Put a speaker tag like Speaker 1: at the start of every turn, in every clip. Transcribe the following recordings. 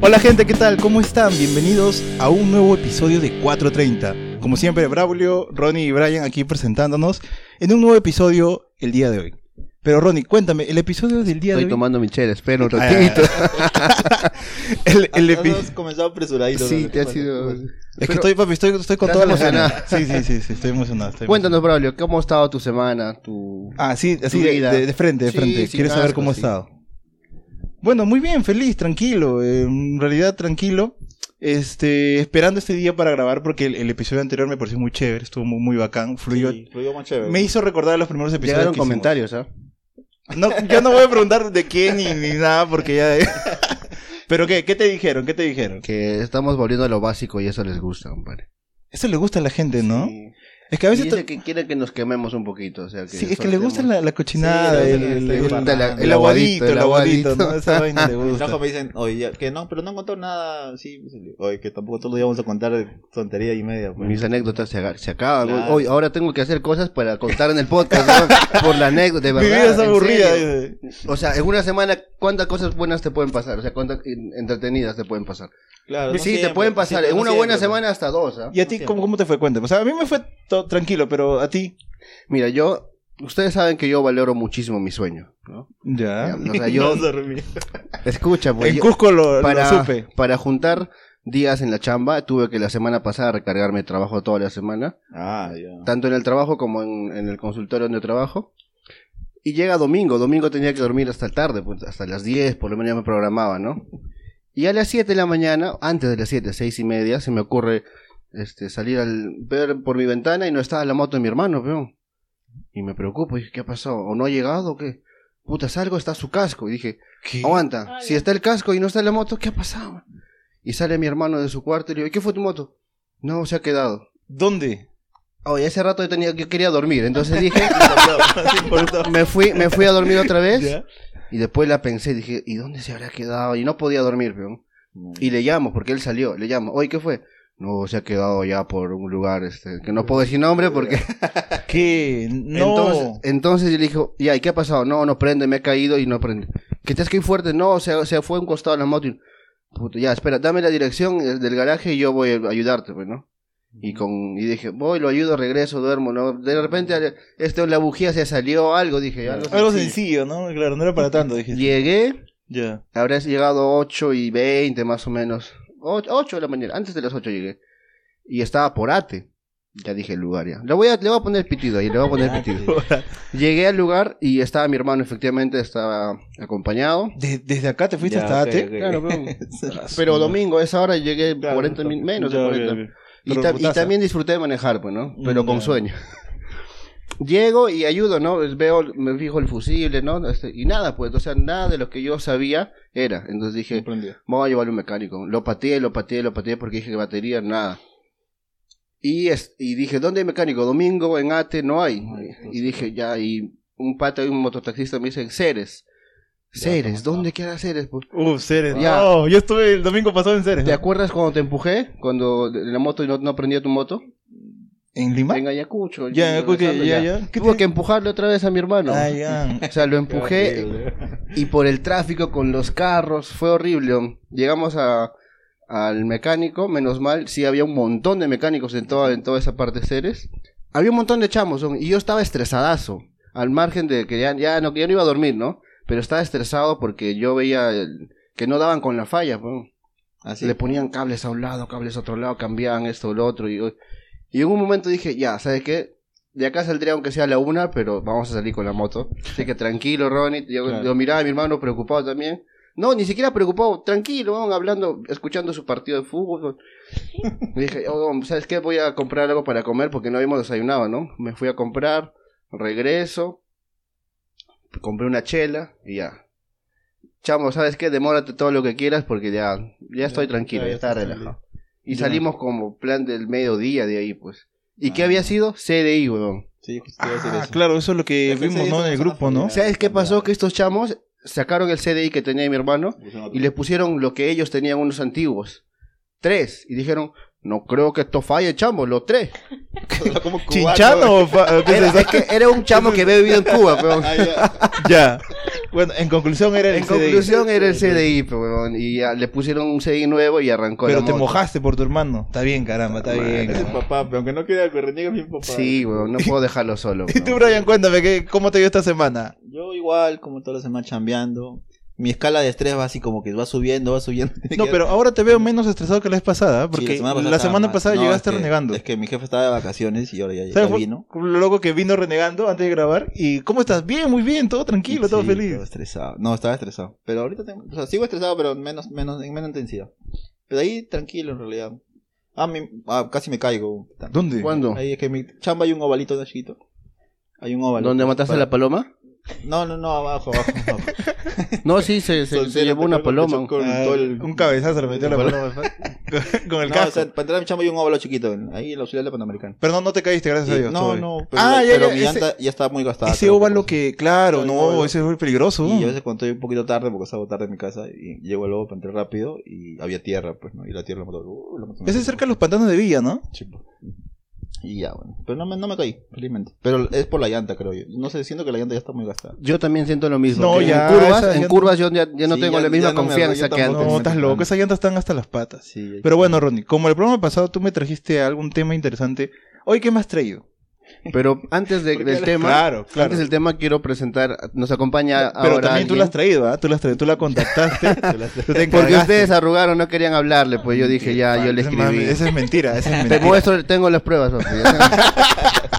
Speaker 1: Hola gente, ¿qué tal? ¿Cómo están? Bienvenidos a un nuevo episodio de 430. Como siempre, Braulio, Ronnie y Brian aquí presentándonos en un nuevo episodio el día de hoy. Pero Ronnie, cuéntame, el episodio del día
Speaker 2: Estoy
Speaker 1: de hoy...
Speaker 2: tomando mi chela, espera un
Speaker 1: Ah,
Speaker 2: ratito.
Speaker 1: el, el epi-
Speaker 3: Has Ah, comenzado apresuradito.
Speaker 2: sí,
Speaker 3: ¿no?
Speaker 2: te ha sido.
Speaker 1: Es que
Speaker 2: Pero
Speaker 1: estoy, papi, estoy, estoy con
Speaker 2: Estás
Speaker 1: todas las ganas.
Speaker 2: emocionado.
Speaker 1: Sí, sí, sí, sí, estoy emocionado. estoy
Speaker 2: Cuéntanos, Braulio, ¿cómo ha estado tu semana? Tu...
Speaker 1: Ah, sí, así
Speaker 2: Tu
Speaker 1: de,
Speaker 2: vida.
Speaker 1: de- de frente, de
Speaker 2: Sí,
Speaker 1: frente.
Speaker 2: sin
Speaker 1: Quiero saber
Speaker 2: casco,
Speaker 1: cómo ha
Speaker 2: sí.
Speaker 1: estado. Bueno, muy bien, feliz, tranquilo. eh, En realidad, tranquilo. Este, esperando este día para grabar porque el, el episodio anterior me pareció muy chévere, estuvo muy, muy bacán, fluyó.
Speaker 3: Sí, fluyó muy chévere.
Speaker 1: Me hizo recordar los primeros episodios.
Speaker 2: Llegaron
Speaker 1: que hicimos.
Speaker 2: comentarios, ¿ah?
Speaker 1: No, yo no voy a preguntar de qué ni, ni nada porque ya. Pero qué, ¿qué te dijeron? ¿Qué te dijeron?
Speaker 2: Que estamos volviendo a lo básico y eso les gusta, compadre.
Speaker 1: Eso le gusta a la gente, ¿no?
Speaker 2: Sí.
Speaker 1: Es que a
Speaker 2: Y
Speaker 1: veces.
Speaker 2: dice
Speaker 1: to-
Speaker 2: que quiere que nos quememos un poquito. O sea, que
Speaker 1: Sí, es que le gusta
Speaker 2: soltemos-
Speaker 1: la, la cochinada, el,
Speaker 3: Sí, le gusta la-
Speaker 1: el-
Speaker 3: le gusta
Speaker 1: el-
Speaker 3: la-
Speaker 1: el aguadito, el aguadito, ¿no? Esa vaina le
Speaker 3: Mi
Speaker 1: gusta.
Speaker 3: trabajo me dicen, oye, ya- que no, pero no contó nada. Sí, oye, que tampoco todos los días vamos a contar tontería y media. pues.
Speaker 2: Mis anécdotas se, aga- se acaban.
Speaker 3: Claro.
Speaker 2: Hoy, ahora tengo que hacer cosas para contar en el podcast, ¿no? Por la anécdota, de
Speaker 1: Mi
Speaker 2: verdad.
Speaker 1: vida es
Speaker 2: en
Speaker 1: aburrida.
Speaker 2: serio.
Speaker 1: dice.
Speaker 2: O sea, en una semana, ¿cuántas cosas buenas te pueden pasar? O sea, ¿cuántas en- entretenidas te pueden pasar?
Speaker 3: Claro, no
Speaker 2: sí, te
Speaker 3: siempre,
Speaker 2: pueden pasar.
Speaker 3: siempre,
Speaker 2: en
Speaker 3: no
Speaker 2: una buena
Speaker 3: siempre,
Speaker 2: semana hasta dos, ¿ah?
Speaker 1: ¿Y a ti
Speaker 3: No
Speaker 1: cómo, cómo te fue? Cuéntame. O sea, a mí me fue todo tranquilo, pero a ti.
Speaker 2: Mira, yo, ustedes saben que yo valoro muchísimo mi sueño, ¿no?
Speaker 1: Ya.
Speaker 2: O sea,
Speaker 3: pues.
Speaker 2: yo,
Speaker 3: No dormí.
Speaker 2: escucha, pues,
Speaker 1: en
Speaker 2: yo-
Speaker 1: Cusco lo, lo
Speaker 2: para,
Speaker 1: supe.
Speaker 2: para juntar días en la chamba, tuve que la semana pasada recargarme de trabajo toda la semana,
Speaker 3: Ah, ya.
Speaker 2: tanto en el trabajo como en, en el consultorio donde trabajo. Y llega domingo, domingo tenía que dormir hasta tarde, pues, hasta las 10, por lo menos ya me programaba, ¿no? Y a las 7 de la mañana, antes de las 7, 6 y media, se me ocurre este, salir al ver por mi ventana y no estaba la moto de mi hermano, peón. Y me preocupo, dije, ¿qué ha pasado? ¿O no ha llegado o qué? Puta, salgo, está su casco. Y dije, aguanta, si está el casco y no está la moto, ¿qué ha pasado? Y sale mi hermano de su cuarto y le digo, ¿qué fue tu moto? No, se ha quedado.
Speaker 1: ¿Dónde?
Speaker 2: Oye, hace rato yo, tenía, yo quería dormir, entonces dije,
Speaker 3: Sí, por eso.
Speaker 2: me fui, me fui a dormir otra vez.
Speaker 1: Ya.
Speaker 2: Y después la pensé, dije, ¿y dónde se habrá quedado? Y no podía dormir, peón. Y le llamo, porque él salió, le llamo, oye, ¿qué fue? No, se ha quedado ya por un lugar, este, que no puedo decir nombre porque...
Speaker 1: ¿Qué?
Speaker 2: Entonces,
Speaker 1: No.
Speaker 2: entonces yo le dije, ya, ¿y qué ha pasado? No, no prende, me he caído y no prende. ¿Que te has caído fuerte? No, se, se fue a un costado de la moto. y- Puta, ya, espera, dame la dirección del del garaje y yo voy a ayudarte, pues, ¿no? Y, con, y dije, voy, lo ayudo, regreso, duermo, ¿no? De repente, este, la bujía se salió, algo, dije, algo
Speaker 1: Algo sencillo,
Speaker 2: sencillo.
Speaker 1: ¿no? Claro, no era para tanto, dije.
Speaker 2: Llegué,
Speaker 1: Ya.
Speaker 2: habrá llegado 8 y 20 más o menos. 8, de la mañana, antes de las 8 llegué. Y estaba por Ate. Ya dije el lugar ya. Le voy a, le voy a poner pitido ahí, le voy a poner pitido. Llegué al lugar y estaba mi hermano, efectivamente, estaba acompañado.
Speaker 1: De- desde acá te fuiste
Speaker 3: Ya,
Speaker 1: hasta
Speaker 3: ok,
Speaker 1: Ate.
Speaker 3: ok.
Speaker 2: Claro, pero, pero domingo, a esa hora llegué
Speaker 3: Claro,
Speaker 2: 40 min- menos de
Speaker 1: Ya,
Speaker 2: 40.
Speaker 1: ok, ok.
Speaker 2: Y,
Speaker 1: Pero
Speaker 2: ta- y
Speaker 1: putaza.
Speaker 2: también disfruté de manejar, pues, ¿no? Pero
Speaker 1: Mm,
Speaker 2: con
Speaker 1: ya.
Speaker 2: sueño. Llego y ayudo, ¿no? Pues, Veo, me fijo el fusible, ¿no? Este, y nada, pues, o sea, nada de lo que yo sabía era. Entonces dije,
Speaker 3: Comprendido.
Speaker 2: Vamos a llevarle un mecánico. Lo pateé, lo pateé, lo pateé porque dije que batería, nada. Y, es, y dije, ¿dónde hay mecánico? Domingo, en Ate, no hay.
Speaker 3: Ay,
Speaker 2: y dije, ya, y un pato y un mototaxista me dicen, Ceres. Ceres,
Speaker 3: toma,
Speaker 2: ¿dónde queda Ceres? po?
Speaker 1: Uh, Ceres.
Speaker 2: Ya.
Speaker 1: No, yo estuve el domingo pasado en Ceres.
Speaker 2: ¿Te acuerdas cuando te empujé? Cuando de- de la moto y no, no prendía tu moto.
Speaker 1: ¿En Lima?
Speaker 2: En Ayacucho.
Speaker 1: Ya, en Ayacucho,
Speaker 2: regresando,
Speaker 1: ya, ya. ¿Qué
Speaker 2: Tuve
Speaker 1: te-
Speaker 2: que empujarle otra vez a mi hermano.
Speaker 1: Ah, ya.
Speaker 2: O sea, lo empujé y por el tráfico con los carros, fue horrible. hom. Llegamos a, al mecánico, menos mal, sí había un montón de mecánicos en toda, en toda esa parte de Ceres. Había un montón de chamos, hom, y yo estaba estresadazo, al margen de que ya, ya, no, que ya no iba a dormir, ¿no? Pero estaba estresado porque yo veía el- que no daban con la falla, pues.
Speaker 3: Así.
Speaker 2: Le ponían cables a un lado, cables a otro lado, cambiaban esto o lo otro. Y, yo- y en un momento dije, ya, ¿sabes qué? De acá saldría aunque sea la una, pero vamos a salir con la moto. Así que tranquilo, Ronnie. Yo,
Speaker 3: Claro.
Speaker 2: yo miraba a mi hermano preocupado también. No, ni siquiera preocupado, tranquilo, vamos hablando, escuchando su partido de fútbol. Y dije, oh, ¿sabes qué? Voy a comprar algo para comer porque no habíamos desayunado, ¿no? Me fui a comprar, regreso, compré una chela y ya. Chamo, ¿sabes qué? Demórate todo lo que quieras porque ya, ya estoy tranquilo,
Speaker 3: ya
Speaker 2: ya está
Speaker 3: estás
Speaker 2: relajado. Y
Speaker 1: Ya.
Speaker 2: salimos como plan del mediodía de ahí, pues. ¿Y qué
Speaker 3: Ah.
Speaker 2: había sido? CDI, weón.
Speaker 3: Sí, justo te iba a decir
Speaker 1: Ah,
Speaker 3: eso.
Speaker 1: claro, eso es lo que
Speaker 3: Es que
Speaker 1: vimos,
Speaker 3: Ceres
Speaker 1: ¿no?
Speaker 3: es
Speaker 1: En el
Speaker 3: una
Speaker 1: grupo, ¿no?
Speaker 3: facilidad.
Speaker 2: ¿Sabes qué pasó?
Speaker 3: Ya.
Speaker 2: Que estos chamos sacaron el CDI que tenía mi hermano
Speaker 3: Pues no,
Speaker 2: y le pusieron lo que ellos tenían unos antiguos. Tres. Y dijeron, No creo que esto falle, chamo, los tres.
Speaker 3: Como cubano.
Speaker 1: ¿Chinchano o fa- o qué es
Speaker 2: Era,
Speaker 1: eso?
Speaker 2: es que era un chamo que había vivido en Cuba, peón.
Speaker 3: Ah, ya.
Speaker 1: Ya. Bueno, en conclusión era el
Speaker 2: En
Speaker 1: CDI.
Speaker 2: conclusión era el CDI, peón. pues, Y ya le pusieron un CDI nuevo y arrancó la
Speaker 1: Pero te
Speaker 2: moto.
Speaker 1: mojaste por tu hermano. Está bien, caramba, está
Speaker 2: Bueno,
Speaker 1: bien.
Speaker 3: Ese es
Speaker 1: caramba.
Speaker 3: papá, pero aunque no quiera que reniegue es mi papá.
Speaker 2: Sí, weón, no puedo dejarlo solo.
Speaker 1: Y tú,
Speaker 2: weón.
Speaker 1: Brian, cuéntame, ¿qué, ¿cómo te dio esta semana?
Speaker 3: Yo igual, como todas las semanas chambeando. Mi escala de estrés va así como que va subiendo, va subiendo.
Speaker 1: No, pero ahora te veo menos estresado que la vez pasada,
Speaker 3: Sí,
Speaker 1: porque la semana
Speaker 3: pasada
Speaker 1: pasada,
Speaker 3: estaba mal. No,
Speaker 1: llegaste
Speaker 3: es que-
Speaker 1: renegando.
Speaker 3: Es que mi jefe estaba de vacaciones y ahora ya, ya
Speaker 1: ¿Sabes?
Speaker 3: vino.
Speaker 1: Fue Lo loco que vino renegando antes de grabar. ¿Y cómo estás? Bien, muy bien, todo tranquilo, todo
Speaker 3: Sí, Estaba
Speaker 1: feliz.
Speaker 3: estresado. No, estaba estresado. Pero ahorita tengo, o sea, sigo estresado, pero menos, menos, en menos intensidad. Pero ahí tranquilo en realidad. Ah, mi- ah, casi me caigo.
Speaker 1: ¿Dónde?
Speaker 2: ¿Cuándo?
Speaker 3: Ahí es que en mi chamba hay un ovalito de chiquito. Hay un óvalo.
Speaker 2: ¿Dónde mataste a la paloma?
Speaker 3: No, no, no, abajo, abajo. abajo.
Speaker 2: No, sí, se, se- se
Speaker 3: Soltero,
Speaker 2: llevó
Speaker 3: te
Speaker 2: una
Speaker 3: cuelgo el
Speaker 2: paloma.
Speaker 3: pechón con
Speaker 1: Ah,
Speaker 3: todo el-
Speaker 1: Un cabezazo le metió la
Speaker 3: Con el
Speaker 1: paloma con, con el
Speaker 3: No,
Speaker 1: casco.
Speaker 3: o sea, para entrar a mi chamba hay un óvalo chiquito. Ahí en la auxiliar de Panamericana.
Speaker 1: Pero no, no te caíste, gracias a Dios.
Speaker 3: no,
Speaker 1: todo bien.
Speaker 3: no, pero,
Speaker 1: Ah, ya,
Speaker 3: pero
Speaker 1: ya,
Speaker 3: mi
Speaker 1: ese-
Speaker 3: llanta ya estaba muy gastada.
Speaker 1: Ese
Speaker 3: creo,
Speaker 1: óvalo
Speaker 3: por
Speaker 1: que, claro,
Speaker 3: Ay,
Speaker 1: no,
Speaker 3: óvalo.
Speaker 1: ese fue peligroso.
Speaker 3: Y a veces cuando estoy un poquito tarde, porque salgo tarde en mi casa, y llego luego para entrar rápido, y había tierra, pues, ¿no? Y la tierra me mató. Uh, la mató.
Speaker 1: Ese es cerca de los pantanos de Villa, ¿no?
Speaker 3: Sí, po. Y ya, bueno. Pero no me, no me caí, felizmente. Pero es por la llanta, creo yo. No sé, siento que la llanta ya está muy gastada.
Speaker 2: Yo también siento lo mismo.
Speaker 1: No,
Speaker 2: que
Speaker 1: ya,
Speaker 2: en curvas,
Speaker 1: esa-
Speaker 2: en
Speaker 1: ya-
Speaker 2: curvas yo ya, ya no
Speaker 3: Sí,
Speaker 2: tengo
Speaker 3: ya-
Speaker 2: la misma
Speaker 3: ya no me
Speaker 2: confianza
Speaker 3: arroyo
Speaker 2: que
Speaker 3: tampoco.
Speaker 2: antes.
Speaker 1: No,
Speaker 3: me
Speaker 1: estás
Speaker 3: sacaron.
Speaker 1: loco, esas llantas están hasta las patas.
Speaker 3: Sí,
Speaker 1: Pero bueno, Ronnie, como el programa pasado tú me trajiste algún tema interesante, hoy qué me has traído?
Speaker 2: Pero antes de-
Speaker 3: Porque
Speaker 2: del
Speaker 3: la-
Speaker 2: tema,
Speaker 1: Claro, claro.
Speaker 2: antes del tema quiero presentar, nos acompaña
Speaker 1: Pero
Speaker 2: ahora
Speaker 1: también tú
Speaker 2: alguien.
Speaker 1: la has traído, ¿ah? Tú la has traído, tú la contactaste. tú te
Speaker 2: porque
Speaker 1: encargaste.
Speaker 2: ustedes arrugaron, no querían hablarle, pues yo dije ya, yo le
Speaker 1: Ese mami,
Speaker 2: escribí.
Speaker 1: Esa es mentira, esa es
Speaker 2: Te
Speaker 1: mentira.
Speaker 2: muestro, tengo las pruebas. papi, ya sabes.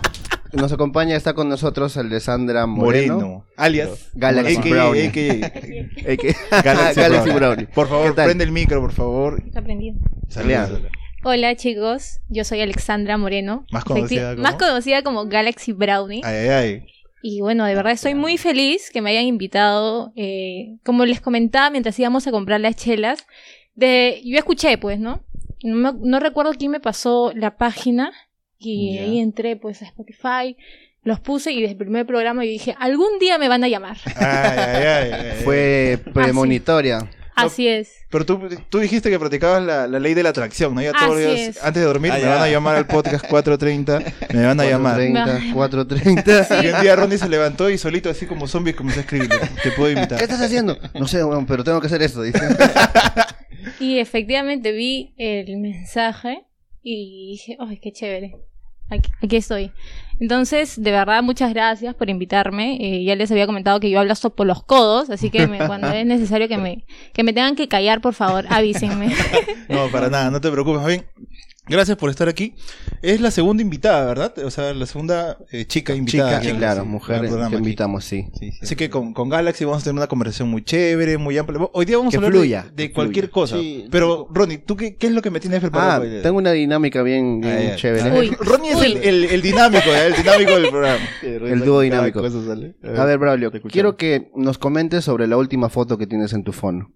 Speaker 2: Nos acompaña, está con nosotros Alessandra
Speaker 1: Moreno,
Speaker 2: Moreno.
Speaker 1: alias
Speaker 2: Galaxy
Speaker 1: AKA,
Speaker 2: Brownie.
Speaker 1: AKA,
Speaker 2: Eh, que-
Speaker 1: Galaxy,
Speaker 2: Galaxy
Speaker 1: Brownie.
Speaker 2: Brownie.
Speaker 1: Por favor,
Speaker 2: ¿Qué tal?
Speaker 1: prende el micro, por favor.
Speaker 4: Está prendido.
Speaker 1: Saluda.
Speaker 2: Saluda.
Speaker 4: Hola chicos, yo soy Alexandra Moreno.
Speaker 1: Más conocida
Speaker 4: Efecti-
Speaker 1: como-
Speaker 4: más conocida como Galaxy Brownie.
Speaker 1: Ay, ay, ay.
Speaker 4: Y bueno, de verdad estoy muy feliz que me hayan invitado. eh, como les comentaba, mientras íbamos a comprar las chelas, de, yo escuché pues, ¿no? No, me- no recuerdo quién me pasó la página y
Speaker 3: Ya.
Speaker 4: ahí entré pues a Spotify, los puse y desde el primer programa yo dije, algún día me van a llamar.
Speaker 1: Ay, ay, ay, ay.
Speaker 2: Fue premonitoria.
Speaker 4: Así es.
Speaker 1: Pero tú, tú dijiste que practicabas la, la ley de la atracción, ¿no? Ya todos los
Speaker 4: Así
Speaker 1: días,
Speaker 4: es.
Speaker 1: antes de dormir,
Speaker 3: Ah,
Speaker 1: me
Speaker 3: ya.
Speaker 1: van a llamar al podcast 4.30, me van a llamar.
Speaker 2: 4.30, 4.30.
Speaker 1: Y un día Ronnie se levantó y solito, así como zombie, comenzó a escribirle. Te puedo invitar.
Speaker 2: ¿Qué estás haciendo? No sé, weón, pero tengo que hacer esto. dice.
Speaker 4: Y efectivamente vi el mensaje y dije, ¡ay, qué chévere! Aquí, aquí estoy. Entonces, de verdad, muchas gracias por invitarme. Eh, ya les había comentado que yo hablo hasta por los codos, así que me- cuando es necesario que me, que me tengan que callar, por favor, avísenme.
Speaker 1: No, para nada, no te preocupes. Más Bien, gracias por estar aquí. Es la segunda invitada, ¿verdad? O sea, la segunda eh, chica invitada.
Speaker 2: Chica,
Speaker 1: que-
Speaker 2: sí, claro,
Speaker 1: sí,
Speaker 2: mujer
Speaker 1: al programa
Speaker 2: que
Speaker 1: aquí.
Speaker 2: invitamos, sí.
Speaker 3: Sí, sí.
Speaker 1: Así que con, con Galaxy vamos a tener una conversación muy chévere, muy amplia. Hoy día vamos
Speaker 2: Que
Speaker 1: a hablar de-
Speaker 2: fluya,
Speaker 1: de,
Speaker 2: que
Speaker 1: cualquier
Speaker 2: fluya.
Speaker 1: cosa.
Speaker 3: Sí.
Speaker 1: Pero, Ronnie, ¿tú qué, qué es lo que me tienes
Speaker 2: Ah,
Speaker 1: preparado?
Speaker 2: tengo una dinámica bien, bien
Speaker 3: Ay, ay.
Speaker 2: chévere.
Speaker 4: Uy.
Speaker 1: Ronnie es
Speaker 4: Uy.
Speaker 1: el, el- el dinámico, ¿eh? el dinámico del programa.
Speaker 2: El dúo dinámico. A ver, Braulio,
Speaker 3: te escuchamos.
Speaker 2: quiero que nos comentes sobre la última foto que tienes en tu fono.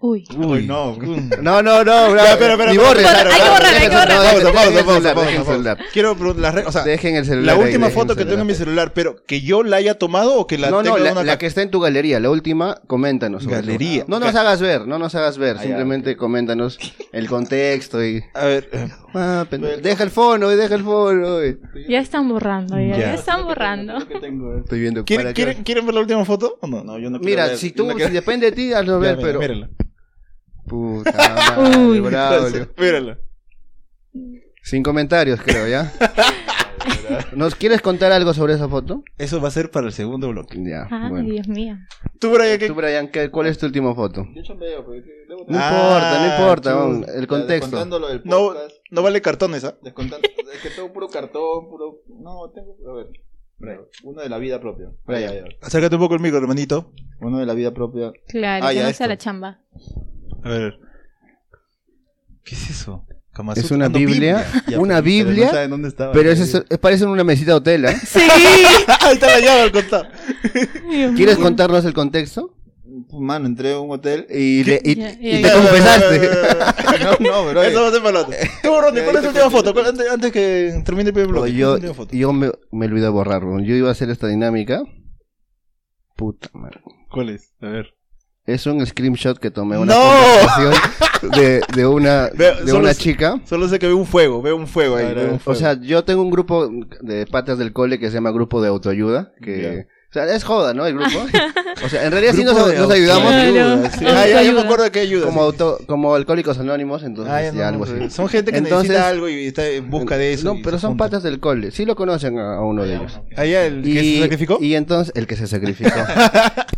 Speaker 4: Uy.
Speaker 1: Uy, no.
Speaker 2: No, no, no, Braulio.
Speaker 1: Ya, espera, espera,
Speaker 2: ni
Speaker 1: espera,
Speaker 2: borres,
Speaker 1: espera,
Speaker 4: hay que
Speaker 2: claro,
Speaker 4: borrar, hay que
Speaker 2: dejen-
Speaker 4: borrar.
Speaker 2: no,
Speaker 1: Pausa,
Speaker 2: dejen-
Speaker 1: pausa,
Speaker 2: dejen
Speaker 1: pausa,
Speaker 2: el
Speaker 1: pausa,
Speaker 2: celular,
Speaker 1: Quiero preguntar, las redes- o sea,
Speaker 2: Dejen el celular.
Speaker 1: la
Speaker 2: ahí,
Speaker 1: última
Speaker 2: dejen el
Speaker 1: foto que tengo en mi
Speaker 2: celular.
Speaker 1: celular, pero que yo la haya tomado o que la
Speaker 2: no,
Speaker 1: tengo
Speaker 2: no,
Speaker 1: en
Speaker 2: la,
Speaker 1: una
Speaker 2: la
Speaker 1: ca-
Speaker 2: que está en tu galería, la última, coméntanos. sobre eso.
Speaker 1: Galería.
Speaker 2: No nos
Speaker 1: Ga-
Speaker 2: hagas ver, no nos hagas ver,
Speaker 3: Ah, ya,
Speaker 2: simplemente coméntanos el contexto y...
Speaker 1: A ver, eh,
Speaker 2: Ah, pendejo. Deja el fono, eh, deja el fono. eh.
Speaker 4: Ya están borrando, ya,
Speaker 1: Ya.
Speaker 4: ya están borrando.
Speaker 3: Creo que tengo, eh.
Speaker 2: Estoy viendo
Speaker 1: ¿quieren,
Speaker 2: para qué-
Speaker 1: quieren- quieren ver la última foto o no?
Speaker 3: No, yo no quiero
Speaker 2: Mira,
Speaker 3: ver,
Speaker 2: si
Speaker 3: yo
Speaker 2: tú,
Speaker 3: no quiero-
Speaker 2: si depende de ti, hazlo
Speaker 1: Ya,
Speaker 2: ver,
Speaker 1: mira,
Speaker 2: pero...
Speaker 1: Mírala.
Speaker 2: Puta madre,
Speaker 4: Uy.
Speaker 2: Braulio.
Speaker 1: Mírala.
Speaker 2: Sin comentarios, creo, ¿ya? ¿Nos quieres contar algo sobre esa foto?
Speaker 1: Eso va a ser para el segundo bloque.
Speaker 2: Ya,
Speaker 4: Ay,
Speaker 2: bueno.
Speaker 4: Ah, Dios mío.
Speaker 1: Tú, Brian, ¿qué-
Speaker 2: Tú, Brian, ¿qué- ¿cuál es tu última foto?
Speaker 3: Yo chambeo, pues, pero que debo
Speaker 2: No
Speaker 1: Ah,
Speaker 2: importa, no importa,
Speaker 1: chulo.
Speaker 2: vamos, el contexto.
Speaker 3: Descontando lo del
Speaker 1: No,
Speaker 3: podcast,
Speaker 1: no vale cartones, ¿ah?
Speaker 3: descontando- es que tengo puro cartón, puro... No, tengo... A ver. Uno de la vida propia.
Speaker 2: Brian.
Speaker 3: Ahí, ahí, ahí.
Speaker 1: Acércate un poco el micro, hermanito.
Speaker 3: Uno de la vida propia.
Speaker 4: Claro,
Speaker 3: Ah,
Speaker 4: que
Speaker 3: ya,
Speaker 4: no
Speaker 3: esto.
Speaker 4: sea la chamba.
Speaker 1: A ver. ¿Qué es eso? Kama
Speaker 2: Es
Speaker 1: Sutra.
Speaker 2: una
Speaker 1: Ah, no,
Speaker 2: Biblia, una
Speaker 3: Pero no
Speaker 2: Biblia,
Speaker 3: saben dónde estaba.
Speaker 2: pero es, es, parece una mesita de hotel, ¿eh?
Speaker 4: Sí.
Speaker 1: Ahí está la llave al costado.
Speaker 2: ¿Quieres contarnos el contexto?
Speaker 3: Pues, Mano, entré a un hotel y...
Speaker 2: Y, le- y-
Speaker 4: Ya,
Speaker 2: y te
Speaker 4: ya, ya.
Speaker 2: confesaste.
Speaker 3: No, no, bro.
Speaker 1: Eso va a ser para el otro. Tú, Ronnie, ¿cuál es tu
Speaker 3: Ya,
Speaker 1: última
Speaker 3: ya te
Speaker 1: foto? ¿Cuál- Antes, antes que termine el primer
Speaker 2: Pero
Speaker 1: bloque.
Speaker 2: yo
Speaker 1: ¿cuál es tu última foto?
Speaker 2: yo me, me olvidé de borrar, weón. Yo iba a hacer esta dinámica. Puta madre.
Speaker 1: ¿Cuál es? A ver.
Speaker 2: Es un screenshot que tomé una
Speaker 1: ¡No!
Speaker 2: conversación de, de una,
Speaker 1: Veo-
Speaker 2: de
Speaker 1: solo
Speaker 2: una
Speaker 1: es-
Speaker 2: chica.
Speaker 1: Solo sé que veo un fuego, veo un fuego ahí. veo un
Speaker 2: O
Speaker 1: fuego.
Speaker 2: sea, yo tengo un grupo de patas del cole que se llama Grupo de Autoayuda. Que,
Speaker 1: Ya.
Speaker 2: O sea, es joda, ¿no? El grupo. O sea, en realidad sí nos,
Speaker 1: Grupo de
Speaker 2: nos ayudamos
Speaker 1: autoayuda,
Speaker 4: Claro.
Speaker 1: sí. Ah, ya, ya me
Speaker 4: Autoayuda.
Speaker 1: acuerdo de qué ayuda.
Speaker 2: como,
Speaker 1: sí.
Speaker 2: auto, como alcohólicos anónimos, entonces
Speaker 1: Ah, ya,
Speaker 2: ya
Speaker 1: no,
Speaker 2: algo
Speaker 1: no,
Speaker 2: así.
Speaker 1: Son gente que
Speaker 2: Entonces-
Speaker 1: necesita algo y está en busca de eso.
Speaker 2: No, pero son patas del cole. Sí lo conocen a, a uno de ellos.
Speaker 1: Allá Ah, el que se sacrificó.
Speaker 2: Y entonces, el que se sacrificó.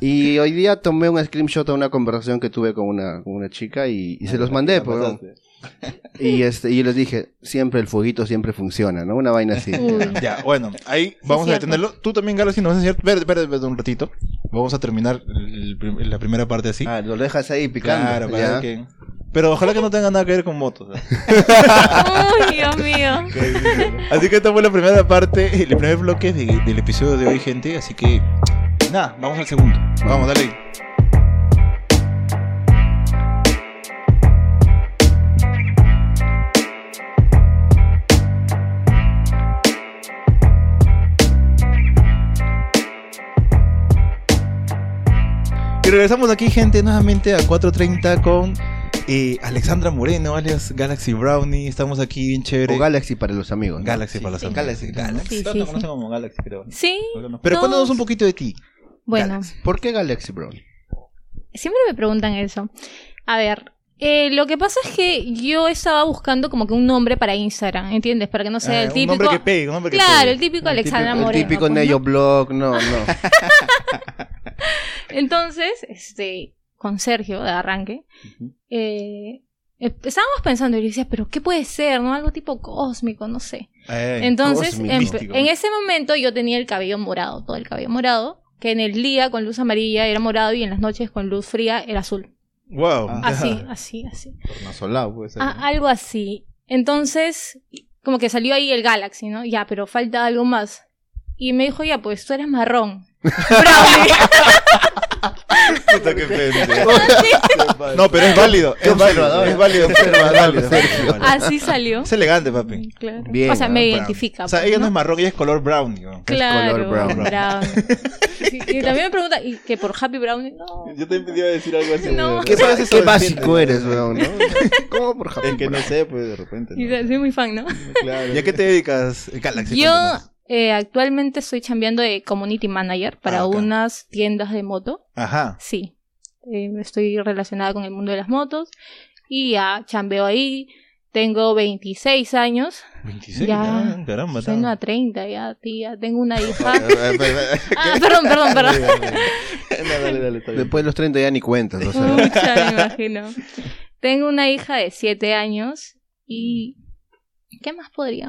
Speaker 2: y hoy día tomé un screenshot a una conversación que tuve con una, con una chica y,
Speaker 1: Ah,
Speaker 2: y se los mandé, pues, ¿no? Y este, y yo les dije, siempre el fueguito siempre funciona, ¿no? Una vaina así.
Speaker 4: Uy.
Speaker 1: Ya, bueno, ahí vamos a
Speaker 4: cierto.
Speaker 1: detenerlo. Tú también, Galo, si nos vas a enseñar. Espérate, espérate, espérate un ratito. Vamos a terminar el prim- la primera parte así.
Speaker 2: Ah, lo dejas ahí
Speaker 1: claro,
Speaker 2: picando.
Speaker 1: para
Speaker 2: ¿ya?
Speaker 1: que- Pero ojalá que no tenga nada que ver con motos. ¿eh?
Speaker 4: Uy, Dios mío.
Speaker 1: Así que esta fue la primera parte, el primer bloque de- del episodio de hoy, gente. Así que, nada, vamos al segundo. Vamos, dale. Y regresamos aquí, gente, nuevamente a 4.30 con eh, Alexandra Moreno, alias Galaxy Brownie. Estamos aquí bien chévere.
Speaker 2: O Galaxy para los amigos. ¿no?
Speaker 1: Galaxy para los amigos.
Speaker 3: Galaxy. Galaxy.
Speaker 4: Sí,
Speaker 3: Todos
Speaker 4: sí,
Speaker 3: nos
Speaker 4: sí.
Speaker 3: conocen como Galaxy, creo.
Speaker 4: Sí,
Speaker 1: Pero
Speaker 4: Todos-
Speaker 1: cuéntanos un poquito de ti.
Speaker 4: bueno,
Speaker 2: ¿Por qué Galaxy, bro?
Speaker 4: siempre me preguntan eso. A ver, eh, lo que pasa es que yo estaba buscando como que un nombre para Instagram, ¿entiendes? Para que no sea
Speaker 1: Ah,
Speaker 4: el típico...
Speaker 1: Un nombre que pegue, un nombre que
Speaker 4: Claro,
Speaker 1: pegue. Ah,
Speaker 4: el típico Alexandra
Speaker 2: El
Speaker 4: Moreno,
Speaker 2: típico
Speaker 4: pues, ¿no?
Speaker 2: Neyo Blog, no, no.
Speaker 4: Entonces, este, con Sergio de arranque, eh, eh, estábamos pensando y yo decía, pero ¿qué puede ser? ¿No? Algo tipo cósmico, no sé.
Speaker 1: Eh,
Speaker 4: Entonces,
Speaker 2: cósmico.
Speaker 4: em-
Speaker 1: Místico.
Speaker 4: en ese momento yo tenía el cabello morado, todo el cabello morado, que en el día con luz amarilla era morado y en las noches con luz fría era azul.
Speaker 1: Wow.
Speaker 3: Ah.
Speaker 4: Así, así, así.
Speaker 3: Tornasolado, puede
Speaker 1: pues, Este,
Speaker 3: ser.
Speaker 4: Ah, algo así. Entonces, como que salió ahí el Galaxy, ¿no? Ya, pero falta algo más. Y me dijo, ya, pues tú eres marrón. Brownie.
Speaker 1: Puta, qué pendejo. No, pero es válido.
Speaker 2: Qué
Speaker 1: Es válido.
Speaker 2: observador.
Speaker 1: Es válido. Es válido, es válido.
Speaker 4: así salió. Mm,
Speaker 1: Es elegante, papi.
Speaker 4: Claro.
Speaker 2: Bien,
Speaker 4: o sea,
Speaker 2: ah,
Speaker 4: me
Speaker 1: Brown.
Speaker 4: identifica.
Speaker 1: O sea,
Speaker 4: pues,
Speaker 1: ella no es marrón, ella es color brownie. ¿no?
Speaker 4: Claro,
Speaker 2: color brown.
Speaker 4: brown. Sí, y también me pregunta, ¿y que por Happy Brownie? No.
Speaker 3: Yo te pedí a decir algo así.
Speaker 4: No.
Speaker 3: pero-
Speaker 1: ¿Qué pasa si
Speaker 2: Qué
Speaker 1: se
Speaker 2: básico
Speaker 1: defiende?
Speaker 2: eres, bro, ¿no? ¿Cómo por
Speaker 3: Es
Speaker 2: Japón?
Speaker 3: que no sé, pues de repente.
Speaker 4: Y
Speaker 3: ¿no?
Speaker 4: soy muy fan, ¿no?
Speaker 3: Claro.
Speaker 1: ¿Y a qué te dedicas, Galaxy?
Speaker 4: Yo
Speaker 1: Cuéntanos.
Speaker 4: eh, actualmente estoy chambeando de community manager para
Speaker 1: Ah, acá.
Speaker 4: unas tiendas de moto.
Speaker 1: Ajá.
Speaker 4: Sí, eh, estoy relacionada con el mundo de las motos y ya chambeo ahí. Tengo 26 años,
Speaker 1: 26.
Speaker 4: Ya.
Speaker 1: ah, Caramba,
Speaker 4: soy una
Speaker 1: está-
Speaker 4: 30 ya, tía. Tengo una hija.
Speaker 1: Eh,
Speaker 3: Espera, espera, espera.
Speaker 4: ah, perdón, perdón, perdón.
Speaker 3: No, dale, dale, está bien.
Speaker 2: Después de los 30 ya ni cuentas, o sea.
Speaker 4: Mucha, me imagino. Tengo una hija de 7 años y... ¿Qué más podría,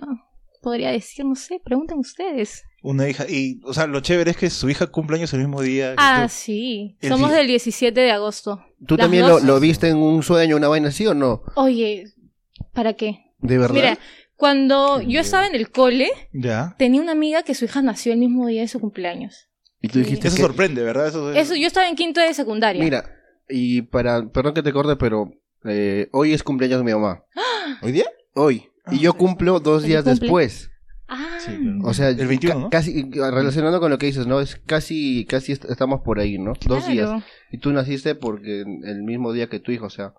Speaker 4: podría decir? No sé, pregunten ustedes.
Speaker 1: Una hija. Y, o sea, lo chévere es que su hija cumple años el mismo día. que
Speaker 4: Ah,
Speaker 1: tú.
Speaker 4: sí.
Speaker 1: El
Speaker 4: Somos
Speaker 1: día.
Speaker 4: del 17 de agosto.
Speaker 2: ¿Tú
Speaker 4: Las
Speaker 2: también lo,
Speaker 4: dos.
Speaker 2: lo viste en un sueño, una vaina así o no?
Speaker 4: Oye, ¿para qué?
Speaker 2: ¿De verdad?
Speaker 4: Mira, cuando yo estaba en el cole,
Speaker 1: Ya.
Speaker 4: tenía una amiga que su hija nació el mismo día de su cumpleaños.
Speaker 2: y tú dijiste
Speaker 1: Eso
Speaker 2: que-
Speaker 1: sorprende, ¿verdad? Eso,
Speaker 4: Eso, yo estaba en quinto de secundaria.
Speaker 2: Mira, y para... Perdón que te corte, pero eh, hoy es cumpleaños de mi mamá.
Speaker 3: ¿Hoy día?
Speaker 2: Hoy.
Speaker 4: Ah,
Speaker 2: Y yo cumplo dos
Speaker 4: Feliz
Speaker 2: días
Speaker 4: cumple.
Speaker 2: después.
Speaker 4: Ah,
Speaker 1: Sí, claro.
Speaker 2: O sea,
Speaker 1: El 21,
Speaker 2: ca-
Speaker 1: ¿no?
Speaker 2: casi relacionando con lo que dices, ¿no? Es casi casi est- estamos por ahí, ¿no? Dos días.
Speaker 4: claro.
Speaker 2: Y tú naciste porque el mismo día que tu hijo, o sea,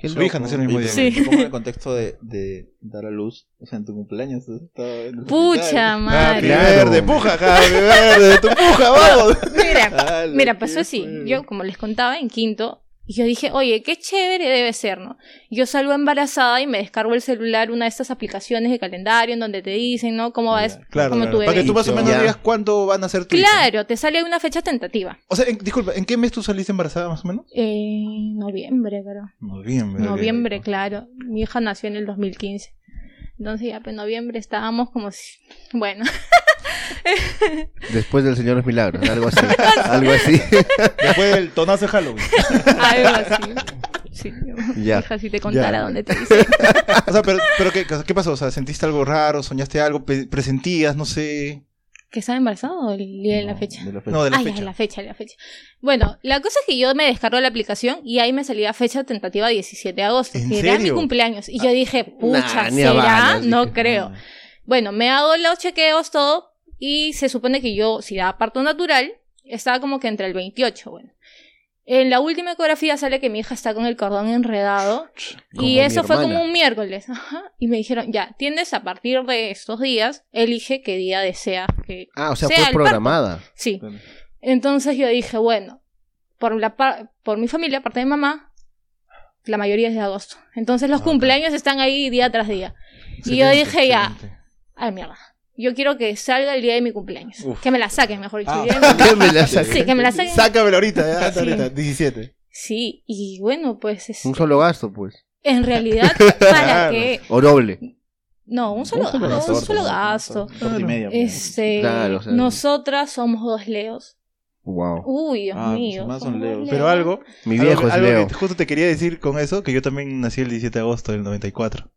Speaker 2: qué
Speaker 1: Su
Speaker 2: loco.
Speaker 1: hija nació el mismo día.
Speaker 4: Sí.
Speaker 3: Te pongo en el contexto de, de dar a luz, o sea, en tu cumpleaños. está-
Speaker 4: Pucha
Speaker 1: Happy
Speaker 4: madre.
Speaker 2: claro. Ah,
Speaker 1: verde, puja, happy verde, tu puja, vamos.
Speaker 4: Mira,
Speaker 3: Ah, lo
Speaker 4: mira,
Speaker 3: que
Speaker 4: pasó así.
Speaker 3: fue.
Speaker 4: Yo, como les contaba, en quinto, y yo dije, oye, qué chévere debe ser, ¿no? Yo salgo embarazada y me descargo el celular, una de estas aplicaciones de calendario en donde te dicen, ¿no? ¿Cómo va
Speaker 3: Ah,
Speaker 4: es?
Speaker 3: ya.
Speaker 1: Claro,
Speaker 4: Como
Speaker 1: claro,
Speaker 4: tu
Speaker 1: para
Speaker 4: bebé.
Speaker 1: que tú más o menos
Speaker 2: Ya.
Speaker 1: digas cuándo van a ser tu hija.
Speaker 4: Claro, te sale una fecha tentativa.
Speaker 1: O sea, en- disculpa, ¿en qué mes tú saliste embarazada más o menos?
Speaker 4: Eh, noviembre, creo.
Speaker 1: Noviembre.
Speaker 4: Noviembre, claro. Mi hija nació en el 2015. Entonces ya, pues noviembre estábamos como si... Bueno,
Speaker 2: Después del Señor de los Milagros, algo así. algo así.
Speaker 1: Después del tonazo de Halloween.
Speaker 4: algo así. Sí,
Speaker 2: Ya.
Speaker 4: hija, si te contara
Speaker 1: Ya.
Speaker 4: dónde te hice.
Speaker 1: O sea, pero, pero ¿qué, ¿qué pasó? O sea, ¿sentiste algo raro? ¿Soñaste algo? Pe- ¿Presentías? No sé.
Speaker 4: ¿Que estaba embarazada o el día de la
Speaker 3: No,
Speaker 4: fecha?
Speaker 3: de la fecha.
Speaker 1: No, de la
Speaker 4: Ah, ya,
Speaker 1: fecha.
Speaker 4: la fecha, la fecha. Bueno, la cosa es que yo me descargo la aplicación y ahí me salía fecha tentativa 17 de agosto,
Speaker 1: ¿En
Speaker 4: que era mi
Speaker 1: serio? Ah,
Speaker 4: cumpleaños. Y yo dije, pucha,
Speaker 2: Nah, ni a
Speaker 4: ¿será?
Speaker 2: balas, dije,
Speaker 4: no creo.
Speaker 3: Ah,
Speaker 4: Bueno, me hago los chequeos, todo, y se supone que yo, si daba parto natural, estaba como que entre el 28, bueno. En la última ecografía sale que mi hija está con el cordón enredado y eso fue como un miércoles. Ajá. Y me dijeron, ya, tiendes a partir de estos días, elige qué día deseas que...
Speaker 2: Ah, o sea,
Speaker 4: sea
Speaker 2: fue
Speaker 4: el
Speaker 2: programada.
Speaker 4: Sí.
Speaker 3: Claro.
Speaker 4: Entonces yo dije, bueno, por, la par- por mi familia, parte de mamá, la mayoría es de agosto. Entonces los
Speaker 1: Ah, ok.
Speaker 4: cumpleaños están ahí día tras día. Y yo dije, ya. Ay, mierda. Yo quiero que salga el día de mi cumpleaños.
Speaker 1: Uf.
Speaker 4: Que me la saquen, mejor dicho.
Speaker 1: Ah.
Speaker 4: el día de mi cumpleaños.
Speaker 2: ¿Qué me la saca?
Speaker 4: Sí, que me la saquen.
Speaker 1: Sácamelo ahorita, ya,
Speaker 4: Sí.
Speaker 1: ahorita, 17.
Speaker 4: Sí, y bueno, pues es-
Speaker 2: Un solo gasto, pues.
Speaker 4: en realidad, ¿para
Speaker 1: Claro.
Speaker 4: qué?
Speaker 2: O doble.
Speaker 4: No, un solo,
Speaker 3: solo
Speaker 4: gasto, un
Speaker 3: gasto,
Speaker 4: solo
Speaker 3: un solo
Speaker 4: gasto.
Speaker 3: Torta y media.
Speaker 4: Este,
Speaker 2: Claro, o sea-
Speaker 4: nosotras somos dos leos.
Speaker 2: Wow.
Speaker 4: Uy, Dios
Speaker 3: Ah, mis
Speaker 4: mío.
Speaker 3: mamás son
Speaker 4: somos dos
Speaker 3: leos.
Speaker 1: Pero algo,
Speaker 2: Mi
Speaker 1: algo-
Speaker 2: viejo es
Speaker 1: algo
Speaker 2: Leo.
Speaker 1: que justo te quería decir con eso, que yo también nací el 17 de agosto del 94.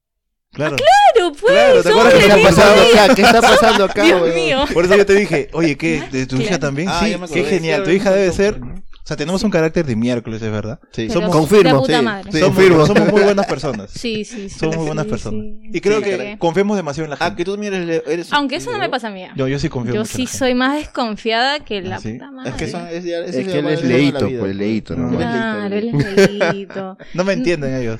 Speaker 1: Claro.
Speaker 4: Claro, pues.
Speaker 1: Claro, ¿te
Speaker 4: somos
Speaker 1: acuerdas
Speaker 2: ¿Qué
Speaker 1: que
Speaker 4: del
Speaker 2: está
Speaker 1: era
Speaker 2: pasando
Speaker 4: mismo día.
Speaker 2: acá? ¿Qué está pasando acá,
Speaker 4: Dios
Speaker 2: weón?
Speaker 4: mío.
Speaker 1: Por eso yo te dije, oye, ¿qué? ¿De tu hija
Speaker 4: Claro.
Speaker 1: también?
Speaker 3: Ah,
Speaker 1: sí,
Speaker 3: ya me acordé.
Speaker 1: qué genial. Tu hija debe ser... O sea, tenemos un carácter de miércoles, es verdad.
Speaker 3: Sí.
Speaker 4: Pero
Speaker 1: Somos-
Speaker 4: de
Speaker 2: Confirmo.
Speaker 4: puta
Speaker 3: Sí,
Speaker 4: madre.
Speaker 1: somos,
Speaker 2: Confirmo.
Speaker 1: somos muy buenas personas.
Speaker 4: Sí, sí, sí.
Speaker 1: Somos muy buenas
Speaker 4: Sí,
Speaker 1: personas.
Speaker 4: sí.
Speaker 1: Y creo
Speaker 4: Sí,
Speaker 1: que
Speaker 4: creo.
Speaker 1: confiemos demasiado en la gente.
Speaker 3: Ah, que tú también eres Leo. eres-
Speaker 4: Aunque eso no me
Speaker 3: Leo.
Speaker 4: pasa a mí. ah.
Speaker 1: Yo, yo sí confío
Speaker 4: Yo
Speaker 1: mucho en
Speaker 4: sí
Speaker 1: la gente.
Speaker 4: soy más desconfiada que la
Speaker 1: Ah, sí.
Speaker 4: puta madre.
Speaker 3: Es que son, es, ya-
Speaker 2: Es
Speaker 3: ese
Speaker 2: que él
Speaker 3: va-
Speaker 2: es
Speaker 3: ese va a la
Speaker 2: leíto,
Speaker 3: vida.
Speaker 2: pues, leíto, ¿no?
Speaker 3: Él es
Speaker 4: Claro,
Speaker 3: leíto,
Speaker 4: él es leíto.
Speaker 1: No me entienden ellos.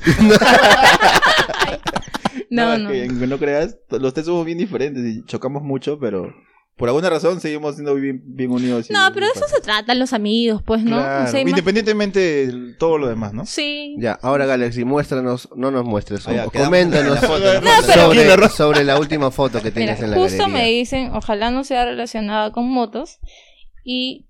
Speaker 4: No,
Speaker 3: es
Speaker 4: no.
Speaker 3: que aunque no creas, t- los tres somos bien diferentes y chocamos mucho, pero por alguna razón seguimos siendo bien, bien unidos. y
Speaker 4: No,
Speaker 3: bien
Speaker 4: pero de eso
Speaker 3: patas.
Speaker 4: se tratan los amigos, pues, ¿no?
Speaker 1: Claro.
Speaker 4: O sea, ima-
Speaker 1: Independientemente de todo lo demás, ¿no?
Speaker 4: Sí.
Speaker 2: Ya, ahora Galaxy, muéstranos, no nos muestres,
Speaker 3: Ah, ya,
Speaker 2: o
Speaker 3: quedamos
Speaker 2: coméntanos
Speaker 3: en la foto,
Speaker 1: No,
Speaker 3: en la foto.
Speaker 2: sobre, sobre la última foto que
Speaker 4: Ah, Mira,
Speaker 2: tienes en la
Speaker 4: justo me
Speaker 2: galería.
Speaker 4: dicen, ojalá no sea relacionada con motos y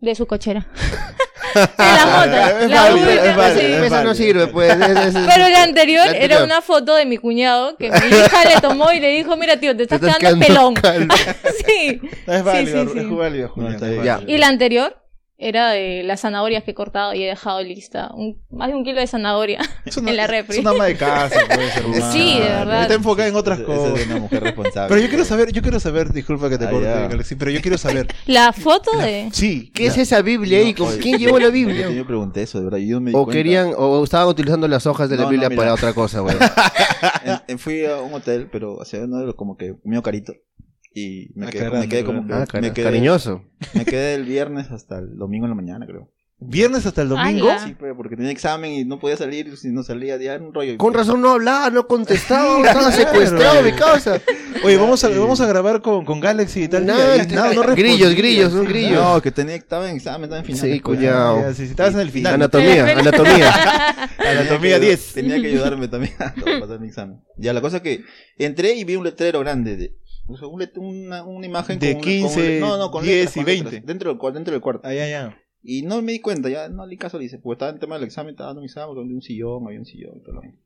Speaker 4: de su cochera. de la moto.
Speaker 1: Es
Speaker 4: la
Speaker 1: válido,
Speaker 4: última,
Speaker 1: es válido,
Speaker 4: sí.
Speaker 1: es
Speaker 2: Esa no
Speaker 1: válido.
Speaker 2: sirve, pues. es- es- es-
Speaker 4: Pero la anterior
Speaker 2: La anterior.
Speaker 4: era una foto de mi cuñado que mi hija le tomó y le dijo, mira tío, te
Speaker 2: te
Speaker 4: estás quedando pelón.
Speaker 2: calvo.
Speaker 4: sí.
Speaker 1: Es válido,
Speaker 4: sí, sí.
Speaker 1: es válido, Julián,
Speaker 3: está
Speaker 1: es
Speaker 3: bien.
Speaker 1: válido.
Speaker 4: Y la anterior era de las zanahorias que he cortado y he dejado lista. Un- más de un kilo de zanahoria.
Speaker 1: Es una-
Speaker 4: en la refri.
Speaker 1: Es una ama de casa, puede ser humana.
Speaker 4: Sí, de verdad.
Speaker 1: Ah, Está enfocada en otras
Speaker 3: Esa- esa
Speaker 1: cosas.
Speaker 3: es una mujer responsable.
Speaker 1: Pero yo quiero saber, yo quiero saber, disculpa que te
Speaker 3: Ah,
Speaker 1: corte,
Speaker 3: ya.
Speaker 1: Galaxy, pero yo quiero saber.
Speaker 4: La foto de...
Speaker 1: Sí,
Speaker 2: ¿Qué es esa Biblia ahí? ¿Con
Speaker 3: Oye,
Speaker 2: quién llevó la
Speaker 3: yo-
Speaker 2: Biblia?
Speaker 3: Yo pregunté eso, de verdad. Yo no me di
Speaker 2: O
Speaker 3: cuenta.
Speaker 2: querían, o estaban utilizando las hojas de la
Speaker 3: No, no,
Speaker 2: Biblia
Speaker 3: mira.
Speaker 2: para otra cosa, güey. Ah,
Speaker 3: En- en- fui a un hotel, pero hacia uno de los como que mío carito. Y me
Speaker 1: Ah,
Speaker 3: quedé,
Speaker 1: caramba,
Speaker 3: me quedé como que.
Speaker 2: Ah, cara-
Speaker 3: me, quedé,
Speaker 2: cariñoso.
Speaker 3: me quedé el viernes hasta el domingo en la mañana, creo.
Speaker 1: viernes hasta el domingo.
Speaker 4: Ala.
Speaker 3: Sí, pero porque tenía examen y no podía salir. Si no salía, ya era un rollo.
Speaker 2: Con razón no hablaba, no contestaba, estaba secuestrado mi causa.
Speaker 1: Oye, vamos a, vamos a grabar con, con Galaxy y tal.
Speaker 2: Nada,
Speaker 1: día, y nada, no
Speaker 2: grillos,
Speaker 1: respondía.
Speaker 2: grillos, un
Speaker 1: Sí,
Speaker 2: grillo.
Speaker 3: No, que tenía, estaba en examen, estaba en final.
Speaker 2: Sí, cuñado.
Speaker 1: Ah, ya, sí, sí, estabas en el final.
Speaker 2: Anatomía, anatomía.
Speaker 1: Anatomía 10.
Speaker 3: Tenía que ayudarme también a pasar mi examen. Ya, la cosa que entré y vi un letrero grande de. o sea, un let- una, una imagen
Speaker 1: De
Speaker 3: con una-
Speaker 1: 15,
Speaker 3: con, no, no, con
Speaker 1: 10
Speaker 3: letras,
Speaker 1: y
Speaker 3: con letras,
Speaker 1: 20.
Speaker 3: dentro, del, cua- dentro del cuarto.
Speaker 1: Ah, ya, ya.
Speaker 3: Y no me di cuenta, ya no le di caso, le hice, porque estaba en tema del examen, estaba dando mi examen, donde un sillón, había un sillón, y todo lo demás.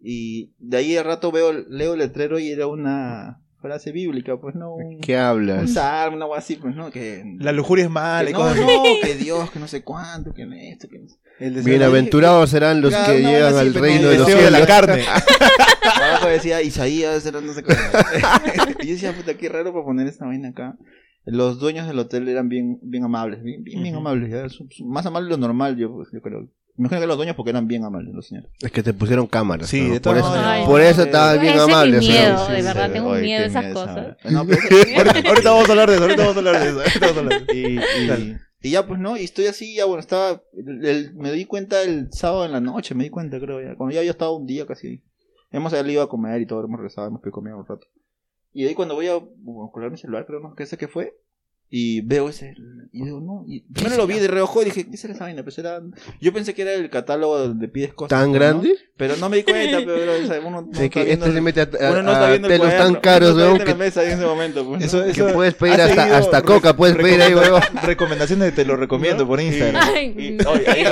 Speaker 3: Y de ahí al rato veo, leo el letrero y era una frase bíblica, pues no, un,
Speaker 2: ¿Qué
Speaker 3: un
Speaker 2: hablas?
Speaker 3: salmo, una cosa así, pues no, que...
Speaker 1: La lujuria es mala
Speaker 3: que
Speaker 1: y
Speaker 3: no,
Speaker 1: cosas.
Speaker 3: no, que Dios, que no sé cuánto, que esto, que no sé.
Speaker 1: El deseo-
Speaker 2: Bienaventurados serán los
Speaker 3: Claro,
Speaker 2: que
Speaker 3: no,
Speaker 2: llegan
Speaker 3: no, sí,
Speaker 2: al
Speaker 3: pero
Speaker 2: reino
Speaker 1: el
Speaker 2: de los
Speaker 1: deseo de la
Speaker 2: cielos.
Speaker 1: carne.
Speaker 3: Abajo decía Isaías, era no sé qué. y yo decía, puta, qué raro para poner esta vaina acá. Los dueños del hotel eran bien, bien amables, bien, bien, bien
Speaker 1: Ujú.
Speaker 3: amables, ya, su- su- más amables de lo normal, yo, pues, yo creo. Imagino que los dueños porque eran bien amables los señores.
Speaker 2: Es que te pusieron cámaras.
Speaker 1: Sí,
Speaker 2: ¿no?
Speaker 1: de
Speaker 2: por
Speaker 1: todas
Speaker 2: eso,
Speaker 1: maneras.
Speaker 4: Ay,
Speaker 2: por
Speaker 4: no.
Speaker 2: eso estabas bien
Speaker 4: Ese es mi
Speaker 2: amable.
Speaker 4: miedo,
Speaker 2: señor.
Speaker 4: de
Speaker 3: sí,
Speaker 4: verdad,
Speaker 3: sí.
Speaker 4: tengo
Speaker 3: Oye,
Speaker 4: miedo de
Speaker 3: qué
Speaker 4: esas
Speaker 3: miedo esa
Speaker 4: cosas.
Speaker 3: vaina. No, pero
Speaker 1: Ahorita, ahorita vamos a hablar de eso, ahorita vamos a hablar de eso. ahorita vamos a hablar de eso.
Speaker 3: Y, y,
Speaker 1: Dale.
Speaker 3: y ya pues no, y estoy así, ya bueno, estaba, el- el- me di cuenta el sábado en la noche, me di cuenta creo, ya, cuando ya había estado un día casi. Hemos salido a comer y todo, hemos regresado, hemos comido un rato. Y de ahí cuando voy a bueno, colgar mi celular, creo no, que ese que fue, y veo ese, y digo, no, y primero lo vi de reojo y dije, ¿qué será esa vaina? Pues era, yo pensé que era el catálogo donde pides cosas. pues,
Speaker 2: ¿Tan
Speaker 3: ¿no?
Speaker 2: grande?
Speaker 3: Pero no me di cuenta, pero o sea, uno no
Speaker 2: De
Speaker 3: está
Speaker 2: que
Speaker 3: viendo-
Speaker 2: este se mete a,
Speaker 3: uno no
Speaker 2: a-
Speaker 3: está
Speaker 2: a
Speaker 3: viendo el
Speaker 2: telos tan
Speaker 3: cuaderno,
Speaker 2: caros,
Speaker 3: uno no está
Speaker 2: weón,
Speaker 3: viendo
Speaker 2: que,
Speaker 3: la mesa en ese momento, pues, ¿no?
Speaker 1: Eso,
Speaker 2: que
Speaker 1: eso
Speaker 2: puedes pedir
Speaker 1: ha
Speaker 2: hasta,
Speaker 1: seguido
Speaker 2: hasta
Speaker 1: re-
Speaker 2: coca, puedes pedir ahí, weón.
Speaker 1: Recomendaciones de te lo recomiendo por Instagram.
Speaker 4: Ay,
Speaker 3: Y-
Speaker 4: no.
Speaker 3: oye, ahí-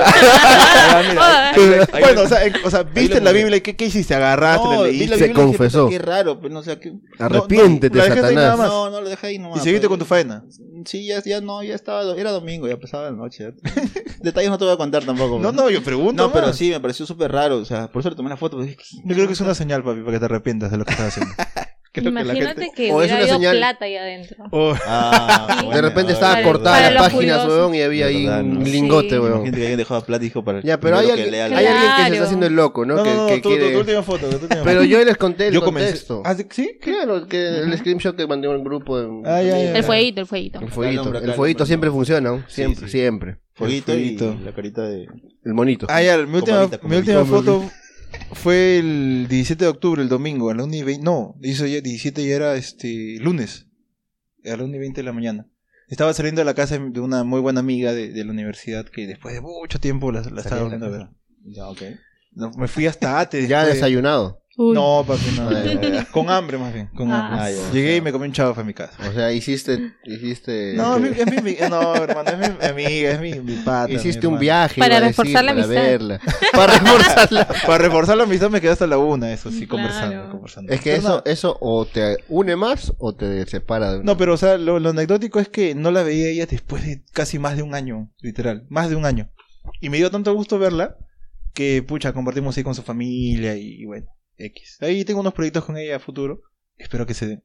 Speaker 1: Bueno, o sea, eh, o sea, viste
Speaker 3: lo
Speaker 1: la
Speaker 3: puse.
Speaker 1: Biblia y qué, qué hiciste, agarraste,
Speaker 3: No,
Speaker 1: la
Speaker 3: vi la
Speaker 1: leíste.
Speaker 2: Se
Speaker 3: Biblia y dije,
Speaker 2: confesó.
Speaker 3: "Puta, Qué raro, pues no sé qué.
Speaker 2: Arrepiéntete,
Speaker 1: la dejaste ahí nada
Speaker 2: Satanás.
Speaker 1: más.
Speaker 3: No, no lo dejé ahí nomás.
Speaker 1: Y seguiste
Speaker 3: pues.
Speaker 1: con tu faena.
Speaker 3: Sí, ya, ya no, ya estaba, era domingo, ya pasaba la noche. ya. Detalles no te voy a contar tampoco.
Speaker 1: No,
Speaker 3: pues.
Speaker 1: no, yo pregunto.
Speaker 3: No, pero
Speaker 1: más.
Speaker 3: sí, me pareció súper raro, o sea, por eso le tomé la foto. pues, dije,
Speaker 1: Yo creo que es una señal, papi, para que te arrepientas de lo que estás haciendo.
Speaker 3: creo que la
Speaker 4: Imagínate
Speaker 3: gente-
Speaker 4: que,
Speaker 2: O es
Speaker 4: hubiera
Speaker 2: una
Speaker 4: habido
Speaker 2: señal-
Speaker 4: plata ahí adentro.
Speaker 1: Oh,
Speaker 3: Ah,
Speaker 2: De
Speaker 3: bueno,
Speaker 2: repente
Speaker 3: a
Speaker 2: estaba
Speaker 3: ver,
Speaker 4: para
Speaker 2: cortada
Speaker 3: verdad.
Speaker 2: la
Speaker 4: los
Speaker 2: página,
Speaker 4: curiosos.
Speaker 2: weón, y había ahí
Speaker 3: Verdad,
Speaker 2: un
Speaker 3: ¿no?
Speaker 2: lingote,
Speaker 4: Sí.
Speaker 2: weón.
Speaker 3: Gente que había dejado plástico para
Speaker 2: Ya, pero
Speaker 3: primero
Speaker 2: hay
Speaker 3: que
Speaker 2: alguien,
Speaker 3: lea
Speaker 2: hay
Speaker 3: la-
Speaker 4: Claro.
Speaker 2: alguien que se está haciendo el loco, ¿no?
Speaker 1: No,
Speaker 2: que,
Speaker 1: no, no,
Speaker 2: que
Speaker 1: tu, tu-
Speaker 2: quiere-
Speaker 1: tu última foto. tu última
Speaker 2: Pero
Speaker 1: foto.
Speaker 2: yo les conté el
Speaker 1: Yo comencé.
Speaker 2: contexto.
Speaker 1: Ah, ¿Sí? ¿Qué?
Speaker 2: Claro, que el screenshot que mandé en el grupo. en-
Speaker 1: Ah, ya, ya, ya.
Speaker 4: El fueguito, el fueguito.
Speaker 2: El
Speaker 3: Acá el
Speaker 2: fueguito.
Speaker 3: hombre, acá
Speaker 2: El
Speaker 3: el
Speaker 2: fueguito
Speaker 3: hombre.
Speaker 2: siempre funciona, ¿no?
Speaker 3: Sí,
Speaker 2: siempre,
Speaker 3: sí.
Speaker 2: siempre.
Speaker 3: Fueguito y
Speaker 1: fueguito.
Speaker 3: la carita de.
Speaker 2: El monito.
Speaker 1: Ah, ya, mi última,
Speaker 3: Comadita,
Speaker 1: mi
Speaker 3: comadita.
Speaker 1: última foto fue el 17 de octubre, el domingo, a la 1 y 20. No, hizo ya 17 ya era este lunes, a la 1 y 20 de la mañana. Estaba saliendo de la casa de una muy buena amiga de, de la universidad que después de mucho tiempo la, la estaba
Speaker 2: de la
Speaker 1: volviendo a ver.
Speaker 3: Ya, ok.
Speaker 1: No, me fui hasta Ate.
Speaker 2: Ya
Speaker 1: después.
Speaker 2: desayunado.
Speaker 4: Uy.
Speaker 1: No, papi, no.
Speaker 2: Ah, ya, ya.
Speaker 1: con hambre más bien. Con
Speaker 4: Ah.
Speaker 1: hambre.
Speaker 3: Ah, ya.
Speaker 1: Llegué y me comí un chavo en mi casa.
Speaker 2: O sea, hiciste.
Speaker 3: Eh,
Speaker 2: hiciste
Speaker 1: No, es mi, es mi- no, hermano, es mi amiga, es mi, mi pata.
Speaker 2: Hiciste
Speaker 1: mi
Speaker 2: un
Speaker 1: hermano.
Speaker 2: viaje.
Speaker 4: Para
Speaker 2: iba a
Speaker 4: reforzar la
Speaker 2: para
Speaker 4: amistad.
Speaker 2: verla. Para reforzarla.
Speaker 1: Para reforzar la amistad me quedé hasta la una, eso sí,
Speaker 4: Claro.
Speaker 1: conversando, conversando.
Speaker 2: Es que
Speaker 1: Pero
Speaker 2: eso, eso o te une más o te separa de
Speaker 1: No, pero o sea, lo, lo anecdótico es que no la veía ella después de casi más de un año, literal, más de un año. Y me dio tanto gusto verla que, pucha, compartimos ahí con su familia y, y bueno, X. Ahí tengo unos proyectos con ella a futuro, espero que se den.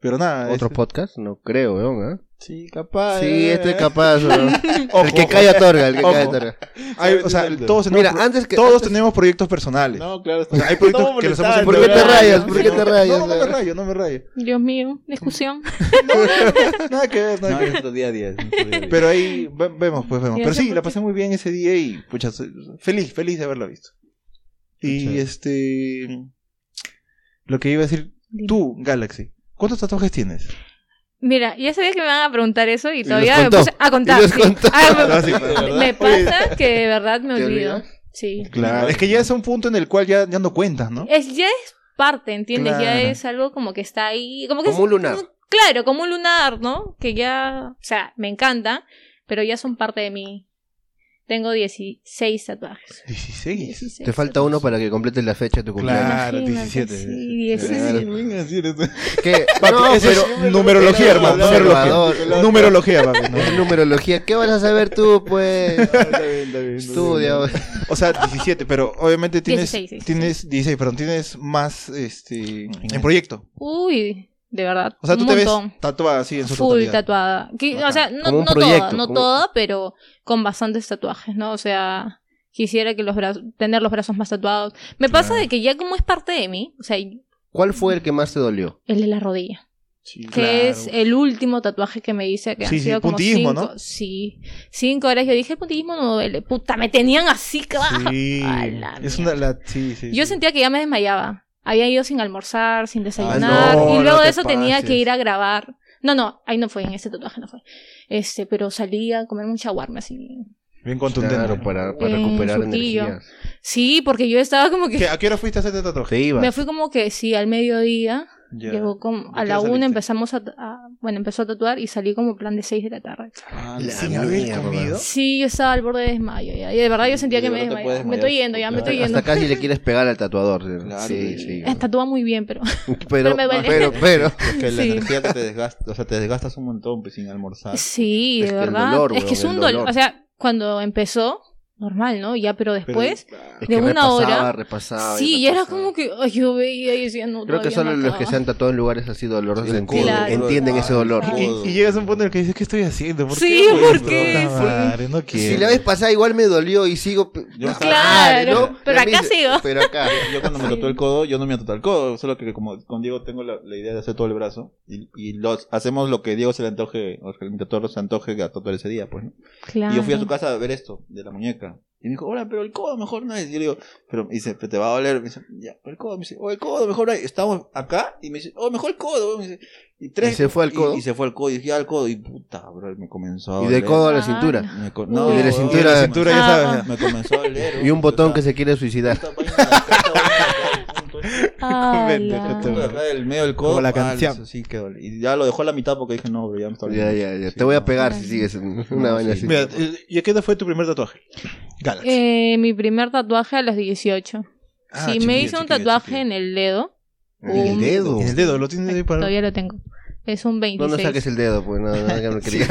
Speaker 1: Pero nada,
Speaker 2: ¿Otro
Speaker 1: este-
Speaker 2: podcast? No creo, weón. ¿eh?
Speaker 3: Sí, capaz.
Speaker 2: Sí,
Speaker 3: eh.
Speaker 2: este es capaz. weón.
Speaker 1: Ojo,
Speaker 2: El que cae otorga, el que
Speaker 1: Ojo.
Speaker 2: cae otorga.
Speaker 1: hay- o sea, todos, tenemos,
Speaker 2: Mira,
Speaker 1: pro-
Speaker 2: antes que.
Speaker 1: todos
Speaker 2: antes-
Speaker 1: tenemos proyectos personales.
Speaker 3: No, claro. está-
Speaker 1: O sea, hay proyectos
Speaker 3: Estamos
Speaker 1: que los hemos
Speaker 3: molestando,
Speaker 2: ¿Por qué te
Speaker 3: ¿verdad?
Speaker 2: rayas? ¿Por qué te rayas?
Speaker 1: No, no me rayo, no me rayo.
Speaker 4: Dios mío, discusión.
Speaker 1: Nada que ver, nada
Speaker 3: No,
Speaker 1: que ver.
Speaker 3: es nuestro día a día. es nuestro día a día.
Speaker 1: Pero ahí ve- vemos, pues vemos.
Speaker 4: Y
Speaker 1: Pero
Speaker 4: eso
Speaker 1: sí, la
Speaker 4: porque-
Speaker 1: pasé muy bien ese día y pucha, soy- feliz, feliz de haberlo visto. Y
Speaker 2: Chévere.
Speaker 1: este lo que iba a decir,
Speaker 4: Dime.
Speaker 1: tú, Galaxy, ¿cuántos tatuajes tienes?
Speaker 4: Mira, ya sabía que me van a preguntar eso y
Speaker 2: los
Speaker 4: todavía me
Speaker 2: contó.
Speaker 4: puse a contar.
Speaker 2: Y los
Speaker 4: sí.
Speaker 2: contó.
Speaker 4: Ah,
Speaker 1: sí,
Speaker 4: me-
Speaker 1: claro.
Speaker 4: me pasa que de verdad me
Speaker 2: ¿Te
Speaker 4: olvido.
Speaker 2: olvidas?
Speaker 4: Sí.
Speaker 1: Claro, es que ya es un punto en el cual ya, ya no cuentas, ¿no?
Speaker 4: Es, ya es parte, ¿entiendes? Ya
Speaker 1: Claro.
Speaker 4: es algo como que está ahí. Como, que
Speaker 2: Como
Speaker 4: es-
Speaker 2: un lunar.
Speaker 4: claro, como un lunar, ¿no? Que ya, o sea, me encanta, pero ya son parte de mí. Tengo 16 tatuajes.
Speaker 1: 16.
Speaker 4: 16
Speaker 2: Te falta uno para que completes la fecha de tu cumpleaños.
Speaker 1: Claro,
Speaker 4: Imagínate,
Speaker 1: 17.
Speaker 4: sí,
Speaker 1: Claro.
Speaker 4: 16.
Speaker 2: ¿Qué?
Speaker 1: Papi,
Speaker 2: No,
Speaker 1: esa
Speaker 2: pero.
Speaker 1: es numerología,
Speaker 2: pero-
Speaker 1: hermano.
Speaker 2: observador.
Speaker 1: Numerología. Numerología, papi. ¿no?
Speaker 2: Es numerología. ¿Qué vas a saber tú, pues?
Speaker 3: Está bien, está bien, está
Speaker 2: Estudia,
Speaker 3: bien.
Speaker 2: weón.
Speaker 1: O sea, 17, pero obviamente tienes
Speaker 4: 16, 16.
Speaker 1: tienes 16, perdón, tienes más este en proyecto.
Speaker 4: Uy, de verdad.
Speaker 1: O sea, tú
Speaker 4: un
Speaker 1: te
Speaker 4: montón.
Speaker 1: ves tatuada así en su
Speaker 4: Full
Speaker 1: totalidad.
Speaker 4: tatuada. Que- o sea, no,
Speaker 2: Como un
Speaker 4: no
Speaker 2: proyecto,
Speaker 4: toda, no
Speaker 2: como-
Speaker 4: toda, pero con bastantes tatuajes, ¿no? O sea, quisiera que los brazos, tener los brazos más tatuados. Me pasa
Speaker 1: Claro.
Speaker 4: de que ya como es parte de mí, o sea, el
Speaker 2: ¿Cuál fue el que más te dolió?
Speaker 4: de la rodilla.
Speaker 1: Sí,
Speaker 4: que
Speaker 1: claro.
Speaker 4: es el último tatuaje que me hice que
Speaker 1: Sí,
Speaker 4: han
Speaker 1: sí,
Speaker 4: sido como
Speaker 1: puntillismo,
Speaker 4: cinco,
Speaker 1: ¿no?
Speaker 4: sí, cinco horas. Yo dije el puntillismo no duele, puta, me tenían así que ah,
Speaker 1: Sí.
Speaker 4: A la
Speaker 1: Es una la- sí, sí,
Speaker 4: Yo
Speaker 1: sí.
Speaker 4: sentía que ya me desmayaba. Había ido sin almorzar, sin
Speaker 1: Ah,
Speaker 4: desayunar.
Speaker 1: no,
Speaker 4: y
Speaker 1: no
Speaker 4: luego
Speaker 1: te
Speaker 4: de eso tenía
Speaker 1: pases.
Speaker 4: que ir a grabar. No, no, ahí no fue, en ese tatuaje no fue. Este, pero salí a comer un shawarma así.
Speaker 1: bien contundente.
Speaker 2: Claro, para, para
Speaker 4: Eh,
Speaker 2: recuperar
Speaker 4: surtillo.
Speaker 2: energías.
Speaker 4: Sí, porque yo estaba como
Speaker 1: ¿Qué-
Speaker 4: que.
Speaker 1: ¿A qué hora fuiste a hacerte tatuaje?
Speaker 2: Te ibas.
Speaker 4: Me fui como que sí, al mediodía.
Speaker 1: Ya.
Speaker 4: Llegó como
Speaker 1: ¿De
Speaker 4: a
Speaker 1: qué
Speaker 4: la
Speaker 1: hora
Speaker 4: una
Speaker 1: saliste?
Speaker 4: empezamos a, a- Bueno, empezó a tatuar y salí como plan de seis de la tarde.
Speaker 3: Ah,
Speaker 2: La
Speaker 1: Sin haber
Speaker 2: mierda.
Speaker 1: comido.
Speaker 4: Sí, yo estaba al borde de desmayo ya. Y de verdad yo sentía
Speaker 3: Y
Speaker 4: que
Speaker 3: de
Speaker 4: me
Speaker 3: verdad te
Speaker 4: desmayaba.
Speaker 3: puedes
Speaker 4: Me estoy
Speaker 3: desmayar.
Speaker 4: yendo, ya me
Speaker 3: Claro.
Speaker 4: estoy yendo.
Speaker 2: Hasta casi le quieres pegar al tatuador. Sí, sí.
Speaker 4: Eh, Tatúa muy bien, pero.
Speaker 2: Pero,
Speaker 4: Pero me duele.
Speaker 2: pero, pero.
Speaker 3: Es que la
Speaker 4: Sí.
Speaker 3: energía te desgasta, o sea, te desgastas un montón pues, sin almorzar.
Speaker 4: Sí,
Speaker 2: Es
Speaker 4: de
Speaker 2: que el
Speaker 4: verdad.
Speaker 2: dolor,
Speaker 4: es
Speaker 2: weón,
Speaker 4: que es
Speaker 2: el
Speaker 4: un dolor.
Speaker 2: dolor.
Speaker 4: O sea, cuando empezó, normal, ¿no? Ya, pero
Speaker 1: Pero-
Speaker 4: después.
Speaker 2: Es
Speaker 4: De
Speaker 2: que
Speaker 4: una
Speaker 2: repasaba,
Speaker 4: hora.
Speaker 2: repasaba y
Speaker 4: sí, y era
Speaker 2: repasaba.
Speaker 4: como que. ay, yo veía y decía, no.
Speaker 2: Creo que
Speaker 4: todavía
Speaker 2: solo
Speaker 4: no
Speaker 2: los que
Speaker 4: acaba.
Speaker 2: se han tatuado en lugares así dolorosos
Speaker 3: El
Speaker 2: entienden,
Speaker 4: codo,
Speaker 2: entienden ese dolor.
Speaker 4: Claro.
Speaker 1: Y, y llegas a un punto en el que dices, ¿qué estoy haciendo? ¿Por
Speaker 4: Sí,
Speaker 1: qué?
Speaker 4: ¿por
Speaker 1: Puta
Speaker 4: qué?
Speaker 1: madre, no quiero.
Speaker 2: Si la vez pasada igual me dolió y sigo. p-
Speaker 3: Yo-
Speaker 2: Ah,
Speaker 4: Claro, pero
Speaker 2: Y a
Speaker 4: acá
Speaker 2: mí-
Speaker 4: sigo.
Speaker 2: Pero acá.
Speaker 3: Yo cuando me tatué el codo, yo no me tatué el codo, solo que como con Diego tengo la, la idea de hacer todo el brazo y, y los, hacemos lo que Diego se le antoje, o que el tatuador se antoje a tatuar ese día, pues, ¿no?
Speaker 4: Claro.
Speaker 3: Y yo fui a su casa a ver esto, de la muñeca. Y me dijo, ahora, pero el codo mejor no es. Y yo le digo, pero me dice, pero te va a doler. Me dice, ya, pero el codo. Me dice, oh, el codo mejor no es. Estamos acá. Y me dice, oh, mejor el codo. Me dice, y tres.
Speaker 2: Y se fue al codo.
Speaker 3: Y, se fue al codo. Y dije, ya al codo. Y puta, bro, me comenzó a
Speaker 2: Y del
Speaker 3: doler.
Speaker 2: codo a la
Speaker 4: Ah.
Speaker 2: cintura.
Speaker 3: Me co-
Speaker 4: Uy.
Speaker 3: no,
Speaker 4: Y de
Speaker 3: weón,
Speaker 4: la
Speaker 1: Y
Speaker 2: cintura-
Speaker 1: la cintura, ya
Speaker 4: Ah,
Speaker 1: sabes.
Speaker 3: Me comenzó a doler.
Speaker 2: Y un botón que se quiere suicidar.
Speaker 4: Ah,
Speaker 1: Vente,
Speaker 4: Ala.
Speaker 1: te- te-
Speaker 3: El medio del codo.
Speaker 1: Como la
Speaker 3: ah,
Speaker 1: canción.
Speaker 3: eso sí, que duele. Y ya lo dejó a la mitad porque dije, no, bro, ya me está
Speaker 2: Ya,
Speaker 3: doliendo.
Speaker 2: ya, ya.
Speaker 3: Sí,
Speaker 2: Te voy a
Speaker 3: no.
Speaker 2: pegar si sigues en una vaina
Speaker 3: sí.
Speaker 2: así.
Speaker 1: Mira, eh, ¿y a qué edad fue tu primer tatuaje? Galaxy.
Speaker 4: Eh, mi primer tatuaje a los 18.
Speaker 1: Ah,
Speaker 4: sí,
Speaker 1: chiquillo,
Speaker 4: me hice un
Speaker 1: chiquillo,
Speaker 4: tatuaje
Speaker 1: chiquillo.
Speaker 4: en el dedo.
Speaker 2: En el dedo.
Speaker 1: En el dedo, lo tienes ahí para.
Speaker 4: Todavía lo tengo. Es un 26.
Speaker 2: No, no saques el dedo, pues. No, no, que me quería.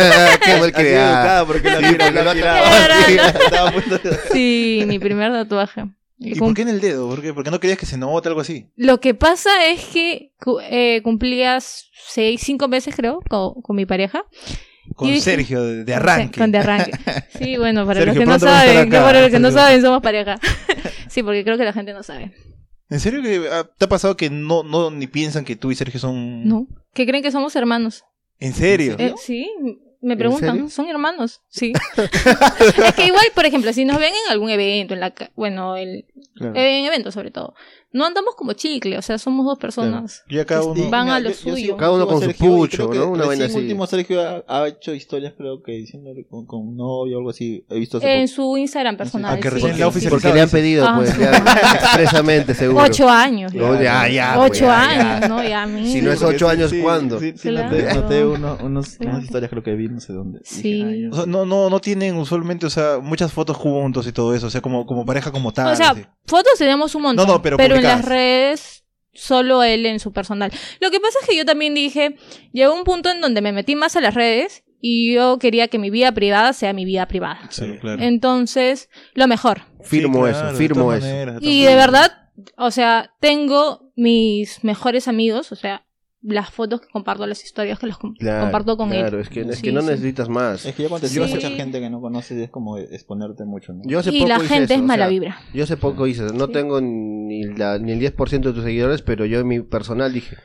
Speaker 2: Qué mal quería.
Speaker 1: educada, porque la tira,
Speaker 2: porque
Speaker 1: la
Speaker 2: lo ha
Speaker 1: tiraba.
Speaker 4: tirado.
Speaker 1: Sí, estaba a punto de-
Speaker 4: Sí, mi primer tatuaje.
Speaker 1: ¿Y
Speaker 4: Cum-
Speaker 1: por qué en el dedo? ¿Por qué? Porque no querías que se note algo así.
Speaker 4: Lo que pasa es que cu- eh, cumplías seis, cinco meses, creo, con, con mi pareja.
Speaker 1: Con
Speaker 4: dije-
Speaker 1: Sergio, de, de arranque.
Speaker 4: Sí, Con de arranque. Sí, bueno, para
Speaker 1: Sergio,
Speaker 4: los que no
Speaker 1: pronto vas a estar
Speaker 4: saben,
Speaker 1: acá.
Speaker 4: no, para los que no saben, somos pareja. sí, porque creo que la gente no sabe.
Speaker 1: ¿En serio que ah, te ha pasado que no, no ni piensan que tú y Sergio son.
Speaker 4: ¿No? ¿Qué creen que somos hermanos?
Speaker 1: Mm. ¿En serio?
Speaker 4: Eh, sí, Me preguntan,
Speaker 2: serio?
Speaker 4: ¿son hermanos? Sí. es que igual, por ejemplo, si nos ven en algún evento, en la ca- bueno, el, eh,
Speaker 3: Claro.
Speaker 4: en eventos sobre todo, no andamos como chicle, o sea, somos dos personas.
Speaker 1: Ya cada uno.
Speaker 4: Este, Van
Speaker 3: Mira,
Speaker 4: a lo
Speaker 3: yo- yo
Speaker 4: suyo.
Speaker 3: sigo-
Speaker 2: Cada uno
Speaker 3: sigo a
Speaker 2: con su
Speaker 3: Sergio y
Speaker 2: pucho,
Speaker 3: creo que
Speaker 2: ¿no? Una
Speaker 3: recién
Speaker 2: vaina así.
Speaker 3: último Sergio ha, ha hecho historias, creo que diciéndole con, con un novio o algo así. He visto hace
Speaker 4: En su Instagram personal.
Speaker 1: Ah, que
Speaker 4: sí.
Speaker 1: recién la oficializado.
Speaker 2: Porque le han pedido,
Speaker 4: Ah.
Speaker 2: pues, ya, expresamente, seguro.
Speaker 4: Ocho años.
Speaker 2: No, ya, ya, pues,
Speaker 4: Ocho
Speaker 2: ya, ya.
Speaker 4: años, ¿no? Ya, mí.
Speaker 2: Si no es ocho años, ¿cuándo?
Speaker 3: Sí, sí,
Speaker 4: Claro.
Speaker 3: noté, noté uno- unos,
Speaker 4: Claro.
Speaker 3: unas historias, creo que vi, no sé dónde. Dije,
Speaker 4: Sí.
Speaker 3: "Ay,
Speaker 1: O
Speaker 3: ya".
Speaker 1: sea, no, no, no tienen usualmente, o sea, muchas fotos juntos y todo eso, o sea, como, como pareja como tal.
Speaker 4: O sea,
Speaker 1: así.
Speaker 4: fotos tenemos un montón.
Speaker 1: No, no, pero
Speaker 4: en las
Speaker 1: publicadas.
Speaker 4: redes, solo él en su personal. Lo que pasa es que yo también dije, llegó un punto en donde me metí más a las redes y yo quería que mi vida privada sea mi vida privada.
Speaker 1: Sí, claro.
Speaker 4: Entonces, lo mejor.
Speaker 2: Firmo
Speaker 1: Sí,
Speaker 2: eso,
Speaker 1: claro, de
Speaker 2: firmo
Speaker 1: todas
Speaker 2: eso.
Speaker 1: maneras,
Speaker 4: Y
Speaker 1: todas
Speaker 4: de
Speaker 1: maneras.
Speaker 4: verdad, o sea, tengo mis mejores amigos, o sea, las fotos que comparto, las historias que los com-
Speaker 2: Claro,
Speaker 4: comparto con
Speaker 2: claro,
Speaker 4: él.
Speaker 2: es que, es
Speaker 4: Sí,
Speaker 2: que no
Speaker 4: sí.
Speaker 2: necesitas más.
Speaker 3: Es que ya cuando
Speaker 4: Sí.
Speaker 3: te mucha gente que no conoces es como exponerte mucho, ¿no?
Speaker 2: Yo hace
Speaker 4: Y
Speaker 2: poco
Speaker 4: la
Speaker 2: hice
Speaker 4: gente
Speaker 2: eso,
Speaker 4: es
Speaker 2: o
Speaker 4: mala
Speaker 2: sea,
Speaker 4: vibra.
Speaker 2: Yo hace poco hice, eso. no
Speaker 4: Sí.
Speaker 2: tengo ni, la- ni el 10% de tus seguidores, pero yo en mi personal dije,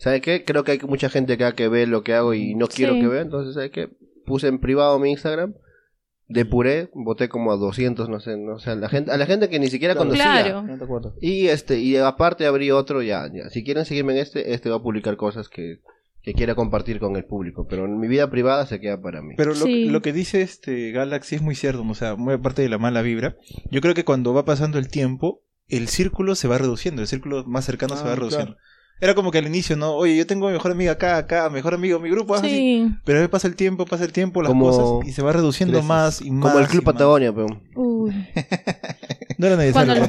Speaker 2: ¿sabes qué? Creo que hay mucha gente acá que ve lo que hago y no quiero
Speaker 4: Sí.
Speaker 2: que vea, entonces, ¿sabes qué? Puse en privado mi Instagram, depuré, voté como a 200, no sé, no, o sea, a la gente, a la gente que ni siquiera
Speaker 3: Claro.
Speaker 2: conocía.
Speaker 4: Claro.
Speaker 3: No te acuerdo.
Speaker 2: Y este, y aparte abrí otro, ya, ya. Si quieren seguirme en este, este va a publicar cosas que, que quiera compartir con el público, pero en mi vida privada se queda para mí.
Speaker 1: Pero lo,
Speaker 4: Sí.
Speaker 1: lo que dice este Galaxy es muy cierto, o sea, muy aparte de la mala vibra. Yo creo que cuando va pasando el tiempo, el círculo se va reduciendo, el círculo más cercano se
Speaker 3: Ah,
Speaker 1: va reduciendo. Era como que al inicio, ¿no? Oye, yo tengo mi mejor amiga acá, acá, mejor amigo, mi grupo,
Speaker 2: pues,
Speaker 1: haz así.
Speaker 4: Sí.
Speaker 1: Pero a veces pasa el tiempo, pasa el tiempo, las
Speaker 2: Como
Speaker 1: cosas, y se va reduciendo
Speaker 2: creces.
Speaker 1: más y más.
Speaker 2: Como el Club
Speaker 1: y más.
Speaker 2: Patagonia, pero...
Speaker 4: Uy.
Speaker 1: No era necesario.
Speaker 4: Cuando los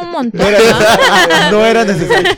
Speaker 4: un montón.
Speaker 1: No era, no era necesario.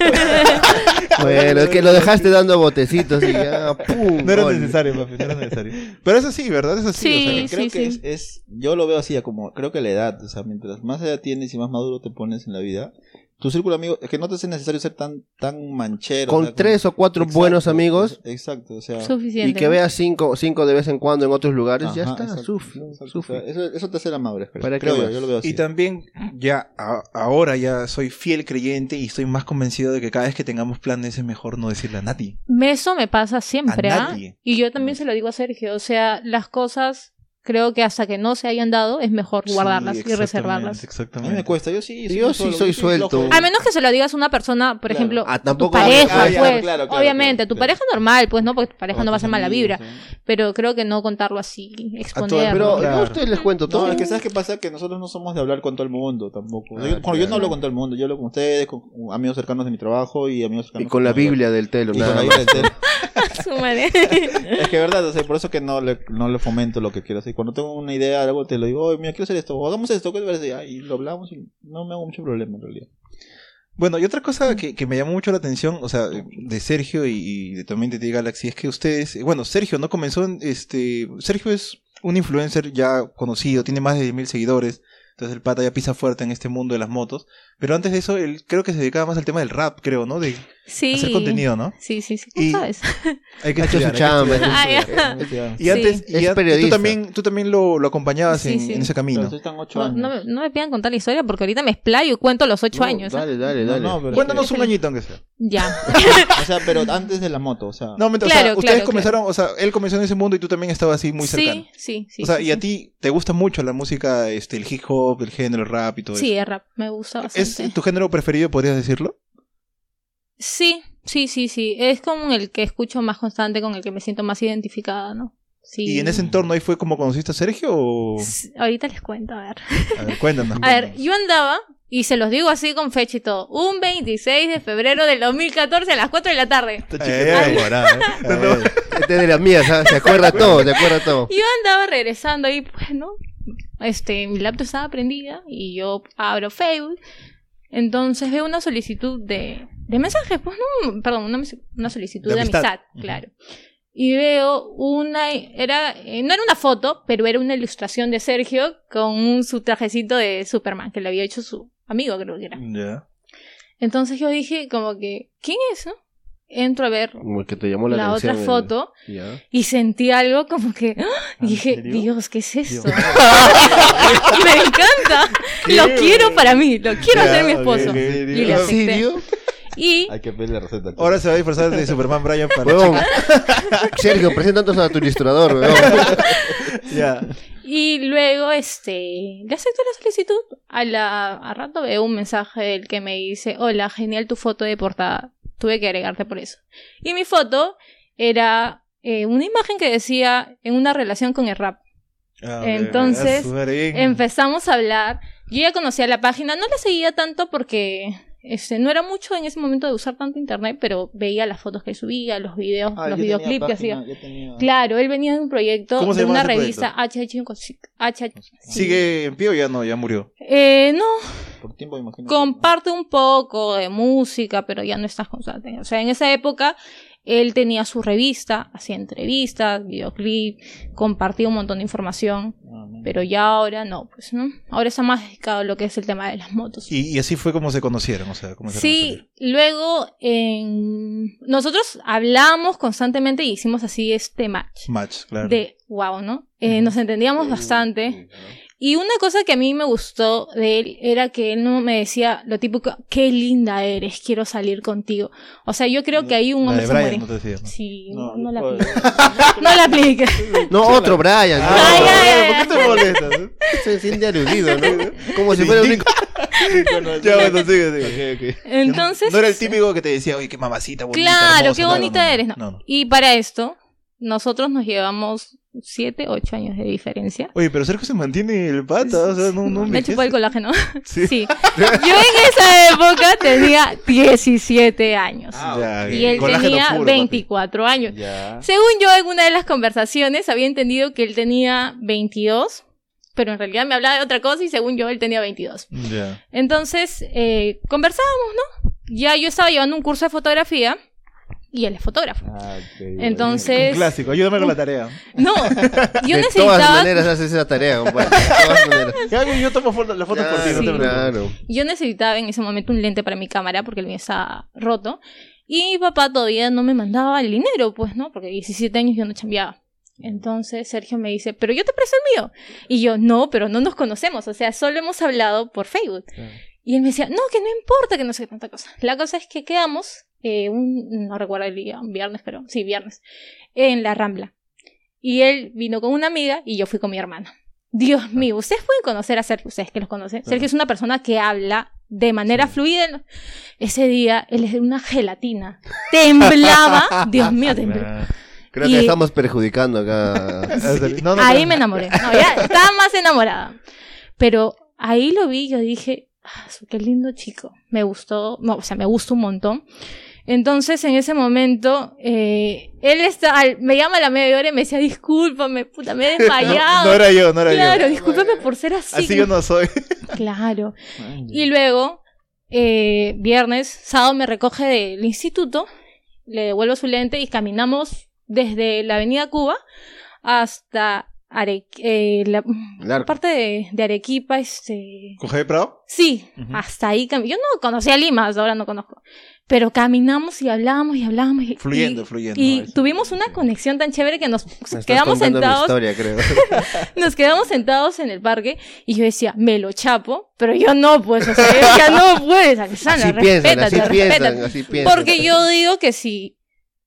Speaker 2: Bueno, es que lo dejaste dando botecitos y ya, pum.
Speaker 1: No era
Speaker 2: gol.
Speaker 1: necesario, papi, no era necesario. Pero es así, ¿verdad? Es así.
Speaker 4: Sí,
Speaker 1: o sea,
Speaker 3: Creo
Speaker 4: sí,
Speaker 3: que
Speaker 4: sí.
Speaker 3: Es, es- yo lo veo así, como, creo que la edad, o sea, mientras más edad tienes y más maduro te pones en la vida, tu círculo amigo, es que no te hace necesario ser tan, tan manchero. o
Speaker 2: Con
Speaker 3: sea, como-
Speaker 2: tres o cuatro
Speaker 3: Exacto, pues,
Speaker 2: buenos amigos
Speaker 3: Exacto, o sea.
Speaker 4: Suficiente.
Speaker 2: y que veas cinco, cinco de vez en cuando en otros lugares, ya
Speaker 3: ajá,
Speaker 2: está,
Speaker 3: exacto,
Speaker 2: sufre,
Speaker 3: exacto,
Speaker 2: sufre.
Speaker 3: o sea, eso, eso te hace la madurez, creo,
Speaker 2: ¿Para qué
Speaker 3: creo yo,
Speaker 2: más?
Speaker 3: yo lo veo así.
Speaker 1: Y también ya a- ahora ya soy fiel creyente y estoy más convencido de que cada vez que tengamos planes es mejor no decirle a nadie.
Speaker 4: Eso me pasa siempre,
Speaker 1: A
Speaker 4: ¿ah?
Speaker 1: nadie. Mm.
Speaker 4: Y yo también se lo digo a Sergio, o sea, las cosas creo que hasta que no se hayan dado es mejor
Speaker 1: Sí,
Speaker 4: guardarlas y
Speaker 1: exactamente,
Speaker 4: reservarlas.
Speaker 3: A mí me
Speaker 1: Exactamente.
Speaker 3: cuesta, yo sí.
Speaker 2: Yo sí soy suelto.
Speaker 4: A menos que se lo digas a una persona, por
Speaker 3: Claro.
Speaker 4: ejemplo,
Speaker 2: Ah,
Speaker 4: tu
Speaker 2: tampoco.
Speaker 4: pareja,
Speaker 3: Ah, ya,
Speaker 4: pues,
Speaker 3: claro, claro,
Speaker 4: obviamente,
Speaker 3: claro,
Speaker 4: tu
Speaker 3: claro.
Speaker 4: pareja normal, pues, ¿no? Porque tu pareja no va a ser mala vibra,
Speaker 3: No,
Speaker 4: pero creo que no contarlo así, exponerlo.
Speaker 2: Pero
Speaker 1: Claro.
Speaker 2: yo a ustedes les cuento todo.
Speaker 3: es que sabes qué pasa que nosotros no somos de hablar con todo el mundo tampoco. O sea,
Speaker 2: Ah,
Speaker 3: yo, bueno, yo no
Speaker 2: claro.
Speaker 3: hablo con todo el mundo, yo hablo con ustedes, con amigos cercanos de mi trabajo y amigos cercanos.
Speaker 2: Y con la
Speaker 3: de-
Speaker 2: Biblia del telo,
Speaker 3: Y con
Speaker 2: nada
Speaker 3: la
Speaker 2: más.
Speaker 3: Biblia entera.
Speaker 4: Su madre.
Speaker 3: Es que es verdad, o sea, por eso que no le, no le fomento lo que quiero hacer. Cuando tengo una idea de algo, te lo digo, oye, mira, quiero hacer esto, o hagamos esto, ¿qué te parece? Ah, Y lo hablamos y no me hago mucho problema en realidad.
Speaker 1: Bueno, y otra cosa que, que me llamó mucho la atención, o sea, de Sergio y, y de- también de T Galaxy, es que ustedes, eh, bueno, Sergio no comenzó en, este, Sergio es un influencer ya conocido, tiene más de 10.000 seguidores, entonces el pata ya pisa fuerte en este mundo de las motos, pero antes de eso él creo que se dedicaba más al tema del rap, creo, ¿no? De
Speaker 4: Sí.
Speaker 1: hacer contenido, ¿no?
Speaker 4: Sí, sí, sí.
Speaker 1: Y-
Speaker 4: ¿Cómo sabes?
Speaker 1: Hay que
Speaker 2: Ha hecho su
Speaker 1: estudiar, hay que
Speaker 2: chamba.
Speaker 1: estudiar.
Speaker 4: Ah, ya.
Speaker 3: Entonces,
Speaker 1: Y antes,
Speaker 4: Sí.
Speaker 1: y
Speaker 2: Es
Speaker 1: an- y tú
Speaker 2: periodista.
Speaker 1: también, tú también lo, lo acompañabas
Speaker 4: Sí,
Speaker 1: en,
Speaker 4: sí.
Speaker 1: en ese camino.
Speaker 3: están ocho
Speaker 4: No,
Speaker 3: años.
Speaker 4: no me, no me pidan contar la historia porque ahorita me explayo y cuento los ocho
Speaker 2: No,
Speaker 4: años. ¿ah?
Speaker 2: Dale, dale,
Speaker 3: No,
Speaker 2: dale.
Speaker 3: no, pero es
Speaker 1: Cuéntanos
Speaker 4: Sí.
Speaker 1: un añito aunque sea.
Speaker 4: Ya.
Speaker 3: que- o sea, pero antes de la moto, o sea.
Speaker 1: No, mentira, o sea,
Speaker 4: Claro,
Speaker 1: ustedes
Speaker 4: claro,
Speaker 1: comenzaron, o sea, él comenzó en ese mundo y tú también estabas así muy cercano.
Speaker 4: sí, sí, sí.
Speaker 1: o sea,
Speaker 4: sí,
Speaker 1: y a
Speaker 4: sí.
Speaker 1: ti te gusta mucho la música, este, el hip hop, el género, el rap y todo
Speaker 4: Sí,
Speaker 1: eso.
Speaker 4: es rap, me gusta
Speaker 1: ¿Es
Speaker 4: bastante.
Speaker 1: tu género preferido, podrías decirlo?
Speaker 4: Sí, sí, sí, sí. Es como el que escucho más constante, con el que me siento más identificada, ¿no? Sí.
Speaker 1: ¿Y en ese entorno ahí fue como conociste a Sergio o...?
Speaker 4: S- Ahorita les cuento, a ver.
Speaker 1: A ver, cuéntanos.
Speaker 4: A ver, yo andaba, y se los digo así con fecha y todo, un 26 de febrero del 2014 a las 4 de la
Speaker 3: Eh,
Speaker 4: tarde.
Speaker 1: Esta chica está enamorada, ¿eh?
Speaker 2: A ver, Este es de las mías, ¿sabes? se acuerda todo, se acuerda todo.
Speaker 4: Yo andaba regresando ahí, pues, ¿no? Este, mi laptop estaba prendida y yo abro Facebook. Entonces veo una solicitud de, de mensajes, pues, no, perdón, una, mes- una solicitud
Speaker 1: De
Speaker 4: de,
Speaker 1: amistad.
Speaker 4: amistad, claro. Y veo una, era, eh, no era una foto, pero era una ilustración de Sergio con un, su trajecito de Superman, que le había hecho su amigo, creo que era.
Speaker 1: Ya.
Speaker 4: Entonces yo dije, como que, ¿quién es, no? Entro a ver
Speaker 2: Como el que te llamó la,
Speaker 4: la,
Speaker 2: atención.
Speaker 4: otra
Speaker 2: el-
Speaker 4: foto
Speaker 2: Ya.
Speaker 4: y sentí algo como que ¡ah!
Speaker 1: ¿En
Speaker 4: dije,
Speaker 1: serio?
Speaker 4: Dios, ¿qué es esto?
Speaker 1: Dios.
Speaker 4: me encanta. Lo quiero para mí, lo quiero
Speaker 1: Ya,
Speaker 4: hacer mi
Speaker 1: ok,
Speaker 4: esposo.
Speaker 1: ok,
Speaker 4: Y
Speaker 1: ok.
Speaker 4: le
Speaker 2: ¿En
Speaker 4: acepté.
Speaker 2: serio?
Speaker 4: Y
Speaker 5: Hay que pedirle la receta.
Speaker 1: Ahora se va a disfrazar de Superman Brian para
Speaker 2: Huevón. Sergio, preséntanos a tu ilustrador, huevón.
Speaker 1: Ya.
Speaker 4: Y luego, este, le acepto la solicitud. A la a rato veo un mensaje del que me dice, hola, genial tu foto de portada. Tuve que agregarte por eso. Y mi foto era eh, una imagen que decía en una relación con el rap. Entonces, Empezamos a hablar. Yo ya conocía la página, no la seguía tanto porque este, no era mucho en ese momento de usar tanto internet, pero veía las fotos que él subía, los videos,
Speaker 3: Ah,
Speaker 4: los videoclips que hacía. Claro, él venía de un proyecto
Speaker 1: ¿Cómo se
Speaker 4: de
Speaker 1: llama
Speaker 4: una
Speaker 1: ese
Speaker 4: revista HH.
Speaker 1: ¿Sigue en pie o ya no? Ya murió.
Speaker 4: Eh, no,
Speaker 3: Por tiempo, imagino.
Speaker 4: comparte un poco de música, pero ya no estás constante. O sea, en esa época él tenía su revista, hacía entrevistas, videoclip, compartía un montón de información,
Speaker 3: Ah,
Speaker 4: pero ya ahora no, pues no. Ahora está más dedicado a lo que es el tema de las motos.
Speaker 1: Y, y así fue como se conocieron, o sea, como se
Speaker 4: Sí, luego en- nosotros hablamos constantemente y hicimos así este match
Speaker 1: Match, claro. Uh,
Speaker 4: de wow, ¿no? Eh, nos entendíamos bastante. Y una cosa que a mí me gustó de él era que él no me decía lo típico, qué linda eres, quiero salir contigo. O sea, yo creo que ahí un
Speaker 1: La de
Speaker 4: hombre se
Speaker 1: Brian,
Speaker 4: muere.
Speaker 1: no te decía, ¿no?
Speaker 4: Sí, no,
Speaker 3: No,
Speaker 4: no la
Speaker 3: no, pues,
Speaker 4: aplica. No la aplica.
Speaker 2: No, otro Brian. ¿no?
Speaker 1: Ah,
Speaker 4: Ay, ay, ay.
Speaker 1: ¿Por qué te molestas?
Speaker 2: Se siente aludido, ¿no? Como si fuera el único.
Speaker 1: ya, bueno, sigue, sigue.
Speaker 4: Entonces.
Speaker 1: no era el típico que te decía, oye, qué mamacita bonita.
Speaker 4: Claro,
Speaker 1: hermosa",
Speaker 4: qué
Speaker 1: no, no,
Speaker 4: bonita
Speaker 1: no,
Speaker 4: eres. No.
Speaker 1: No, no.
Speaker 4: Y para esto, nosotros nos llevamos 7, 8 años de diferencia.
Speaker 1: Oye, pero Sergio se mantiene el pata, o sea, no, no
Speaker 4: me chupó el colágeno.
Speaker 1: Sí.
Speaker 4: Sí. Yo en esa época tenía 17 años.
Speaker 1: Ya,
Speaker 4: y él
Speaker 1: Ah, colágeno
Speaker 4: tenía
Speaker 1: puro, papi.
Speaker 4: 24 años.
Speaker 5: Ya.
Speaker 4: Según yo, en una de las conversaciones había entendido que él tenía 22, pero en realidad me hablaba de otra cosa y según yo, él tenía 22.
Speaker 1: Ya.
Speaker 4: Entonces, eh, conversábamos, ¿no? Ya yo estaba llevando un curso de fotografía y él es fotógrafo.
Speaker 5: Ah, ok,
Speaker 1: Un
Speaker 4: Entonces,
Speaker 1: clásico, ayúdame con la tarea.
Speaker 4: no, yo
Speaker 2: De todas
Speaker 4: necesitaba,
Speaker 2: maneras haces esa tarea, compadre. De todas maneras.
Speaker 1: ¿Qué hago? Yo tomo foto- las fotos por ti, no te
Speaker 4: sí.
Speaker 1: preocupes.
Speaker 2: Claro.
Speaker 4: yo necesitaba en ese momento un lente para mi cámara porque el mío estaba roto. Y mi papá todavía no me mandaba el dinero, pues, ¿no? Porque 17 años yo no chambeaba. Entonces Sergio me dice, pero yo te presto el mío. Y yo, no, pero no nos conocemos, o sea, solo hemos hablado por Facebook. Y él me decía, no, que no importa, que no sé qué tanta cosa. La cosa es que quedamos, eh, un, no recuerdo el día, un viernes, pero sí, viernes, en la Rambla. Y él vino con una amiga y yo fui con mi hermana. Dios mío, ustedes pueden conocer a Sergio, ustedes que los conocen. Sergio es una persona que habla de manera fluida. Ese día él es de una gelatina. Temblaba, Dios mío, temblaba.
Speaker 2: Creo
Speaker 4: Y-
Speaker 2: que estamos perjudicando acá.
Speaker 1: Ah, No, no,
Speaker 4: ahí
Speaker 1: pero-
Speaker 4: me enamoré. No, ya estaba más enamorada. Pero ahí lo vi, yo dije, "Ah, su, qué lindo chico. Me gustó, no, o sea, me gustó un montón. Entonces, en ese momento, eh, él está, al- me llama a la media hora y me decía, discúlpame, puta, me he desmayado.
Speaker 1: No era yo, no era
Speaker 4: claro,
Speaker 1: yo.
Speaker 4: discúlpame por ser así.
Speaker 1: Así yo no soy.
Speaker 4: Claro. Y luego, eh, viernes, sábado me recoge del instituto, le devuelvo su lente y caminamos desde la avenida Cuba hasta Are- eh, la
Speaker 2: Largo.
Speaker 4: parte de, de Arequipa, este...
Speaker 1: ¿Con Javier Prado?
Speaker 4: Sí,
Speaker 1: Ujú.
Speaker 4: hasta ahí. cami- Yo no conocía Lima, hasta ahora no conozco. Pero caminamos y hablamos y hablamos. Y,
Speaker 1: Fluyendo,
Speaker 4: y-
Speaker 1: fluyendo.
Speaker 4: Y
Speaker 1: Eso.
Speaker 4: tuvimos una conexión tan chévere que nos
Speaker 2: Me estás
Speaker 4: pues, quedamos
Speaker 2: contando mi
Speaker 4: sentados
Speaker 2: historia, creo.
Speaker 4: nos quedamos sentados en el parque y yo decía, me lo chapo, pero yo no, pues, o sea, yo decía, no pues, puedes, Alessandra,
Speaker 2: Así piensan,
Speaker 4: respétate,
Speaker 2: así piensan,
Speaker 4: respétate.
Speaker 2: así piensan.
Speaker 4: Porque yo digo que si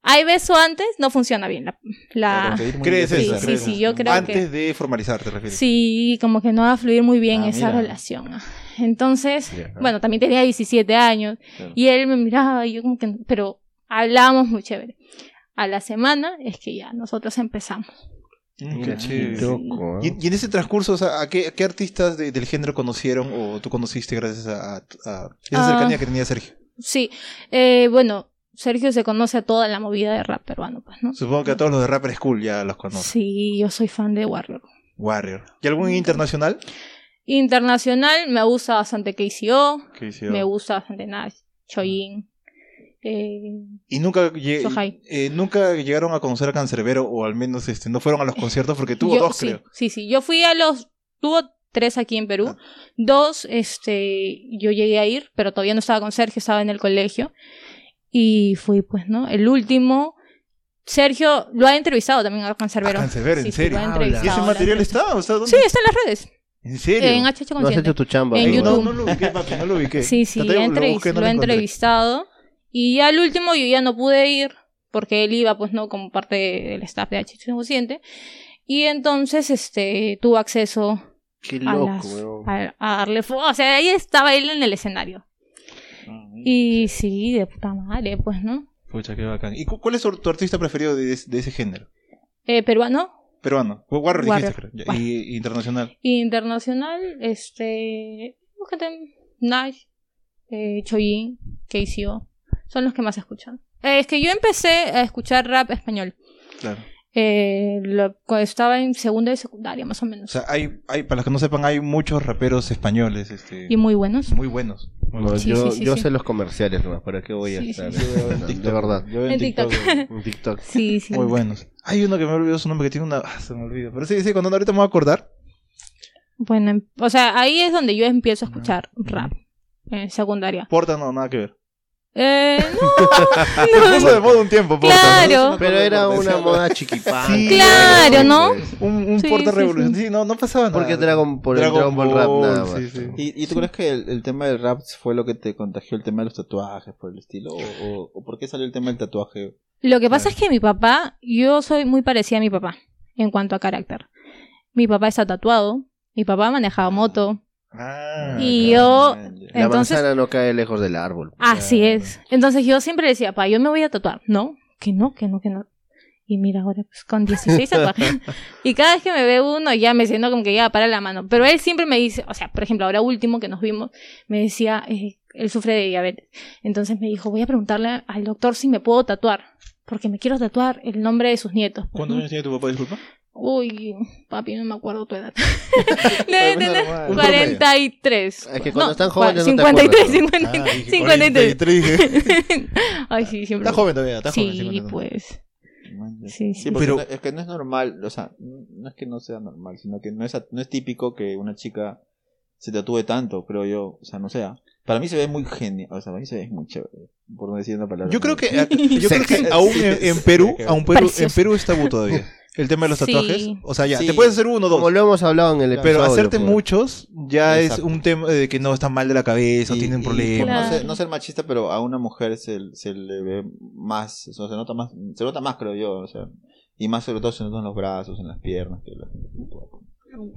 Speaker 4: hay beso antes, no funciona bien la... la-
Speaker 1: ¿Crees
Speaker 4: Sí,
Speaker 1: eso?
Speaker 4: sí,
Speaker 1: ¿Crees
Speaker 4: sí,
Speaker 1: eso?
Speaker 4: yo creo que-
Speaker 1: Antes de formalizar, te refieres.
Speaker 4: sí, como que no va a fluir muy bien
Speaker 5: Ah,
Speaker 4: esa
Speaker 5: mira.
Speaker 4: relación. Entonces,
Speaker 5: Ya.
Speaker 4: bueno, también tenía 17 años
Speaker 5: Claro.
Speaker 4: y él me miraba y yo como que... Pero hablábamos muy chévere. A la semana es que ya nosotros empezamos.
Speaker 1: Mm,
Speaker 5: Mira,
Speaker 1: Qué chévere.
Speaker 2: Choco, ¿eh?
Speaker 1: Y, y en ese transcurso, o sea, ¿a qué, a qué artistas de- del género conocieron o tú conociste gracias a, a esa
Speaker 4: Ah.
Speaker 1: cercanía que tenía Sergio?
Speaker 4: Sí, eh, bueno, Sergio se conoce a toda la movida de rap peruano, pues, ¿no?
Speaker 1: Supongo que a todos los de Rapper School ya los conoces.
Speaker 4: Sí, yo soy fan de Warrior.
Speaker 1: Warrior. ¿Y algún internacional?
Speaker 4: Internacional me gusta bastante KCO,
Speaker 1: Que hicieron.
Speaker 4: me gusta bastante Nash, Choyin. Eh,
Speaker 1: Y nunca, lle-
Speaker 4: Sohai.
Speaker 1: eh, nunca llegaron a conocer a Cancerbero o al menos este, no fueron a los conciertos porque tuvo
Speaker 4: Eh, yo-
Speaker 1: dos,
Speaker 4: sí,
Speaker 1: creo.
Speaker 4: Sí, sí, yo fui a los, tuvo tres aquí en Perú,
Speaker 1: Ah.
Speaker 4: dos, este, yo llegué a ir, pero todavía no estaba con Sergio, estaba en el colegio. Y fui, pues, ¿no? El último, Sergio lo ha entrevistado también a Cancerbero.
Speaker 1: A Canserbero,
Speaker 4: Sí,
Speaker 1: ¿en
Speaker 4: sí, lo
Speaker 1: serio?
Speaker 4: ha
Speaker 1: Ah,
Speaker 4: entrevistado,
Speaker 1: ¿Y ese
Speaker 4: lo ha
Speaker 1: material
Speaker 4: entrevistado.
Speaker 1: está? O sea, ¿dónde?
Speaker 4: Sí, está en las redes.
Speaker 1: ¿En serio?
Speaker 4: En HH
Speaker 2: No has
Speaker 4: Consciente.
Speaker 2: hecho tu chamba.
Speaker 4: En
Speaker 2: ¿no?
Speaker 1: No,
Speaker 4: YouTube.
Speaker 1: no lo ubiqué, papi, no lo ubiqué.
Speaker 4: Sí, sí,
Speaker 1: Traté de-
Speaker 4: entrevist-
Speaker 1: busqué, no
Speaker 4: lo he
Speaker 1: encontré.
Speaker 4: entrevistado Y ya al último yo ya no pude ir porque él iba, pues no, como parte del staff de H Consciente. Y entonces, este, tuvo acceso
Speaker 2: Qué
Speaker 4: a,
Speaker 2: loco,
Speaker 4: las-
Speaker 2: weón.
Speaker 4: a- a darle fuego. O sea, ahí estaba él en el escenario. Y sí, de puta madre, pues, ¿no?
Speaker 1: Pucha, qué bacán. ¿Y cu- cuál es tu, tu artista preferido de, de- de ese género?
Speaker 4: Eh, peruano,
Speaker 1: Peruano. Warrior, dijiste,
Speaker 4: Warrior.
Speaker 1: creo. Ya,
Speaker 4: Bueno.
Speaker 1: Y, y internacional.
Speaker 4: internacional, este, búscate Nash, eh, Choyin, KCO, son los que más escuchan. Eh, es que yo empecé a escuchar rap español.
Speaker 1: Claro.
Speaker 4: Eh, lo- cuando estaba en segunda y secundaria, más o
Speaker 1: O
Speaker 4: menos.
Speaker 1: sea, hay, hay, para los que no sepan, hay muchos raperos españoles este,
Speaker 4: y muy buenos.
Speaker 1: muy buenos. Muy
Speaker 2: No,
Speaker 1: buenos.
Speaker 4: Sí,
Speaker 2: yo
Speaker 4: sí, sí,
Speaker 2: yo
Speaker 4: sí.
Speaker 2: sé los comerciales nomás, ¿para qué voy a
Speaker 4: Sí,
Speaker 2: estar?
Speaker 4: sí,
Speaker 2: No, de verdad.
Speaker 5: Yo veo
Speaker 4: En TikTok.
Speaker 2: Un TikTok.
Speaker 4: Sí, sí.
Speaker 1: Muy buenos. Hay uno que me olvidó su nombre, que tiene una... ah, se me olvida. Pero sí, sí, cuando ahorita me voy a acordar.
Speaker 4: Bueno, em- o sea, ahí es donde yo empiezo
Speaker 1: Ah.
Speaker 4: a escuchar rap en secundaria.
Speaker 1: Porta no, nada que ver.
Speaker 4: Eh,
Speaker 1: Se
Speaker 4: no,
Speaker 1: puso de moda un tiempo, Porta.
Speaker 4: Claro.
Speaker 1: Eso me
Speaker 2: Pero
Speaker 1: acuerdo
Speaker 2: era
Speaker 1: por
Speaker 2: una
Speaker 1: decirlo.
Speaker 2: moda chiquipán.
Speaker 1: Sí,
Speaker 4: Claro, ¿no?
Speaker 1: Un, un
Speaker 4: Sí,
Speaker 1: Porta
Speaker 4: sí,
Speaker 1: Revolución. Sí.
Speaker 4: sí.
Speaker 1: no, no pasaba nada.
Speaker 2: Porque Dragon, por el Dragon Ball Rap nada más.
Speaker 1: sí, sí.
Speaker 3: ¿Y, y tú crees que el, el tema del rap fue lo que te contagió el tema de los tatuajes por el estilo? ¿O, o- o por qué salió el tema del tatuaje?
Speaker 4: Lo que pasa es que mi papá, yo soy muy parecida a mi papá en cuanto a carácter. Mi papá está tatuado, mi papá manejaba moto,
Speaker 1: Ah,
Speaker 4: Y
Speaker 1: claro,
Speaker 4: yo- eh,
Speaker 1: man, ya.
Speaker 2: La
Speaker 4: Entonces-
Speaker 2: manzana no cae lejos del árbol.
Speaker 1: Ah,
Speaker 4: Así
Speaker 1: Claro.
Speaker 4: es. Entonces yo siempre le decía, papá, yo me voy a tatuar. No, que no, que no, que no. Y mira, ahora pues con 16 tatuajes. y cada vez que me ve uno ya me siento como que ya para la mano. Pero él siempre me dice, o sea, por ejemplo, ahora último que nos vimos, me decía, eh, él sufre de diabetes. Entonces me dijo, voy a preguntarle al doctor si me puedo tatuar. Porque me quiero tatuar el nombre de sus nietos.
Speaker 1: ¿Cuántos años tiene tu papá, disculpa?
Speaker 4: Uy, papi, no me acuerdo tu edad.
Speaker 1: Ay,
Speaker 4: Debe
Speaker 1: bueno,
Speaker 4: tener
Speaker 1: normal.
Speaker 2: Un promedio.
Speaker 4: 43.
Speaker 2: Es que cuando están
Speaker 4: cua-
Speaker 2: jóvenes no te
Speaker 4: 53,
Speaker 2: acuerdas,
Speaker 4: 50,
Speaker 1: Ah, dije
Speaker 4: 53.
Speaker 1: 43.
Speaker 4: Ay, sí, siempre.
Speaker 1: Está joven todavía, está joven.
Speaker 4: sí,
Speaker 1: cuando-
Speaker 4: pues.
Speaker 3: Man, ya.
Speaker 4: Sí, sí.
Speaker 3: Sí, porque
Speaker 1: Pero-
Speaker 3: no- es que no es normal, o sea, no es que no sea normal, sino que no es, no es típico que una chica se tatúe tanto, creo yo, o sea, no sea. Para mí se ve muy genial, o sea, para mí se ve muy chévere, por no decir una palabra.
Speaker 1: Yo creo
Speaker 3: ¿no?
Speaker 1: que, eh, yo creo que
Speaker 3: Sexy.
Speaker 1: aún
Speaker 3: Sí,
Speaker 1: en,
Speaker 3: sí,
Speaker 1: en
Speaker 3: sí,
Speaker 1: Perú,
Speaker 3: sí.
Speaker 1: aún Perú, en
Speaker 4: Precioso.
Speaker 1: Perú es tabú todavía. El tema de los
Speaker 4: Sí.
Speaker 1: tatuajes. O sea, ya,
Speaker 3: Sí.
Speaker 1: te puedes hacer uno o
Speaker 2: Como
Speaker 1: dos.
Speaker 2: lo hemos hablado en el episodio.
Speaker 1: Pero hacerte
Speaker 2: pues.
Speaker 1: muchos ya
Speaker 3: Exacto.
Speaker 1: es un tema de que no está mal de la cabeza,
Speaker 3: Y-
Speaker 1: tienen
Speaker 3: y por
Speaker 1: problemas.
Speaker 3: No,
Speaker 4: Claro.
Speaker 3: ser, no ser machista, pero a una mujer se, se le ve más, o sea, se nota más, se nota más, creo yo, o sea, y más sobre todo se nota en los brazos, en las piernas. Que la-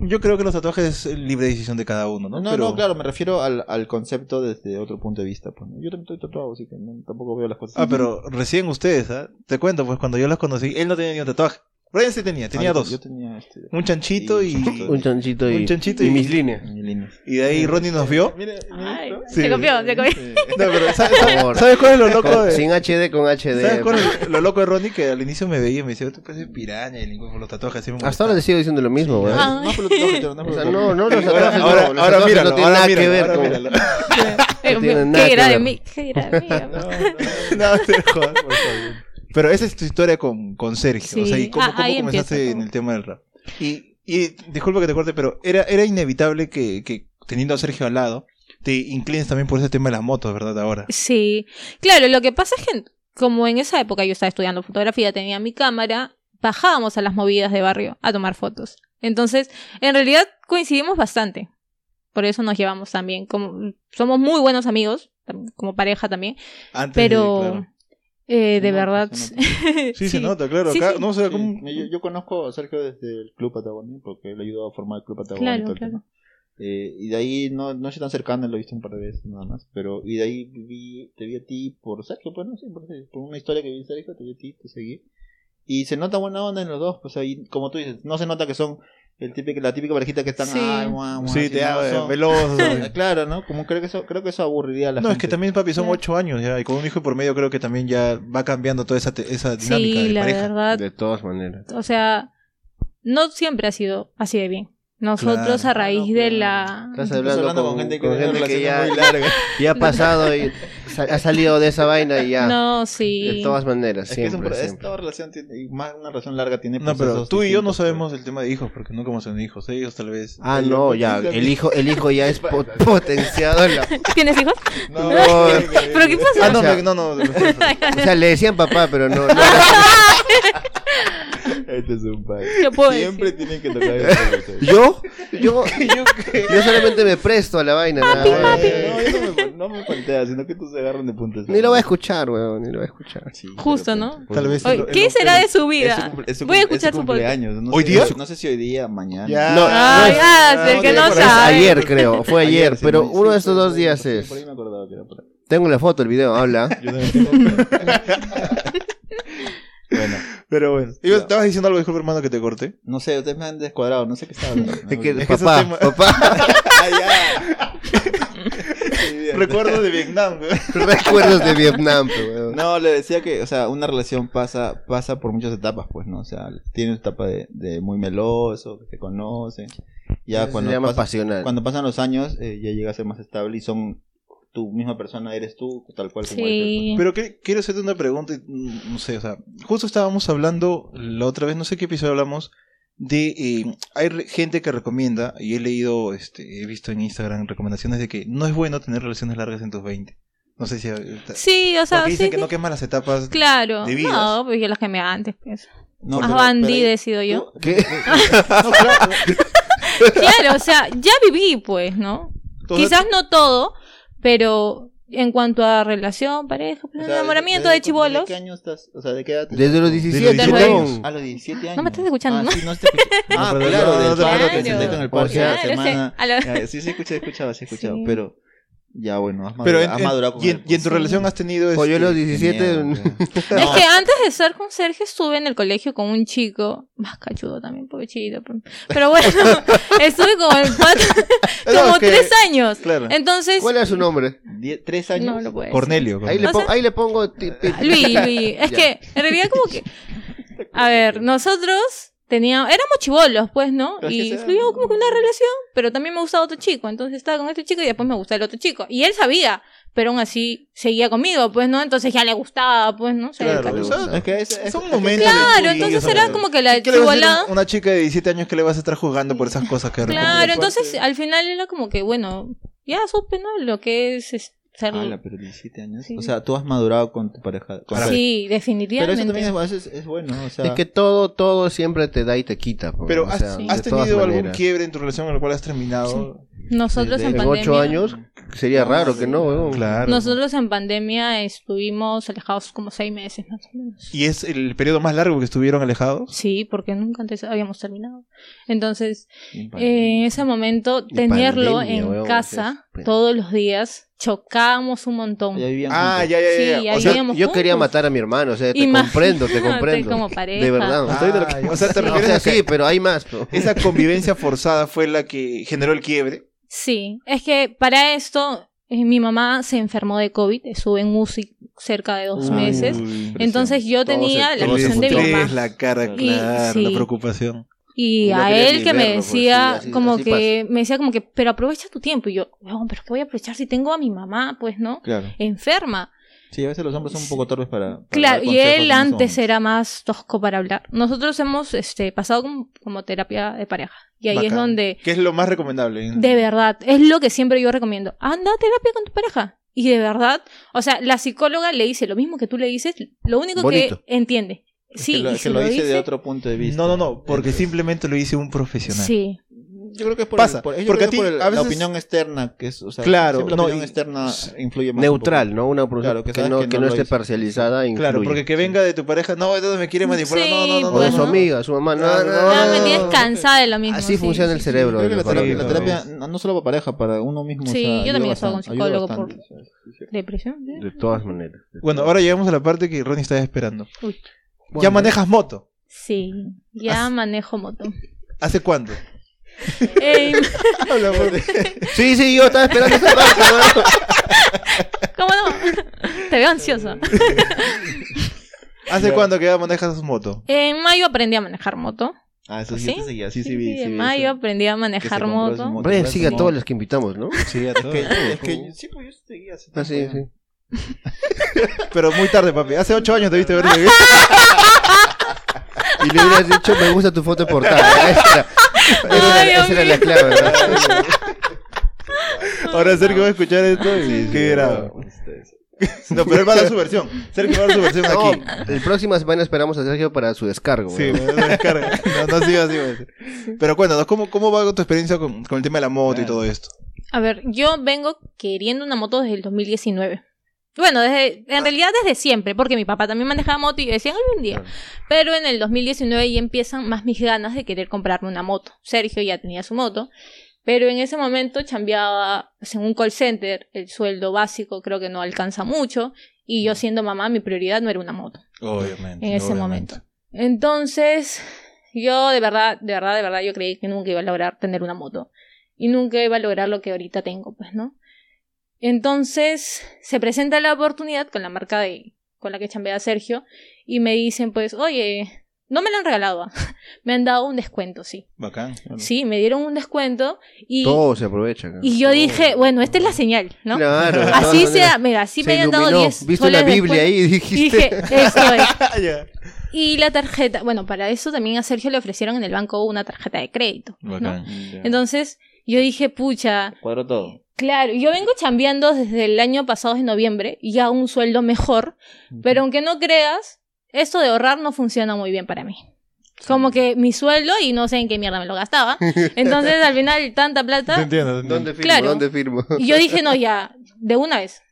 Speaker 1: Yo creo que los tatuajes es libre decisión de cada uno, ¿no?
Speaker 3: No, no,
Speaker 1: Pero-
Speaker 3: claro, me refiero al, al concepto desde otro punto de vista. Pues. Yo también estoy tatuado, así que no- tampoco veo las cosas.
Speaker 1: Ah, pero recién ustedes, ¿ah? Te cuento, pues cuando yo los conocí, él no tenía ni un tatuaje. Brian sí tenía, tenía
Speaker 3: Ah, yo-
Speaker 1: dos.
Speaker 3: Yo tenía este.
Speaker 1: Un chanchito y...
Speaker 3: Sí, sí.
Speaker 2: Un chanchito y,
Speaker 1: Un chanchito y-
Speaker 2: mis líneas.
Speaker 3: mi línea.
Speaker 1: Y de ahí Ronnie nos vio. No,
Speaker 4: Ay,
Speaker 1: Sí.
Speaker 4: se copió, se copió.
Speaker 1: pero ¿sabes,
Speaker 2: Por favor.
Speaker 1: sabes cuál es lo loco
Speaker 2: Con-
Speaker 1: de...?
Speaker 2: Sin HD, con HD.
Speaker 1: ¿Sabes cuál es lo loco de Ronnie? Que al inicio me veía y me decía, tú pareces piraña y por los tatuajes. así me
Speaker 2: Hasta ahora le
Speaker 1: molestaba".
Speaker 2: sigo diciendo lo mismo, weón.
Speaker 4: Ah.
Speaker 3: No, pero tú- no, pero tú- no,
Speaker 2: O
Speaker 3: pero
Speaker 2: sea,
Speaker 3: tú-
Speaker 2: no, no, los
Speaker 1: Ahora,
Speaker 2: tatuajes
Speaker 1: ahora,
Speaker 2: no, los
Speaker 1: ahora
Speaker 2: tatuajes
Speaker 1: míralo,
Speaker 2: no tienen
Speaker 1: ahora
Speaker 2: nada
Speaker 1: míralo,
Speaker 2: que ver
Speaker 1: ahora
Speaker 2: con...
Speaker 1: míralo.
Speaker 4: Eh,
Speaker 2: No tiene
Speaker 4: qué
Speaker 2: nada que
Speaker 4: grave,
Speaker 2: ver.
Speaker 4: mi- qué grave, mi-
Speaker 1: No, te jodas, por favor. Pero esa es tu historia con, con Sergio.
Speaker 4: Sí.
Speaker 1: O sea, ¿y cómo,
Speaker 4: Ah,
Speaker 1: cómo
Speaker 4: ahí
Speaker 1: comenzaste
Speaker 4: empieza
Speaker 1: en
Speaker 4: todo.
Speaker 1: el tema del rap? Y, y disculpa que te corte, pero era, era inevitable que, que teniendo a Sergio al lado, te inclines también por ese tema de las motos, ¿verdad? Ahora.
Speaker 4: Sí, claro, lo que pasa es que como en esa época yo estaba estudiando fotografía, tenía mi cámara, bajábamos a las movidas de barrio a tomar fotos. Entonces, en realidad coincidimos bastante. Por eso nos llevamos también. Como, somos muy buenos amigos, tam- como pareja también.
Speaker 1: Antes de-
Speaker 4: Pero,
Speaker 1: claro.
Speaker 4: eh,
Speaker 3: Se
Speaker 4: de
Speaker 3: nota,
Speaker 4: verdad.
Speaker 3: se
Speaker 1: Sí, se
Speaker 4: sí.
Speaker 1: nota, claro.
Speaker 4: Sí,
Speaker 1: acá,
Speaker 4: sí.
Speaker 1: No sé,
Speaker 3: Sí,
Speaker 1: cómo-
Speaker 3: yo, yo conozco a Sergio desde el Club Patagonia, porque él ayudó a formar el Club Patagonia. y
Speaker 4: Claro,
Speaker 3: todo el
Speaker 4: claro.
Speaker 3: tema. Eh, y de ahí no, no soy tan cercano, lo he visto un par de veces nada más. Pero, y de ahí vi, te vi a ti por Sergio, pues no sé, por, por una historia que vi en Sergio, te vi a ti, te seguí. Y se nota buena onda en los dos, pues ahí, como tú dices, no se nota que son el típico, la típica parejita que están.
Speaker 4: Sí.
Speaker 3: "Ay, guau, guau",
Speaker 1: Sí,
Speaker 3: así,
Speaker 1: te
Speaker 3: no,
Speaker 1: hago eh,
Speaker 3: son-
Speaker 1: veloz. eh.
Speaker 3: Claro, ¿no? Como creo que eso, creo que eso aburriría a la
Speaker 1: No, es
Speaker 3: gente.
Speaker 1: que también, papi, son
Speaker 4: Claro.
Speaker 1: ocho años ya, y con un hijo por medio creo que también ya va cambiando toda esa, te- esa dinámica
Speaker 4: Sí,
Speaker 1: de
Speaker 4: la
Speaker 1: pareja.
Speaker 4: verdad.
Speaker 2: De todas maneras.
Speaker 4: O sea, no siempre ha sido así de bien. Nosotros
Speaker 1: Claro.
Speaker 4: a
Speaker 3: Ah,
Speaker 4: raíz
Speaker 3: No,
Speaker 4: de
Speaker 3: claro.
Speaker 4: la...
Speaker 2: Estás
Speaker 3: Estás
Speaker 2: hablando, con, gente que,
Speaker 3: tiene
Speaker 2: gente que ya,
Speaker 3: relaciones muy largas.
Speaker 2: ya ha pasado y sa- ha salido de esa vaina y ya.
Speaker 4: No, sí.
Speaker 2: De todas maneras,
Speaker 3: Es que es un
Speaker 2: siempre,
Speaker 3: pro-
Speaker 2: siempre.
Speaker 3: esta relación tiene, y más una relación larga tiene
Speaker 1: No, pero
Speaker 3: procesos
Speaker 1: tú y yo no
Speaker 3: distintos, pues.
Speaker 1: sabemos el tema de hijos, porque nunca hemos tenido hijos. Ellos tal vez.
Speaker 2: Ah, no, ya. El hijo, el hijo ya es po- potenciado. en la-
Speaker 4: ¿Tienes hijos?
Speaker 1: No,
Speaker 4: ¿Pero qué pasa?
Speaker 1: Ah, no,
Speaker 2: O sea-
Speaker 1: me- no, no.
Speaker 3: Ah,
Speaker 2: O sea, le decían papá, pero no. no-
Speaker 3: Este es un país.
Speaker 4: Yo puedo
Speaker 3: Siempre
Speaker 4: decir.
Speaker 3: tienen que tocar eso.
Speaker 2: ¿Yo? Yo, yo solamente me presto a la vaina. nada más.
Speaker 1: papi.
Speaker 3: No, yo no me- no me panteas, sino que tú se agarran de punta.
Speaker 2: Ni lo voy a escuchar, weón, ni lo voy a escuchar.
Speaker 3: Sí,
Speaker 4: Justo,
Speaker 3: pero-
Speaker 4: ¿no?
Speaker 1: Tal vez-
Speaker 4: Oye,
Speaker 1: Es lo-
Speaker 4: ¿Qué
Speaker 1: es lo-
Speaker 4: será de su
Speaker 3: es su
Speaker 4: vida?
Speaker 3: cumple- es su
Speaker 4: Voy a
Speaker 3: cum- es su
Speaker 4: escuchar su podcast.
Speaker 3: cumpleaños. No
Speaker 1: ¿Hoy
Speaker 3: sé,
Speaker 1: día?
Speaker 3: No sé si hoy día, mañana.
Speaker 1: Ya.
Speaker 2: No,
Speaker 4: Ay,
Speaker 2: no
Speaker 4: ah, el que
Speaker 1: no,
Speaker 4: no
Speaker 1: por
Speaker 2: es- es
Speaker 4: sabe.
Speaker 2: ayer, creo, fue ayer,
Speaker 3: sí,
Speaker 2: pero
Speaker 3: sí,
Speaker 2: uno de
Speaker 3: sí,
Speaker 2: estos
Speaker 3: por
Speaker 2: dos
Speaker 3: ahí-
Speaker 2: días
Speaker 3: por ahí-
Speaker 2: es.
Speaker 3: Por ahí me acordaba que era por ahí.
Speaker 2: Tengo la foto, el video, habla.
Speaker 1: Yo también tengo-
Speaker 3: Bueno,
Speaker 1: Pero bueno. Yo
Speaker 3: Ya.
Speaker 1: estabas diciendo algo, disculpe hermano, que te corté.
Speaker 3: no sé, ustedes me han descuadrado, no sé qué estaba hablando.
Speaker 2: Es que,
Speaker 1: es que
Speaker 2: papá,
Speaker 1: esos temas-
Speaker 2: papá,
Speaker 1: Recuerdo de Vietnam, güey.
Speaker 2: recuerdos de Vietnam, pe, weón.
Speaker 3: No, le decía que, o sea, una relación pasa pasa por muchas etapas, pues, ¿no? O sea, tiene una etapa de, de muy meloso, que te conocen. Ya
Speaker 2: Eso
Speaker 3: cuando
Speaker 2: se llama
Speaker 3: pasa-
Speaker 2: pasional.
Speaker 3: cuando pasan los años, eh, ya llega a ser más estable y son tu misma persona, eres tú, tal cual como eres.
Speaker 4: Sí.
Speaker 1: Pero que- quiero hacerte una pregunta, y, mm, no sé, o sea, justo estábamos hablando la otra vez, no sé qué episodio hablamos, de eh, hay re- gente que recomienda, y he leído, este, he visto en Instagram recomendaciones de que no es bueno tener relaciones largas en tus 20. No sé si... está-
Speaker 4: Sí, o sea,
Speaker 1: porque dicen
Speaker 4: sí.
Speaker 1: que
Speaker 4: sí.
Speaker 1: no quemas las etapas.
Speaker 4: Claro.
Speaker 1: de vidas.
Speaker 4: No, pues yo las quemé antes. Pues.
Speaker 3: No,
Speaker 4: Más
Speaker 3: pero-
Speaker 4: bandida
Speaker 3: pero-
Speaker 4: he sido yo.
Speaker 2: ¿Qué?
Speaker 1: No, claro,
Speaker 4: Claro, o sea, ya viví, pues, ¿no?
Speaker 1: Entonces-
Speaker 4: Quizás no todo, pero en cuanto a relación, pareja, pues,
Speaker 3: O sea,
Speaker 4: enamoramiento
Speaker 3: ¿desde-
Speaker 4: de chibolos.
Speaker 3: ¿De qué año estás? O sea, ¿de qué edad?
Speaker 2: Desde los
Speaker 1: Desde
Speaker 2: 17,
Speaker 1: los
Speaker 2: weón.
Speaker 3: A los 17 años.
Speaker 4: No me estás escuchando,
Speaker 3: ah,
Speaker 4: ¿no?
Speaker 3: Sí, no te escuché. ah,
Speaker 1: perdón,
Speaker 3: claro,
Speaker 1: no, no
Speaker 3: del
Speaker 1: te
Speaker 3: palo que
Speaker 1: preocupes.
Speaker 3: se sentó en el
Speaker 4: Claro,
Speaker 3: parque la
Speaker 4: ese-
Speaker 3: semana.
Speaker 4: a la-
Speaker 3: Ya, Sí, sí, escuché, escuchaba, sí, escuchaba.
Speaker 4: Sí.
Speaker 3: Pero ya bueno, has
Speaker 1: Pero
Speaker 3: madurado,
Speaker 1: en,
Speaker 3: has
Speaker 1: en-
Speaker 3: madurado con
Speaker 1: y, en,
Speaker 3: el
Speaker 1: y en tu
Speaker 3: tiempo.
Speaker 1: relación has tenido...
Speaker 2: Pues yo
Speaker 1: este,
Speaker 2: los 17.
Speaker 3: Qué miedo,
Speaker 2: un-
Speaker 3: o sea.
Speaker 4: Es que antes de ser con Sergio estuve en el colegio con un chico, más cachudo también, pobrecito. pero- Pero bueno, estuve como, en cuatro-
Speaker 1: No,
Speaker 4: como
Speaker 1: es que-
Speaker 4: tres años.
Speaker 1: Claro.
Speaker 4: Entonces,
Speaker 2: ¿Cuál era su nombre?
Speaker 3: Die- ¿Tres años?
Speaker 4: no lo puedes.
Speaker 1: Cornelio.
Speaker 2: Ahí le,
Speaker 4: O
Speaker 2: pon-
Speaker 4: sea-
Speaker 2: ahí le pongo. ti- pi-
Speaker 4: Luis, Luis, es
Speaker 2: Ya.
Speaker 4: que en realidad como que... A ver, nosotros teníamos... Éramos chivolos, pues, ¿no?
Speaker 3: Pero es que
Speaker 4: y
Speaker 3: sea-
Speaker 4: fluyó como que una relación, pero también me gustaba otro chico. Entonces estaba con este chico y después me gustaba el otro chico. Y él sabía, pero aún así seguía conmigo, pues, ¿no? Entonces ya le gustaba, pues, ¿no? O sea, el
Speaker 1: Claro,
Speaker 4: cacho-
Speaker 1: o sea,
Speaker 3: Es que es, es-
Speaker 1: Son
Speaker 3: es-
Speaker 1: momentos. de tu
Speaker 4: Claro,
Speaker 1: vida,
Speaker 4: entonces
Speaker 1: son
Speaker 4: era
Speaker 1: momentos.
Speaker 4: como que la
Speaker 1: ¿Y qué le vas a decir a
Speaker 4: chivolada...
Speaker 1: Una chica de 17 años que le vas a estar jugando por esas cosas que
Speaker 4: Claro,
Speaker 1: recomiendas?
Speaker 4: entonces al final era como que, bueno, ya supe, ¿no? Lo que es, es ser...
Speaker 3: Ala, pero 17 años.
Speaker 4: Sí.
Speaker 3: O sea, tú has madurado con tu pareja. con-
Speaker 4: sí,
Speaker 3: Pero
Speaker 4: definitivamente.
Speaker 3: eso también es, a veces es bueno. O sea,
Speaker 2: Es que todo, todo siempre te da y te quita. po,
Speaker 1: Pero
Speaker 2: o
Speaker 1: has,
Speaker 2: sea,
Speaker 4: sí.
Speaker 2: de
Speaker 1: has
Speaker 2: todas
Speaker 1: tenido algún
Speaker 2: maneras.
Speaker 1: quiebre en tu relación en el cual has terminado.
Speaker 4: Nosotros
Speaker 3: desde-
Speaker 4: en
Speaker 2: En
Speaker 4: pandemia...
Speaker 2: 8 años sería raro que no, weón.
Speaker 4: Nosotros en pandemia estuvimos alejados como seis meses más o menos.
Speaker 1: ¿Y es el periodo más largo que estuvieron alejados?
Speaker 4: Sí, porque nunca antes habíamos terminado. Entonces, eh, en
Speaker 3: Impagable.
Speaker 4: ese momento,
Speaker 2: Y
Speaker 4: tenerlo
Speaker 2: pandemia,
Speaker 4: en
Speaker 2: huevón,
Speaker 4: casa
Speaker 2: o sea,
Speaker 4: todos los días, chocábamos un montón.
Speaker 3: Ya vivían
Speaker 1: Ah,
Speaker 3: juntos.
Speaker 1: ya, ya, ya.
Speaker 4: Sí,
Speaker 1: o
Speaker 4: ya
Speaker 1: sea,
Speaker 4: vivíamos
Speaker 2: Yo quería
Speaker 4: juntos.
Speaker 2: matar a mi hermano, o sea, te
Speaker 4: Imagínate
Speaker 2: comprendo, te comprendo.
Speaker 4: como pareja.
Speaker 2: De verdad.
Speaker 1: Ah,
Speaker 2: Estoy de lo que-
Speaker 1: o sea, te
Speaker 2: No, o
Speaker 1: refieres
Speaker 2: sea,
Speaker 1: a que
Speaker 2: sí, pero hay más. po.
Speaker 1: esa convivencia forzada fue la que generó el quiebre.
Speaker 4: Sí, es que para esto, eh, mi mamá se enfermó de COVID, estuvo en UCI cerca de dos
Speaker 2: Uy.
Speaker 4: meses.
Speaker 1: Uy.
Speaker 4: Entonces yo
Speaker 2: Todo se-
Speaker 4: tenía Ah, la
Speaker 2: todo se
Speaker 4: presión de mi
Speaker 2: juntó.
Speaker 4: mamá.
Speaker 1: estrés, la cara,
Speaker 3: Y-
Speaker 1: claro, la
Speaker 4: sí.
Speaker 1: preocupación.
Speaker 4: Y
Speaker 2: No
Speaker 4: a
Speaker 2: quería
Speaker 4: él
Speaker 2: ni
Speaker 4: que me
Speaker 2: verlo, pues,
Speaker 4: decía,
Speaker 2: sí, así-
Speaker 4: como
Speaker 2: así
Speaker 4: que, me decía como que, pero aprovecha tu tiempo. Y yo, weón, pero ¿qué voy a aprovechar si tengo a mi mamá, pues, no?
Speaker 3: Claro.
Speaker 4: Enferma.
Speaker 3: Sí, a veces los hombres son un poco torpes para. para
Speaker 4: Claro,
Speaker 3: dar
Speaker 4: y
Speaker 3: consejos
Speaker 4: él
Speaker 3: no son-
Speaker 4: antes era más tosco para hablar. Nosotros hemos este, pasado como, como terapia de pareja. Y ahí es
Speaker 1: Bacán.
Speaker 4: donde,
Speaker 1: ¿Qué es lo más recomendable?
Speaker 3: Mm.
Speaker 4: de verdad, es lo que siempre yo recomiendo. Anda a terapia con tu pareja. Y de verdad, o sea, la psicóloga le dice lo mismo que tú le dices, lo único
Speaker 2: Bonito.
Speaker 4: que entiende.
Speaker 3: Es
Speaker 4: Sí,
Speaker 3: que lo,
Speaker 4: y
Speaker 3: es
Speaker 4: si
Speaker 3: que lo dice de
Speaker 4: dice-
Speaker 3: otro punto de vista.
Speaker 1: No, no, no, porque
Speaker 3: Entonces,
Speaker 1: simplemente lo hice un profesional.
Speaker 4: Sí,
Speaker 3: Yo creo que es por,
Speaker 1: Pasa,
Speaker 3: el- por- yo
Speaker 1: porque
Speaker 3: creo
Speaker 1: a ti,
Speaker 3: que por el-
Speaker 1: a veces-
Speaker 3: la opinión externa, que es, o sea,
Speaker 1: Claro,
Speaker 3: siempre
Speaker 1: no,
Speaker 3: la opinión
Speaker 1: y-
Speaker 3: externa influye más.
Speaker 2: Neutral,
Speaker 3: un
Speaker 2: ¿no? Una persona
Speaker 3: Claro, que
Speaker 2: que,
Speaker 3: sabes
Speaker 2: no,
Speaker 3: que
Speaker 2: que
Speaker 3: no
Speaker 2: no
Speaker 3: lo
Speaker 2: esté
Speaker 3: hizo.
Speaker 2: parcializada. Influye.
Speaker 1: Claro, porque que venga de tu pareja, no, entonces me quiere manipular, no, no,
Speaker 4: Sí, pues,
Speaker 1: no,
Speaker 2: O de
Speaker 1: no,
Speaker 2: su
Speaker 1: no.
Speaker 4: Ajá.
Speaker 2: amiga, su mamá. No,
Speaker 1: Claro.
Speaker 2: no,
Speaker 4: Ah, me
Speaker 2: no.
Speaker 4: tienes cansada de lo mismo.
Speaker 2: Así
Speaker 4: sí,
Speaker 2: funciona
Speaker 4: sí,
Speaker 2: el
Speaker 4: sí.
Speaker 3: poco. Yo
Speaker 2: cerebro. ¿eh?
Speaker 3: creo que la
Speaker 2: mejor
Speaker 3: terapia,
Speaker 2: amigo.
Speaker 3: la terapia, no, no solo para pareja, para uno mismo. o
Speaker 4: Sí,
Speaker 3: sea,
Speaker 4: yo
Speaker 3: ayuda
Speaker 4: también he estado
Speaker 3: bastante,
Speaker 4: con
Speaker 3: ayuda
Speaker 4: psicólogo
Speaker 3: bastante, o sea, sí, sí.
Speaker 4: Depresión. ¿sí?
Speaker 2: De todas maneras.
Speaker 1: Bueno, ahora llegamos a la parte que Ronnie está esperando.
Speaker 4: Uy.
Speaker 1: Ya manejas moto.
Speaker 4: Sí,
Speaker 3: Ah,
Speaker 4: ya
Speaker 1: As-
Speaker 4: manejo moto. Em,
Speaker 1: ¿Hace cuánto?
Speaker 4: Ey,
Speaker 1: Habla, porque-
Speaker 2: Sí, sí, yo estaba esperando esa parte, weón.
Speaker 4: ¿Cómo no? Te veo ansiosa.
Speaker 1: ¿Hace cuánto que ya manejas moto?
Speaker 4: En mayo aprendí a manejar moto.
Speaker 3: Ah, eso
Speaker 4: ¿Sí?
Speaker 3: sí, yo te seguía, sí, sí, vi, sí,
Speaker 4: en
Speaker 3: vi
Speaker 4: mayo
Speaker 3: eso.
Speaker 4: aprendí a
Speaker 3: Que se
Speaker 4: manejar
Speaker 3: compró su
Speaker 4: moto.
Speaker 3: moto,
Speaker 2: Brian
Speaker 3: su
Speaker 2: sigue a
Speaker 3: moto.
Speaker 2: todos los que invitamos, ¿no?
Speaker 1: Sí, a
Speaker 3: Es que, es que sí, pues yo seguía. hace
Speaker 2: Ah, sí,
Speaker 3: tiempo ya.
Speaker 2: sí.
Speaker 1: Pero muy tarde, papi. Hace ocho años debiste haber vivido.
Speaker 2: Y le hubieras dicho, me gusta tu foto de portada. Esa, era- esa era,
Speaker 4: Ay, Dios
Speaker 2: esa era la clave, ¿verdad?
Speaker 1: Ahora Sergio va a escuchar esto y qué grave. No, pero él va a dar su versión. Sergio va a dar su versión aquí.
Speaker 2: No, el próximo semana esperamos a Sergio para su descargo.
Speaker 1: Sí,
Speaker 2: weón.
Speaker 1: bueno, no descarga. No, no siga así. bueno. Pero cuéntanos, ¿cómo, ¿cómo va tu experiencia con, con el tema de la moto y todo esto?
Speaker 4: A ver, yo vengo queriendo una moto desde el 2019. Bueno, desde, en realidad desde siempre, porque mi papá también manejaba moto y yo decía algún día. Pero en el 2019 ya empiezan más mis ganas de querer comprarme una moto. Sergio ya tenía su moto, pero en ese momento chambeaba pues, en un call center, el sueldo básico creo que no alcanza mucho, y yo siendo mamá mi prioridad no era una moto
Speaker 1: Obviamente.
Speaker 4: en ese momento. Entonces, yo de verdad, de verdad, de verdad, yo creí que nunca iba a lograr tener una moto. Y nunca iba a lograr lo que ahorita tengo, pues, ¿no? Entonces, se presenta la oportunidad con la marca de, con la que chambea Sergio. Y me dicen, pues, oye, no me la han regalado. ah. me han dado un descuento, sí.
Speaker 1: Bacán. claro.
Speaker 4: Sí, me dieron un descuento. Y,
Speaker 2: Todo se aprovecha. cara.
Speaker 4: y yo dije, bueno, esta es la señal, ¿no?
Speaker 2: Claro. No,
Speaker 4: Así
Speaker 2: no,
Speaker 4: sea,
Speaker 2: no.
Speaker 4: mira, así
Speaker 2: Se
Speaker 4: me hayan dado
Speaker 2: iluminó.
Speaker 4: 10
Speaker 2: Viste la
Speaker 4: soles de
Speaker 2: Biblia ahí y
Speaker 4: descuento.
Speaker 2: dijiste.
Speaker 4: Dije, eso es.
Speaker 1: Ya.
Speaker 4: Y la tarjeta, bueno, para eso también a Sergio le ofrecieron en el banco una tarjeta de crédito. ¿no?
Speaker 1: Bacán.
Speaker 4: Entonces yo dije, pucha,
Speaker 3: Cuadro todo.
Speaker 4: claro, yo vengo chambeando desde el año pasado de noviembre, ya un sueldo mejor, pero aunque no creas, esto de ahorrar no funciona muy bien para mí. Como que mi sueldo y no sé en qué mierda me lo gastaba. Entonces al final tanta
Speaker 1: Te
Speaker 4: plata.
Speaker 1: entiendo, te entiendo.
Speaker 2: ¿Dónde firmo?
Speaker 4: Claro.
Speaker 2: ¿Dónde firmo?
Speaker 4: Y yo dije, no, ya, de una vez.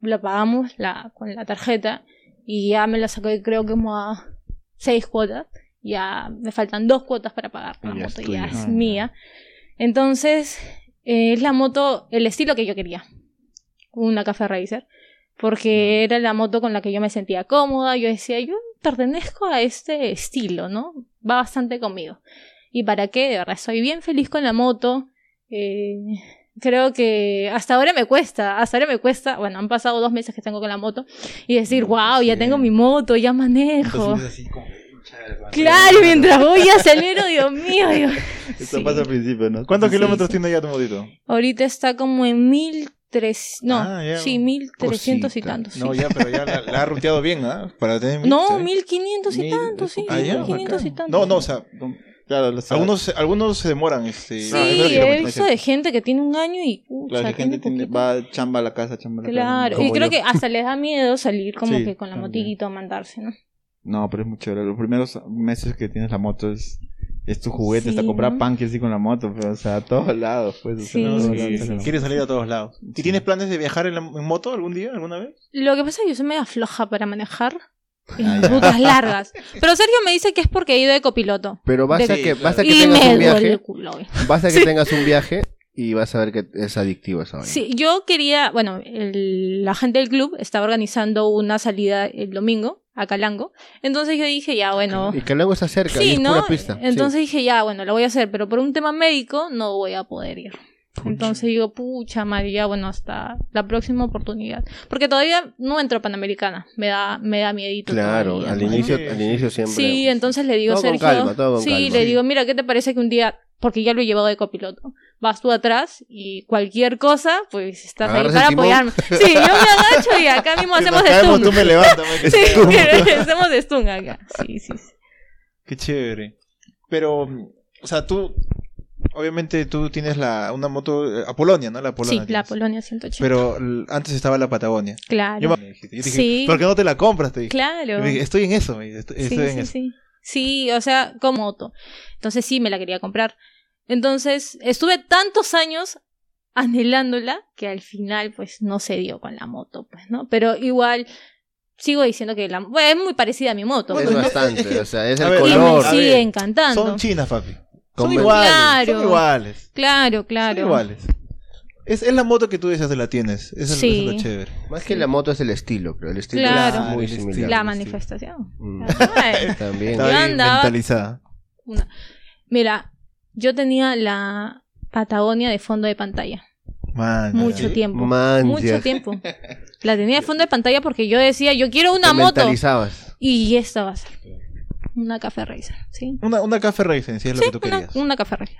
Speaker 4: Lo pagamos la, con la tarjeta y ya me la saqué creo que como a seis cuotas. Ya me faltan dos cuotas para pagar la
Speaker 2: Ya es
Speaker 4: moto,
Speaker 2: tuya.
Speaker 4: ya es
Speaker 1: Ah,
Speaker 4: mía. Entonces, eh, es la moto, el estilo que yo quería. Una Café Racer. Porque era la moto con la que yo me sentía cómoda. Yo decía, yo pertenezco a este estilo, ¿no? Va bastante conmigo. ¿Y para qué? De verdad, soy bien feliz con la moto. Eh, creo que hasta ahora me cuesta, hasta ahora me cuesta, bueno, han pasado dos meses que tengo con la moto y decir, wow, ya tengo mi moto, ya manejo.
Speaker 1: pues Entonces, así como, chévere, man.
Speaker 4: Claro, mientras voy a acelero, Dios mío. digo,
Speaker 1: Esto
Speaker 4: sí.
Speaker 1: pasa al principio, ¿no? ¿Cuántos
Speaker 4: Sí,
Speaker 1: kilómetros
Speaker 4: sí.
Speaker 1: tiene ya tu motito?
Speaker 4: Ahorita está como en mil tres, no,
Speaker 1: Ah, ya.
Speaker 4: sí, mil trescientos y
Speaker 2: Cosita.
Speaker 4: tantos. sí.
Speaker 1: No, ya, pero ya la, la ha ruteado bien, ¿ah? Para tener mil,
Speaker 4: No,
Speaker 1: ¿sí?
Speaker 4: mil quinientos y
Speaker 3: Mil-
Speaker 4: tantos, sí,
Speaker 1: Ah, ya,
Speaker 4: mil quinientos y
Speaker 1: bacán.
Speaker 4: tantos.
Speaker 1: No, no, o sea,
Speaker 3: Claro, lo
Speaker 1: algunos, se- algunos se demoran. Este,
Speaker 4: Sí,
Speaker 1: no, es verdad que
Speaker 4: he
Speaker 1: lo
Speaker 4: visto de gente que tiene un año y... pucha,
Speaker 3: La
Speaker 4: tiene
Speaker 3: gente tiene,
Speaker 4: poquito.
Speaker 3: va chamba a la casa, chamba a la casa.
Speaker 4: Claro,
Speaker 3: Como
Speaker 4: y creo
Speaker 3: yo.
Speaker 4: que hasta les da miedo salir como
Speaker 3: Sí,
Speaker 4: que con la
Speaker 3: también.
Speaker 4: motiquito a mandarse, ¿no?
Speaker 3: No, pero es muy chévere. Los primeros meses que tienes la moto es, es tu juguete.
Speaker 4: Sí,
Speaker 3: hasta comprar
Speaker 4: ¿no?
Speaker 3: pan que sí con la moto. Pero, o sea, a todos lados. Pues, o sea,
Speaker 4: Sí.
Speaker 3: no,
Speaker 1: No,
Speaker 3: no,
Speaker 1: sí,
Speaker 3: no,
Speaker 1: sí,
Speaker 3: no,
Speaker 1: sí.
Speaker 3: no.
Speaker 1: Quieres salir a todos lados. ¿Y tienes planes de viajar en, la- en moto algún día, alguna vez?
Speaker 4: Lo que pasa es que yo soy media floja para manejar
Speaker 3: Ah,
Speaker 4: en rutas largas. Pero Sergio me dice que es porque he ido de copiloto.
Speaker 2: Pero basta
Speaker 1: Sí,
Speaker 2: que,
Speaker 1: claro.
Speaker 2: basta que
Speaker 4: Y
Speaker 2: tengas
Speaker 4: me
Speaker 2: un
Speaker 4: duele el
Speaker 2: viaje.
Speaker 4: culo. güey.
Speaker 2: Basta que tengas un viaje y vas a ver que es adictivo esa vaina.
Speaker 4: Sí, yo quería, bueno, el- la gente del club estaba organizando una salida el domingo a Calango. Entonces yo dije, ya, bueno.
Speaker 2: Y que luego está cerca, y
Speaker 4: Sí,
Speaker 2: es
Speaker 4: ¿no?
Speaker 2: pura pista.
Speaker 4: Entonces dije, ya, bueno, lo voy a hacer, pero por un tema médico no voy a poder ir. Entonces digo, pucha María, bueno, hasta la próxima oportunidad. Porque todavía no entro a Panamericana, me da, me da miedito.
Speaker 2: Claro,
Speaker 4: todavía,
Speaker 2: al
Speaker 4: ¿no?
Speaker 2: inicio,
Speaker 1: Sí,
Speaker 2: al
Speaker 1: sí.
Speaker 2: inicio siempre.
Speaker 4: Sí, entonces le digo a
Speaker 2: Todo con
Speaker 4: Sergio.
Speaker 2: calma, todo con
Speaker 4: sí,
Speaker 2: calma.
Speaker 4: le digo, mira, ¿qué te parece que un día, porque ya lo he llevado de copiloto, vas tú atrás y cualquier cosa, pues estás ahí
Speaker 2: Agarras
Speaker 4: para
Speaker 2: el timón.
Speaker 4: apoyarme? Sí, yo me agacho y acá mismo hacemos stun.
Speaker 1: tú me levantas.
Speaker 4: Sí, hacemos stun acá. Sí, sí. sí.
Speaker 1: Qué chévere. Pero, o sea, tú, obviamente tú tienes la, una moto, eh, Apolonia, ¿no? La Apolonia.
Speaker 4: Sí, la
Speaker 1: tienes.
Speaker 4: Polonia 180.
Speaker 1: Pero l- antes estaba la Patagonia.
Speaker 4: claro.
Speaker 1: Yo me me dijiste, yo dije,
Speaker 4: Sí.
Speaker 1: ¿por qué no te la compras? Te dije.
Speaker 4: Claro.
Speaker 1: Yo dije, estoy en eso, me dije, estoy,
Speaker 4: Sí,
Speaker 1: estoy en
Speaker 4: sí,
Speaker 1: eso.
Speaker 4: sí. Sí, o sea, con moto. Entonces sí, me la quería comprar. Entonces, estuve tantos años anhelándola que al final, pues, no se dio con la moto, pues, ¿no? Pero igual, sigo diciendo que la... Bueno, es muy parecida a mi moto. pues,
Speaker 1: Bueno,
Speaker 2: Es
Speaker 1: es que-
Speaker 2: bastante,
Speaker 1: es que-
Speaker 2: o sea, es
Speaker 1: a
Speaker 2: el
Speaker 1: ver,
Speaker 4: y me
Speaker 2: color.
Speaker 1: a ver,
Speaker 4: sigue encantando.
Speaker 1: Son chinas, papi. Son
Speaker 2: Conven-
Speaker 1: iguales,
Speaker 4: Claro.
Speaker 1: son iguales.
Speaker 4: Claro, claro.
Speaker 1: Son iguales. Es, es la moto que tú deseas de la tienes. Eso es lo-
Speaker 4: Sí.
Speaker 1: eso es lo chévere.
Speaker 2: Más que la moto es el estilo, creo. El estilo
Speaker 4: Claro.
Speaker 2: es muy
Speaker 1: Claro, el
Speaker 2: similar.
Speaker 1: estilo.
Speaker 4: La manifestación.
Speaker 2: Mm,
Speaker 4: Bueno,
Speaker 2: También.
Speaker 1: Está
Speaker 4: Yo
Speaker 1: bien
Speaker 4: andaba-
Speaker 1: mentalizada.
Speaker 4: una- Mira, yo tenía la Patagonia de fondo de pantalla.
Speaker 1: Man,
Speaker 4: Mucho
Speaker 1: ya.
Speaker 4: tiempo.
Speaker 2: Man,
Speaker 4: Mucho
Speaker 2: ya.
Speaker 4: tiempo. La tenía de fondo de pantalla porque yo decía, yo quiero una
Speaker 2: Te
Speaker 4: moto.
Speaker 2: mentalizabas.
Speaker 4: Y esta va a ser. Una Café Racer, ¿sí?
Speaker 1: Una, una Café Racing, si es lo que tú
Speaker 4: Una,
Speaker 1: querías.
Speaker 4: una Café Racer.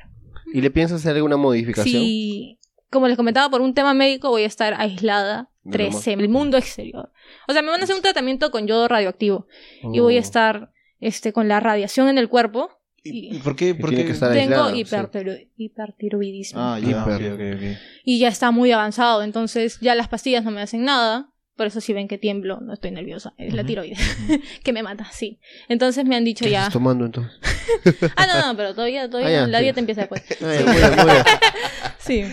Speaker 2: ¿Y le piensas hacer alguna modificación?
Speaker 4: Sí. Como les comentaba, por un tema médico voy a estar aislada
Speaker 2: De lo más-
Speaker 4: 13, el mundo exterior. O sea, me van a hacer un tratamiento con yodo radioactivo. Y
Speaker 2: Oh.
Speaker 4: voy a estar este, con la radiación en el cuerpo.
Speaker 1: ¿Y, y
Speaker 4: Y
Speaker 1: por qué? Por
Speaker 2: tiene
Speaker 1: qué?
Speaker 2: que estar ahí.
Speaker 4: tengo
Speaker 2: aislado, sí.
Speaker 4: hipertiro- hipertiroidismo.
Speaker 3: Ah,
Speaker 1: Ah,
Speaker 3: ya.
Speaker 1: ok,
Speaker 2: hiper.
Speaker 1: ok, ok.
Speaker 4: Y ya está muy avanzado, entonces ya las pastillas no me hacen nada. Por eso si ven que tiemblo, no estoy nerviosa. Es la
Speaker 1: Ujú.
Speaker 4: tiroides que me mata, sí. Entonces me han dicho
Speaker 2: ¿Qué
Speaker 4: ya...
Speaker 2: estás tomando entonces?
Speaker 4: Ah, no, no, pero todavía, todavía
Speaker 2: Ah, ya,
Speaker 4: la
Speaker 2: sí.
Speaker 4: dieta empieza después.
Speaker 2: Ay, muy bien, muy bien.
Speaker 4: Sí.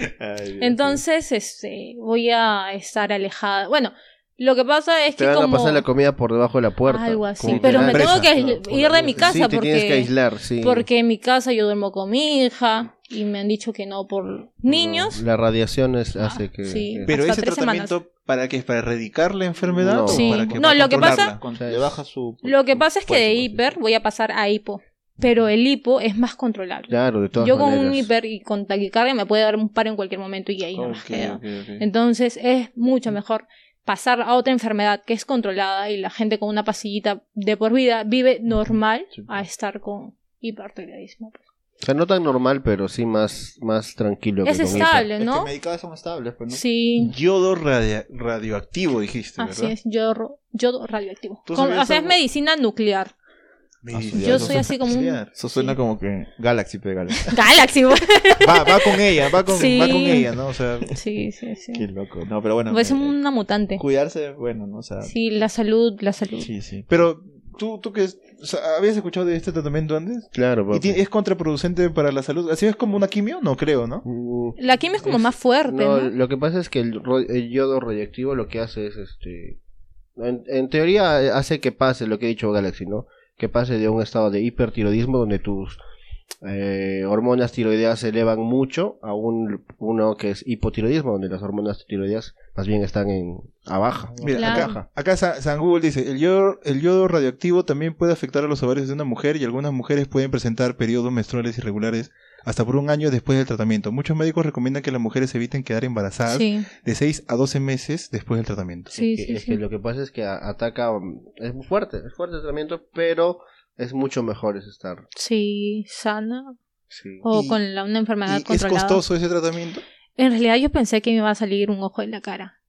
Speaker 4: Entonces, este, voy a estar alejada. Bueno, lo que pasa es
Speaker 2: Te
Speaker 4: que
Speaker 2: van
Speaker 4: como...
Speaker 2: a pasar la comida por debajo de la puerta.
Speaker 4: Algo así,
Speaker 2: Como
Speaker 4: pero
Speaker 2: que-
Speaker 4: me
Speaker 1: presa,
Speaker 4: tengo que
Speaker 1: ¿no?
Speaker 4: aisl- ir de mi casa
Speaker 2: Sí, te
Speaker 4: porque...
Speaker 2: tienes que aislar, sí.
Speaker 4: Porque en mi casa yo duermo con mi hija y me han dicho que no por niños.
Speaker 2: La radiación es- hace
Speaker 4: Ah,
Speaker 2: que...
Speaker 4: sí.
Speaker 2: que-
Speaker 1: Pero
Speaker 4: Hasta
Speaker 1: ese
Speaker 4: tres semanas.
Speaker 1: tratamiento, ¿para qué? ¿Para erradicar la enfermedad?
Speaker 2: No.
Speaker 1: o
Speaker 4: Sí.
Speaker 1: para que
Speaker 4: No,
Speaker 1: va a
Speaker 4: lo que
Speaker 1: controlarla?
Speaker 4: pasa-
Speaker 3: Con- le baja su.
Speaker 4: Lo que pasa es que de
Speaker 3: Pues,
Speaker 4: hiper voy a pasar a hipo, pero el hipo es más controlable.
Speaker 2: Claro, de todas
Speaker 4: Yo con
Speaker 2: maneras.
Speaker 4: un hiper y con taquicardia me puede dar un paro en cualquier momento y ahí no
Speaker 3: Ok,
Speaker 4: más queda.
Speaker 3: ok, ok.
Speaker 4: Entonces es mucho mejor pasar a otra enfermedad que es controlada y la gente con una pasillita de por vida vive normal
Speaker 2: Sí.
Speaker 4: a estar con hipertiroidismo.
Speaker 2: O sea, no tan normal, pero sí más, más tranquilo.
Speaker 4: Es
Speaker 2: que con
Speaker 4: estable,
Speaker 3: Es que
Speaker 4: ¿no?
Speaker 3: medicadas son estables, pues, ¿no?
Speaker 4: Sí,
Speaker 1: Yodo radia- radioactivo, dijiste, ¿verdad?
Speaker 4: así es, yodo, yodo radioactivo.
Speaker 1: ¿Tú
Speaker 4: Como-
Speaker 1: sabías
Speaker 4: o sea, es
Speaker 1: algo?
Speaker 4: medicina nuclear.
Speaker 1: Mira,
Speaker 4: Yo
Speaker 1: no
Speaker 4: soy
Speaker 1: sé
Speaker 4: así como un
Speaker 1: pasear.
Speaker 5: Eso suena
Speaker 4: Sí.
Speaker 5: como que Galaxy, pero Galaxy.
Speaker 4: Galaxy, güey.
Speaker 1: Va, va con ella, va con,
Speaker 4: Sí.
Speaker 1: va con ella, ¿no? O sea,
Speaker 4: Sí, sí, sí.
Speaker 5: Qué loco. No, pero bueno.
Speaker 4: Pues es
Speaker 5: eh,
Speaker 4: una mutante.
Speaker 5: Cuidarse, bueno, no, o sea.
Speaker 4: Sí, la salud, la salud.
Speaker 5: Sí, sí.
Speaker 1: pero tú, tú que es- o sea, habías escuchado de este tratamiento antes
Speaker 2: eso. Claro,
Speaker 1: y
Speaker 2: papi.
Speaker 1: ti- es contraproducente para la salud. Así es como una quimio, no creo, ¿no?
Speaker 2: Mm,
Speaker 4: La quimio es como más fuerte,
Speaker 2: No,
Speaker 4: ¿no?
Speaker 2: lo que pasa es que el, ro- el yodo radioactivo lo que hace es este. En, en teoría eh, hace que pase lo que ha dicho Galaxy, ¿no? Que pase de un estado de hipertiroidismo donde tus eh, hormonas tiroideas se elevan mucho a un uno que es hipotiroidismo, donde las hormonas tiroideas más bien están en a baja.
Speaker 1: Mira,
Speaker 4: Claro.
Speaker 1: acá, acá Sa- San Google dice, el yodo, el yodo radioactivo también puede afectar a los ovarios de una mujer y algunas mujeres pueden presentar periodos menstruales irregulares hasta por un año después del tratamiento. Muchos médicos recomiendan que las mujeres eviten quedar embarazadas
Speaker 4: Sí,
Speaker 1: de 6 a 12 meses después del tratamiento.
Speaker 4: sí,
Speaker 2: es que,
Speaker 4: sí.
Speaker 2: es
Speaker 4: sí.
Speaker 2: que lo que pasa es que a- ataca, mm, es muy fuerte, es fuerte el tratamiento, pero es mucho mejor es estar.
Speaker 4: Sí, sana
Speaker 2: Sí.
Speaker 4: o
Speaker 1: Y-
Speaker 4: con la- una enfermedad
Speaker 1: ¿Y ¿Es
Speaker 4: controlada.
Speaker 1: costoso ese tratamiento?
Speaker 4: En realidad yo pensé que me iba a salir un ojo en la cara,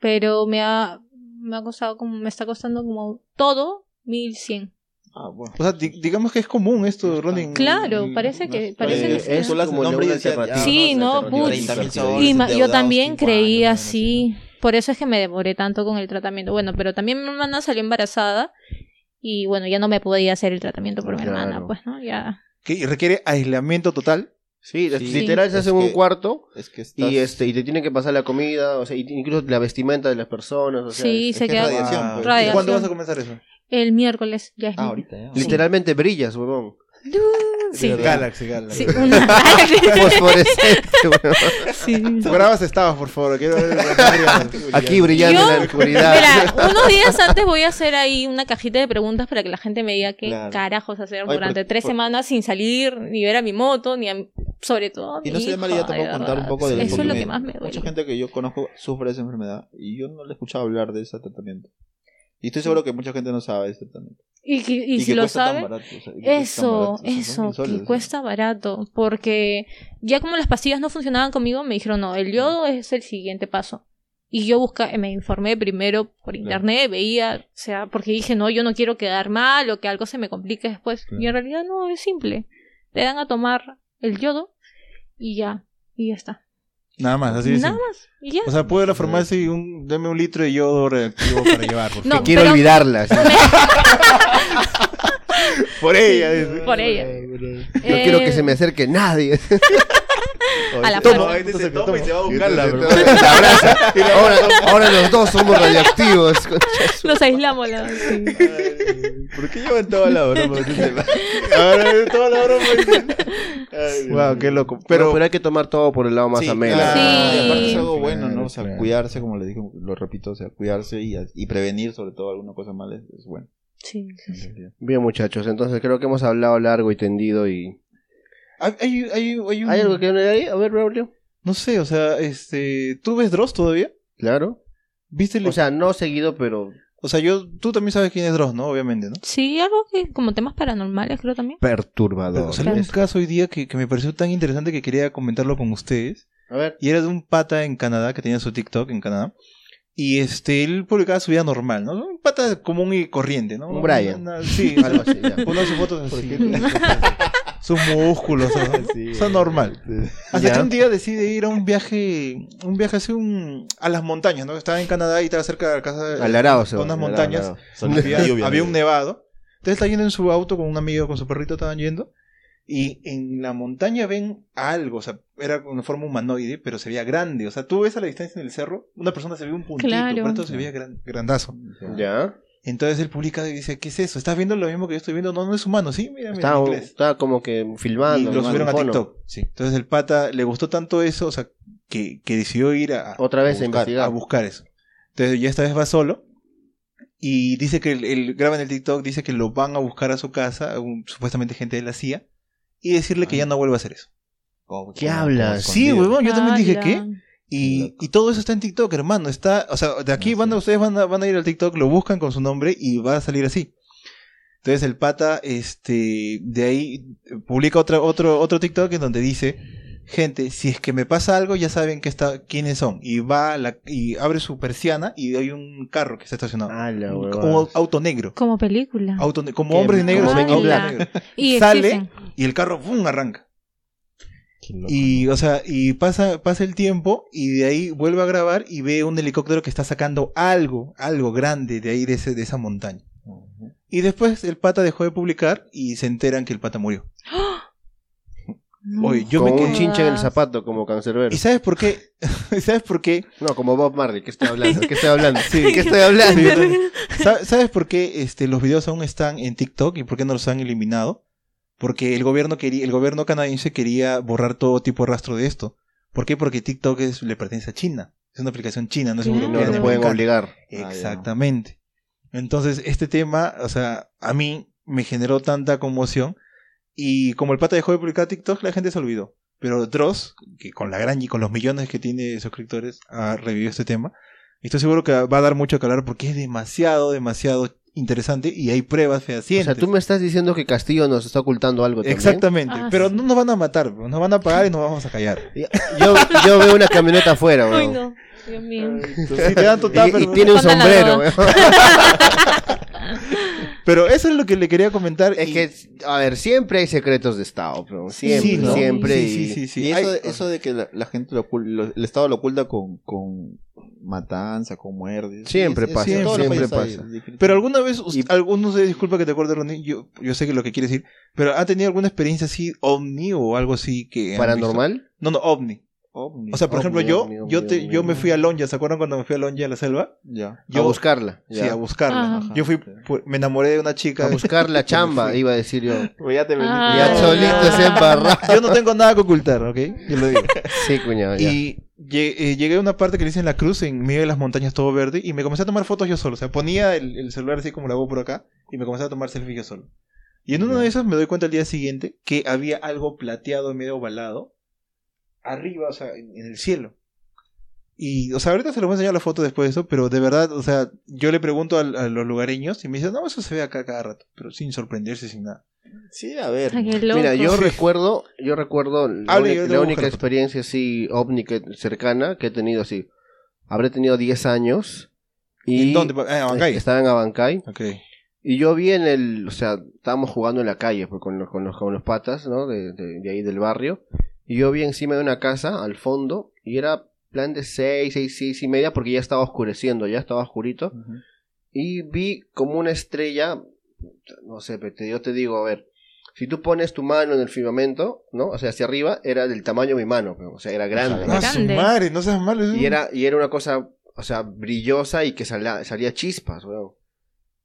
Speaker 4: pero me ha, me ha costado como, me está costando como todo 1100.
Speaker 3: Ah, bueno. Mm,
Speaker 1: O sea, di- digamos que es común esto, Ronin.
Speaker 4: Claro, parece que-
Speaker 3: No,
Speaker 4: parece que-
Speaker 3: eh,
Speaker 4: es
Speaker 3: tú le haces
Speaker 2: como
Speaker 3: nombre y
Speaker 2: una
Speaker 3: decía,
Speaker 2: alternativa.
Speaker 3: ah,
Speaker 4: Sí, no,
Speaker 3: se te
Speaker 4: putz.
Speaker 3: olvidó, 30.000
Speaker 2: Oh,
Speaker 3: soles,
Speaker 4: Y ma- yo
Speaker 3: endeudados
Speaker 4: también
Speaker 3: cinco
Speaker 4: creí
Speaker 3: años,
Speaker 4: así, por eso es que me demoré tanto con el tratamiento. Bueno, pero también mi hermana salió embarazada y bueno, ya no me podía hacer el tratamiento por mi hermana,
Speaker 2: Claro.
Speaker 4: pues, ¿no? Ya.
Speaker 1: Que requiere aislamiento total.
Speaker 2: Sí,
Speaker 3: Sí.
Speaker 2: literal se
Speaker 3: Es
Speaker 2: hace en un
Speaker 3: que-
Speaker 2: cuarto
Speaker 3: Es que estás...
Speaker 2: y este y te tienen que pasar la comida, o sea, y t- incluso la vestimenta de las personas, o sea,
Speaker 4: Sí,
Speaker 2: es-
Speaker 4: se
Speaker 2: es que
Speaker 4: queda-
Speaker 2: es radiación.
Speaker 1: Ah,
Speaker 3: pues.
Speaker 1: ¿Y ¿Cuándo
Speaker 4: Radiación.
Speaker 1: vas a comenzar eso?
Speaker 4: El miércoles ya es
Speaker 3: Ah,
Speaker 4: mi-
Speaker 3: ahorita ya.
Speaker 2: Literalmente brillas, huevón.
Speaker 4: Sí.
Speaker 1: Galaxy, Galaxy.
Speaker 4: Sí, una Galaxy.
Speaker 2: Fosforescente, huevón.
Speaker 4: Sí.
Speaker 1: Grabas estabas, por favor. Quiero ver las varias.
Speaker 2: Aquí brillando en la oscuridad.
Speaker 4: Mira, unos días antes voy a hacer ahí una cajita de preguntas para que la gente me diga qué
Speaker 3: Claro.
Speaker 4: carajos hacer
Speaker 3: pero-
Speaker 4: durante tres
Speaker 3: por-
Speaker 4: semanas sin salir, ni ver a mi moto, ni a mi- sobre todo. a
Speaker 3: Y
Speaker 4: mi
Speaker 3: no sería
Speaker 4: hijo,
Speaker 3: mala idea
Speaker 4: de
Speaker 3: tampoco contar un
Speaker 4: verdad.
Speaker 3: poco de
Speaker 4: Eso es lo
Speaker 3: porque
Speaker 4: que más me duele.
Speaker 3: Mucha gente que yo conozco sufre de esa enfermedad y yo no le he escuchado hablar de ese tratamiento. Y estoy seguro que mucha gente no sabe de ese tratamiento.
Speaker 4: Y, que- y
Speaker 3: Y,
Speaker 4: si
Speaker 3: que
Speaker 4: lo
Speaker 3: cuesta tan
Speaker 4: sabe,
Speaker 3: barato, o sea, y que cuesta tan
Speaker 4: eso,
Speaker 3: barato, o sea, son
Speaker 4: eso,
Speaker 3: mil soles, o
Speaker 4: que
Speaker 3: sea.
Speaker 4: cuesta barato. Porque ya como las pastillas no funcionaban conmigo, me dijeron, no, el yodo es el siguiente paso. Y yo busca, me informé primero por internet, veía, o sea, porque dije, no, yo no quiero quedar mal o que algo se me complique después. Y en realidad no, es simple. Te dan a tomar el yodo y ya, y ya está.
Speaker 1: Nada más, así de
Speaker 4: Nada
Speaker 1: simple.
Speaker 4: más, y ya.
Speaker 1: Ah, O sea, puedo ir a la farmacia y un, dame un litro de yodo eh. reactivo para llevar, por
Speaker 4: No,
Speaker 1: favor.
Speaker 2: Quiero
Speaker 4: pero-
Speaker 2: olvidarlas.
Speaker 1: Por ella. dice.
Speaker 4: Por ella.
Speaker 2: No
Speaker 4: Eh,
Speaker 2: quiero que se me acerque nadie.
Speaker 4: A la
Speaker 1: Toma,
Speaker 4: farmacia.
Speaker 1: este se toma y se va a buscarla, bro.
Speaker 2: La abraza. Ahora, ahora los dos somos radioactivos.
Speaker 4: Nos aislamos. la- sí.
Speaker 5: ¿Por qué llevan toda la broma?
Speaker 1: Ahora es toda la broma. wow, qué loco.
Speaker 2: Pero,
Speaker 1: Pero,
Speaker 2: pero hay que tomar todo por el lado más
Speaker 3: Sí,
Speaker 2: ameno.
Speaker 3: claro.
Speaker 4: Sí.
Speaker 3: Y aparte es
Speaker 5: Claro,
Speaker 3: algo bueno, ¿no? O sea,
Speaker 5: claro.
Speaker 3: cuidarse, como le dije, lo repito, o sea, cuidarse y, y prevenir sobre todo alguna cosa mala es, es bueno.
Speaker 4: Sí, sí, sí.
Speaker 2: Bien, muchachos, entonces creo que hemos hablado largo y tendido y...
Speaker 1: hay, hay, hay, hay un-
Speaker 2: ¿Hay algo que no hay? A ver, Braulio.
Speaker 1: No sé, o sea, este... ¿Tú ves Dross todavía?
Speaker 2: Claro.
Speaker 1: ¿Viste? el-
Speaker 2: O sea, no seguido, pero...
Speaker 1: o sea, yo... Tú también sabes quién es Dross, ¿no? Obviamente, ¿no?
Speaker 4: Sí, algo que como temas paranormales creo también.
Speaker 2: Perturbador.
Speaker 1: Pero salió un caso hoy día que, que me pareció tan interesante que quería comentarlo con ustedes.
Speaker 2: A ver.
Speaker 1: Y era de un pata en Canadá que tenía su TikTok en Canadá. Y este, él publicaba su vida normal, ¿no? Un pata común y corriente, ¿no?
Speaker 2: Un Brian.
Speaker 1: Una- sí,
Speaker 2: Algo así, ya.
Speaker 1: Ponía sus fotos así. sus músculos, ¿no? Son normal. Hasta
Speaker 2: Ya.
Speaker 1: que un día decide ir a un viaje, un viaje así un, a las montañas, ¿no? Estaba en Canadá y estaba cerca de la casa de
Speaker 2: Alarado, se va,
Speaker 1: unas
Speaker 2: alarado,
Speaker 1: montañas.
Speaker 2: alarado.
Speaker 1: Había, había un nevado. Entonces está yendo en su auto con un amigo, con su perrito, estaban yendo. Y en la montaña ven algo, o sea, era una forma humanoide, pero se veía grande. O sea, tú ves a la distancia en el cerro, una persona se ve un puntito,
Speaker 4: Claro.
Speaker 1: pero esto se veía gran- grandazo.
Speaker 2: Ya.
Speaker 1: Entonces él publica y dice, ¿qué es eso? ¿Estás viendo lo mismo que yo estoy viendo? No, no es humano, sí, mira, mira, en
Speaker 2: Estaba,
Speaker 1: inglés.
Speaker 2: estaba como que filmando.
Speaker 1: Y lo
Speaker 2: ¿no?
Speaker 1: subieron a
Speaker 2: Un fono.
Speaker 1: TikTok. Sí. Entonces el pata le gustó tanto eso, o sea, que, que decidió ir a,
Speaker 2: Otra vez a
Speaker 1: buscar,
Speaker 2: investigar.
Speaker 1: a buscar eso. Entonces ya esta vez va solo. Y dice que el, el- graba en el TikTok, dice que lo van a buscar a su casa, un- supuestamente gente de la CIA, y decirle
Speaker 2: Ah.
Speaker 1: que ya no vuelva a hacer eso.
Speaker 2: ¿Qué hablas?
Speaker 1: Sí, huevón, yo también
Speaker 4: Ah,
Speaker 1: dije que. Y,
Speaker 5: Loco.
Speaker 1: y todo eso está en TikTok, hermano. Está, o sea, de aquí
Speaker 5: Ah,
Speaker 1: van, a-
Speaker 5: sí.
Speaker 1: ustedes van a, van a ir al TikTok, lo buscan con su nombre y va a salir así. Entonces el pata, este, de ahí eh, publica otra, otro, otro TikTok en donde dice, gente, si es que me pasa algo, ya saben que está, quiénes son. Y va a la, y abre su persiana y hay un carro que está estacionado.
Speaker 2: Ah, la
Speaker 1: un,
Speaker 2: huevada.
Speaker 1: un auto negro.
Speaker 4: Como película.
Speaker 1: Auto ne- como
Speaker 2: Qué
Speaker 1: hombres negros.
Speaker 4: como Men in
Speaker 1: auto
Speaker 4: Black.
Speaker 1: negro.
Speaker 4: y
Speaker 1: sale-
Speaker 4: existen.
Speaker 1: Y el carro, ¡pum!, arranca. Y, o sea, y pasa, pasa el tiempo y de ahí vuelve a grabar y ve un helicóptero que está sacando algo, algo grande de ahí, de, ese, de esa montaña. Y después el pata dejó de publicar y se enteran que el pata murió.
Speaker 4: No.
Speaker 1: Oye, yo
Speaker 2: Con
Speaker 1: me
Speaker 2: un
Speaker 1: quedé...
Speaker 2: chinche en el zapato, como cancerbero.
Speaker 1: ¿Y sabes por qué? ¿Y ¿Sabes por qué?
Speaker 2: No, como Bob Marley. ¿Qué estoy hablando? ¿Qué estoy hablando? ¿Qué estoy hablando?
Speaker 1: Sí, ¿Sa- ¿Sabes por qué este, los videos aún están en TikTok y por qué no los han eliminado? Porque el gobierno, quería, el gobierno canadiense quería borrar todo tipo de rastro de esto. ¿Por qué? Porque TikTok es- le pertenece a China. Es una aplicación china, no es
Speaker 4: Claro.
Speaker 2: No
Speaker 1: europea.
Speaker 2: nos
Speaker 1: ni
Speaker 2: pueden
Speaker 1: americana.
Speaker 2: obligar.
Speaker 5: ya.
Speaker 1: Exactamente. Entonces, este tema, o sea, a mí me generó tanta conmoción. Y como el pata dejó de publicar TikTok, la gente se olvidó. Pero Dross, que con la gran y con los millones que tiene de suscriptores, ha revivido este tema. Y estoy seguro que va a dar mucho que hablar porque es demasiado, demasiado interesante y hay pruebas
Speaker 2: O
Speaker 1: fehacientes.
Speaker 2: sea, tú me estás diciendo que Castillo nos está ocultando algo también.
Speaker 1: Exactamente.
Speaker 4: Ah,
Speaker 1: pero
Speaker 4: sí.
Speaker 1: no nos van a matar, nos van a pagar y nos vamos a callar.
Speaker 2: Yo, yo veo una camioneta afuera,
Speaker 4: Ay,
Speaker 2: weón.
Speaker 4: no. Dios mío.
Speaker 1: Entonces, sí, te dan tu
Speaker 2: Y,
Speaker 1: tupper,
Speaker 2: y tiene un
Speaker 4: Pongan la
Speaker 2: sombrero, weón.
Speaker 1: Pero eso es lo que le quería comentar.
Speaker 2: Es
Speaker 1: y-
Speaker 2: que, a ver, siempre hay secretos de Estado, pero siempre,
Speaker 1: Sí, ¿no?
Speaker 2: siempre.
Speaker 1: Sí, sí,
Speaker 2: y-
Speaker 1: sí, sí.
Speaker 5: Y
Speaker 1: Hay-
Speaker 5: eso, eso de que la, la gente lo, ocul- lo- el Estado lo oculta con, con matanza, con muertes.
Speaker 2: Siempre pasa, siempre pasa.
Speaker 1: Pero alguna vez, us-
Speaker 5: Y-
Speaker 1: algunos de, disculpa que te acuerdo, Ronnie, yo, yo sé que lo que quieres decir, pero ¿ha tenido alguna experiencia así ovni o algo así que... han
Speaker 2: ¿Paranormal?
Speaker 1: visto? No, no, ovni. O sea, por
Speaker 2: Ovni,
Speaker 1: ejemplo, yo,
Speaker 2: ovni, ovni,
Speaker 1: yo, te,
Speaker 2: ovni,
Speaker 1: yo me
Speaker 2: ovni.
Speaker 1: fui a Lonja, ¿se acuerdan cuando me fui a Lonja, a la selva?
Speaker 5: ya.
Speaker 1: Yo,
Speaker 2: a buscarla.
Speaker 1: Sí,
Speaker 2: ya. Ah,
Speaker 1: a buscarla.
Speaker 4: Ajá.
Speaker 1: Yo fui, pu- me enamoré de una
Speaker 2: a
Speaker 1: chica.
Speaker 2: buscar la chamba, iba a decir yo.
Speaker 5: ya te
Speaker 4: vendí. Ah,
Speaker 2: Ya
Speaker 4: ya.
Speaker 2: solito se embarra.
Speaker 1: Yo no tengo nada que ocultar, ¿ok? Yo lo digo.
Speaker 2: Sí, cuñado, ya.
Speaker 1: Y lle- eh, llegué a una parte que le dicen la cruz en medio de las montañas todo verde y me comencé a tomar fotos yo solo. O sea, ponía el, el celular así como lo hago por acá y me comencé a tomar selfies yo solo. Y en uno de esos me doy cuenta al día siguiente que había algo plateado, medio ovalado, arriba, o sea, en, en el cielo. Y, o sea, ahorita se les voy a enseñar la foto después de eso, pero de verdad, o sea, yo le pregunto al- a, los lugareños y me dicen, no, eso se ve acá cada rato, pero sin sorprenderse, sin nada.
Speaker 5: Sí, a ver.
Speaker 4: Ay, qué loco.
Speaker 2: Mira, yo
Speaker 1: Sí.
Speaker 2: recuerdo, yo recuerdo la,
Speaker 1: Hable,
Speaker 2: única-
Speaker 1: yo te
Speaker 2: la
Speaker 1: busco
Speaker 2: única
Speaker 1: la foto.
Speaker 2: experiencia así ovni que- cercana que he tenido así. Habré tenido 10 años y
Speaker 1: ¿En dónde? Ah, en Abancay.
Speaker 2: estaba en Abancay
Speaker 1: Ok.
Speaker 2: y yo vi en el, o sea, estábamos jugando en la calle pues, con, los, con, los, con los patas, ¿no? De, de- de ahí del barrio y yo vi encima de una casa al fondo y era plan de 6, 6, 6 y media porque ya estaba oscureciendo, ya estaba oscurito y vi como una estrella, no sé, pe, te- yo te digo, a ver, si tú pones tu mano en el firmamento, ¿no? O sea, hacia arriba, era del tamaño de mi mano, pe, o sea, era grande.
Speaker 1: Ah, su
Speaker 4: Grande.
Speaker 1: madre, no seas malo. eso-
Speaker 2: Y era, y era una cosa, o sea, brillosa y que salía, salía chispas, weón.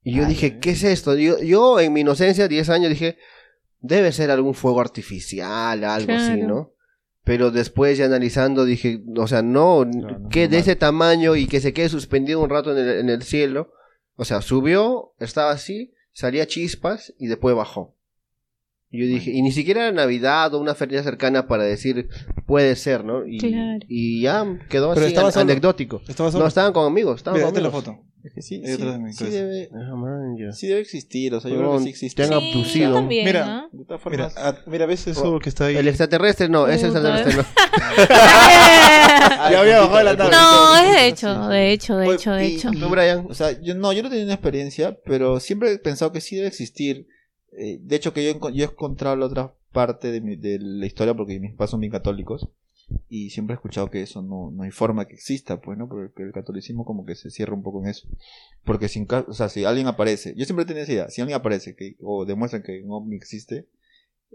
Speaker 2: Y yo dije, ¿qué es esto? Yo, yo, en mi inocencia, 10 años, dije, debe ser algún fuego artificial, algo así,
Speaker 4: Claro.
Speaker 2: ¿no? Pero después ya analizando dije, o sea, no,
Speaker 5: no,
Speaker 2: que de
Speaker 5: normal.
Speaker 2: ese tamaño y que se quede suspendido un rato en el, en el cielo. O sea, subió, estaba así, salía chispas y después bajó. Y Yo dije, y ni siquiera era Navidad o una feria cercana para decir, puede ser, ¿no? Y,
Speaker 4: Claro.
Speaker 2: y ya quedó
Speaker 1: Pero
Speaker 2: así,
Speaker 1: estaba
Speaker 2: Pues an-
Speaker 1: solo.
Speaker 2: anecdótico.
Speaker 1: Estaba solo.
Speaker 2: No, estaban con amigos, estaban
Speaker 1: Mira,
Speaker 2: con
Speaker 1: date la
Speaker 2: amigos.
Speaker 1: foto.
Speaker 5: Es que sí,
Speaker 1: Ahí
Speaker 5: sí,
Speaker 1: atrás de mi
Speaker 5: sí
Speaker 1: cabeza.
Speaker 5: debe,
Speaker 2: Ah, man, ya.
Speaker 5: sí debe existir. O sea, yo creo que sí existe.
Speaker 2: Te han
Speaker 4: Sí,
Speaker 2: abducido.
Speaker 4: yo también,
Speaker 1: Mira.
Speaker 4: ¿ah?
Speaker 5: De todas
Speaker 1: Mira,
Speaker 5: formas,
Speaker 1: ah, mira, ¿ves eso que está ahí?
Speaker 2: El extraterrestre no, ese
Speaker 4: Puta.
Speaker 2: extraterrestre no.
Speaker 5: Ya había bajado la tabla.
Speaker 4: No, es de hecho, de hecho, de hecho, de
Speaker 5: Pues, Y-
Speaker 4: hecho.
Speaker 5: y-
Speaker 2: ¿Tú, Brian?
Speaker 5: O sea, yo no, yo no tenía una experiencia, pero siempre he pensado que sí debe existir. Eh, de hecho, que yo, enco- yo he encontrado la otra parte de, mi- de la historia, porque mis papás son bien católicos, y siempre he escuchado que eso no, no hay forma que exista, pues, ¿no? Porque el catolicismo como que se cierra un poco en eso. Porque sin, ca- o sea, si alguien aparece, yo siempre tenía esa idea, si alguien aparece que, o demuestran que un ovni existe,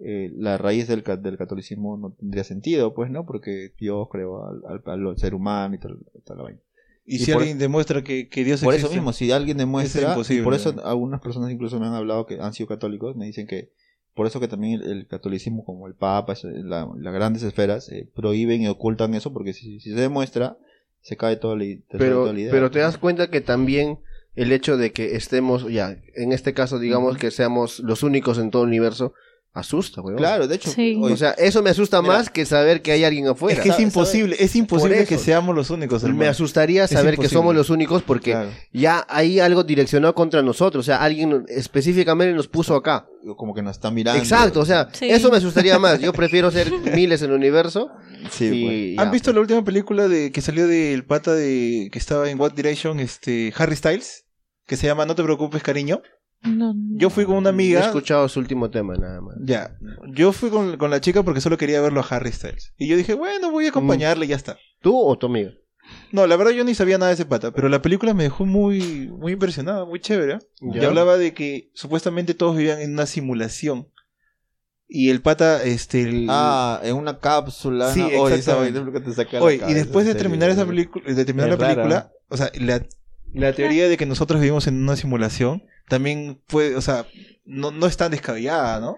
Speaker 3: eh, la raíz del, ca- del catolicismo no tendría sentido, pues, ¿no? Porque Dios creó al, al- al ser humano y tal, tal la vaina.
Speaker 1: Y,
Speaker 3: Y
Speaker 1: si
Speaker 3: por-
Speaker 1: alguien demuestra que, que Dios
Speaker 3: Por eso
Speaker 1: existe.
Speaker 3: mismo, si alguien demuestra,
Speaker 1: es imposible,
Speaker 3: y por eso
Speaker 1: ¿no?
Speaker 3: algunas personas incluso me han hablado que han sido católicos, me dicen que por eso que también el, el catolicismo, como el Papa, es- eh, la- las grandes esferas, eh, prohíben y ocultan eso, porque si, si se demuestra, se cae toda la, i- se cae
Speaker 2: Pero,
Speaker 3: toda la idea.
Speaker 2: pero te das cuenta que también el hecho de que estemos, ya, en este caso, digamos que seamos los únicos en todo el universo, asusta, weón.
Speaker 3: Claro, de hecho,
Speaker 4: Sí.
Speaker 3: hoy-
Speaker 2: O sea, eso me asusta
Speaker 3: Mira.
Speaker 2: más que saber que hay alguien
Speaker 1: Es
Speaker 2: afuera.
Speaker 1: que es
Speaker 3: ¿sabes?
Speaker 1: imposible, es imposible
Speaker 2: Por
Speaker 1: que
Speaker 2: eso.
Speaker 1: seamos los únicos.
Speaker 2: me
Speaker 1: hermano.
Speaker 2: asustaría
Speaker 1: Es
Speaker 2: saber que
Speaker 1: imposible.
Speaker 2: somos los únicos porque
Speaker 3: claro,
Speaker 2: ya hay algo direccionado contra nosotros. O sea, alguien específicamente nos puso acá.
Speaker 3: como que nos están mirando.
Speaker 2: Exacto, o sea,
Speaker 4: Sí.
Speaker 2: eso me asustaría más. Yo prefiero ser miles en el universo.
Speaker 3: Sí, pues.
Speaker 2: y ya.
Speaker 1: ¿Han visto la última película de que salió del pata de que estaba en What Direction, este Harry Styles, que se llama No te preocupes, cariño?
Speaker 4: No,
Speaker 1: Yo fui con una
Speaker 3: Mm,
Speaker 2: Yo he
Speaker 1: amiga.
Speaker 2: escuchado su último tema nada más.
Speaker 1: Ya, yo fui con, con la chica porque solo quería verlo a Harry Styles. Y yo dije, bueno,
Speaker 3: Mm.
Speaker 1: voy a acompañarle y ya está.
Speaker 2: ¿Tú o tu amigo?
Speaker 1: No, la verdad yo ni sabía nada de ese pata, pero la película me dejó muy, muy impresionada, muy chévere. ¿eh?
Speaker 2: Ya.
Speaker 1: Y hablaba de que supuestamente todos vivían en una simulación. Y el pata, este... el-
Speaker 3: Ah, en una cápsula.
Speaker 1: Sí,
Speaker 3: ¿no? Oye, esa
Speaker 1: exactamente.
Speaker 3: vaina que te saca la
Speaker 1: Oye, y
Speaker 3: cabeza,
Speaker 1: después de
Speaker 3: en serio,
Speaker 1: terminar esa
Speaker 3: güey.
Speaker 1: película, de terminar la
Speaker 3: Es raro,
Speaker 1: película, o sea, la, la teoría de que nosotros vivimos en una simulación también puede, o sea, no, no es tan descabellada, ¿no?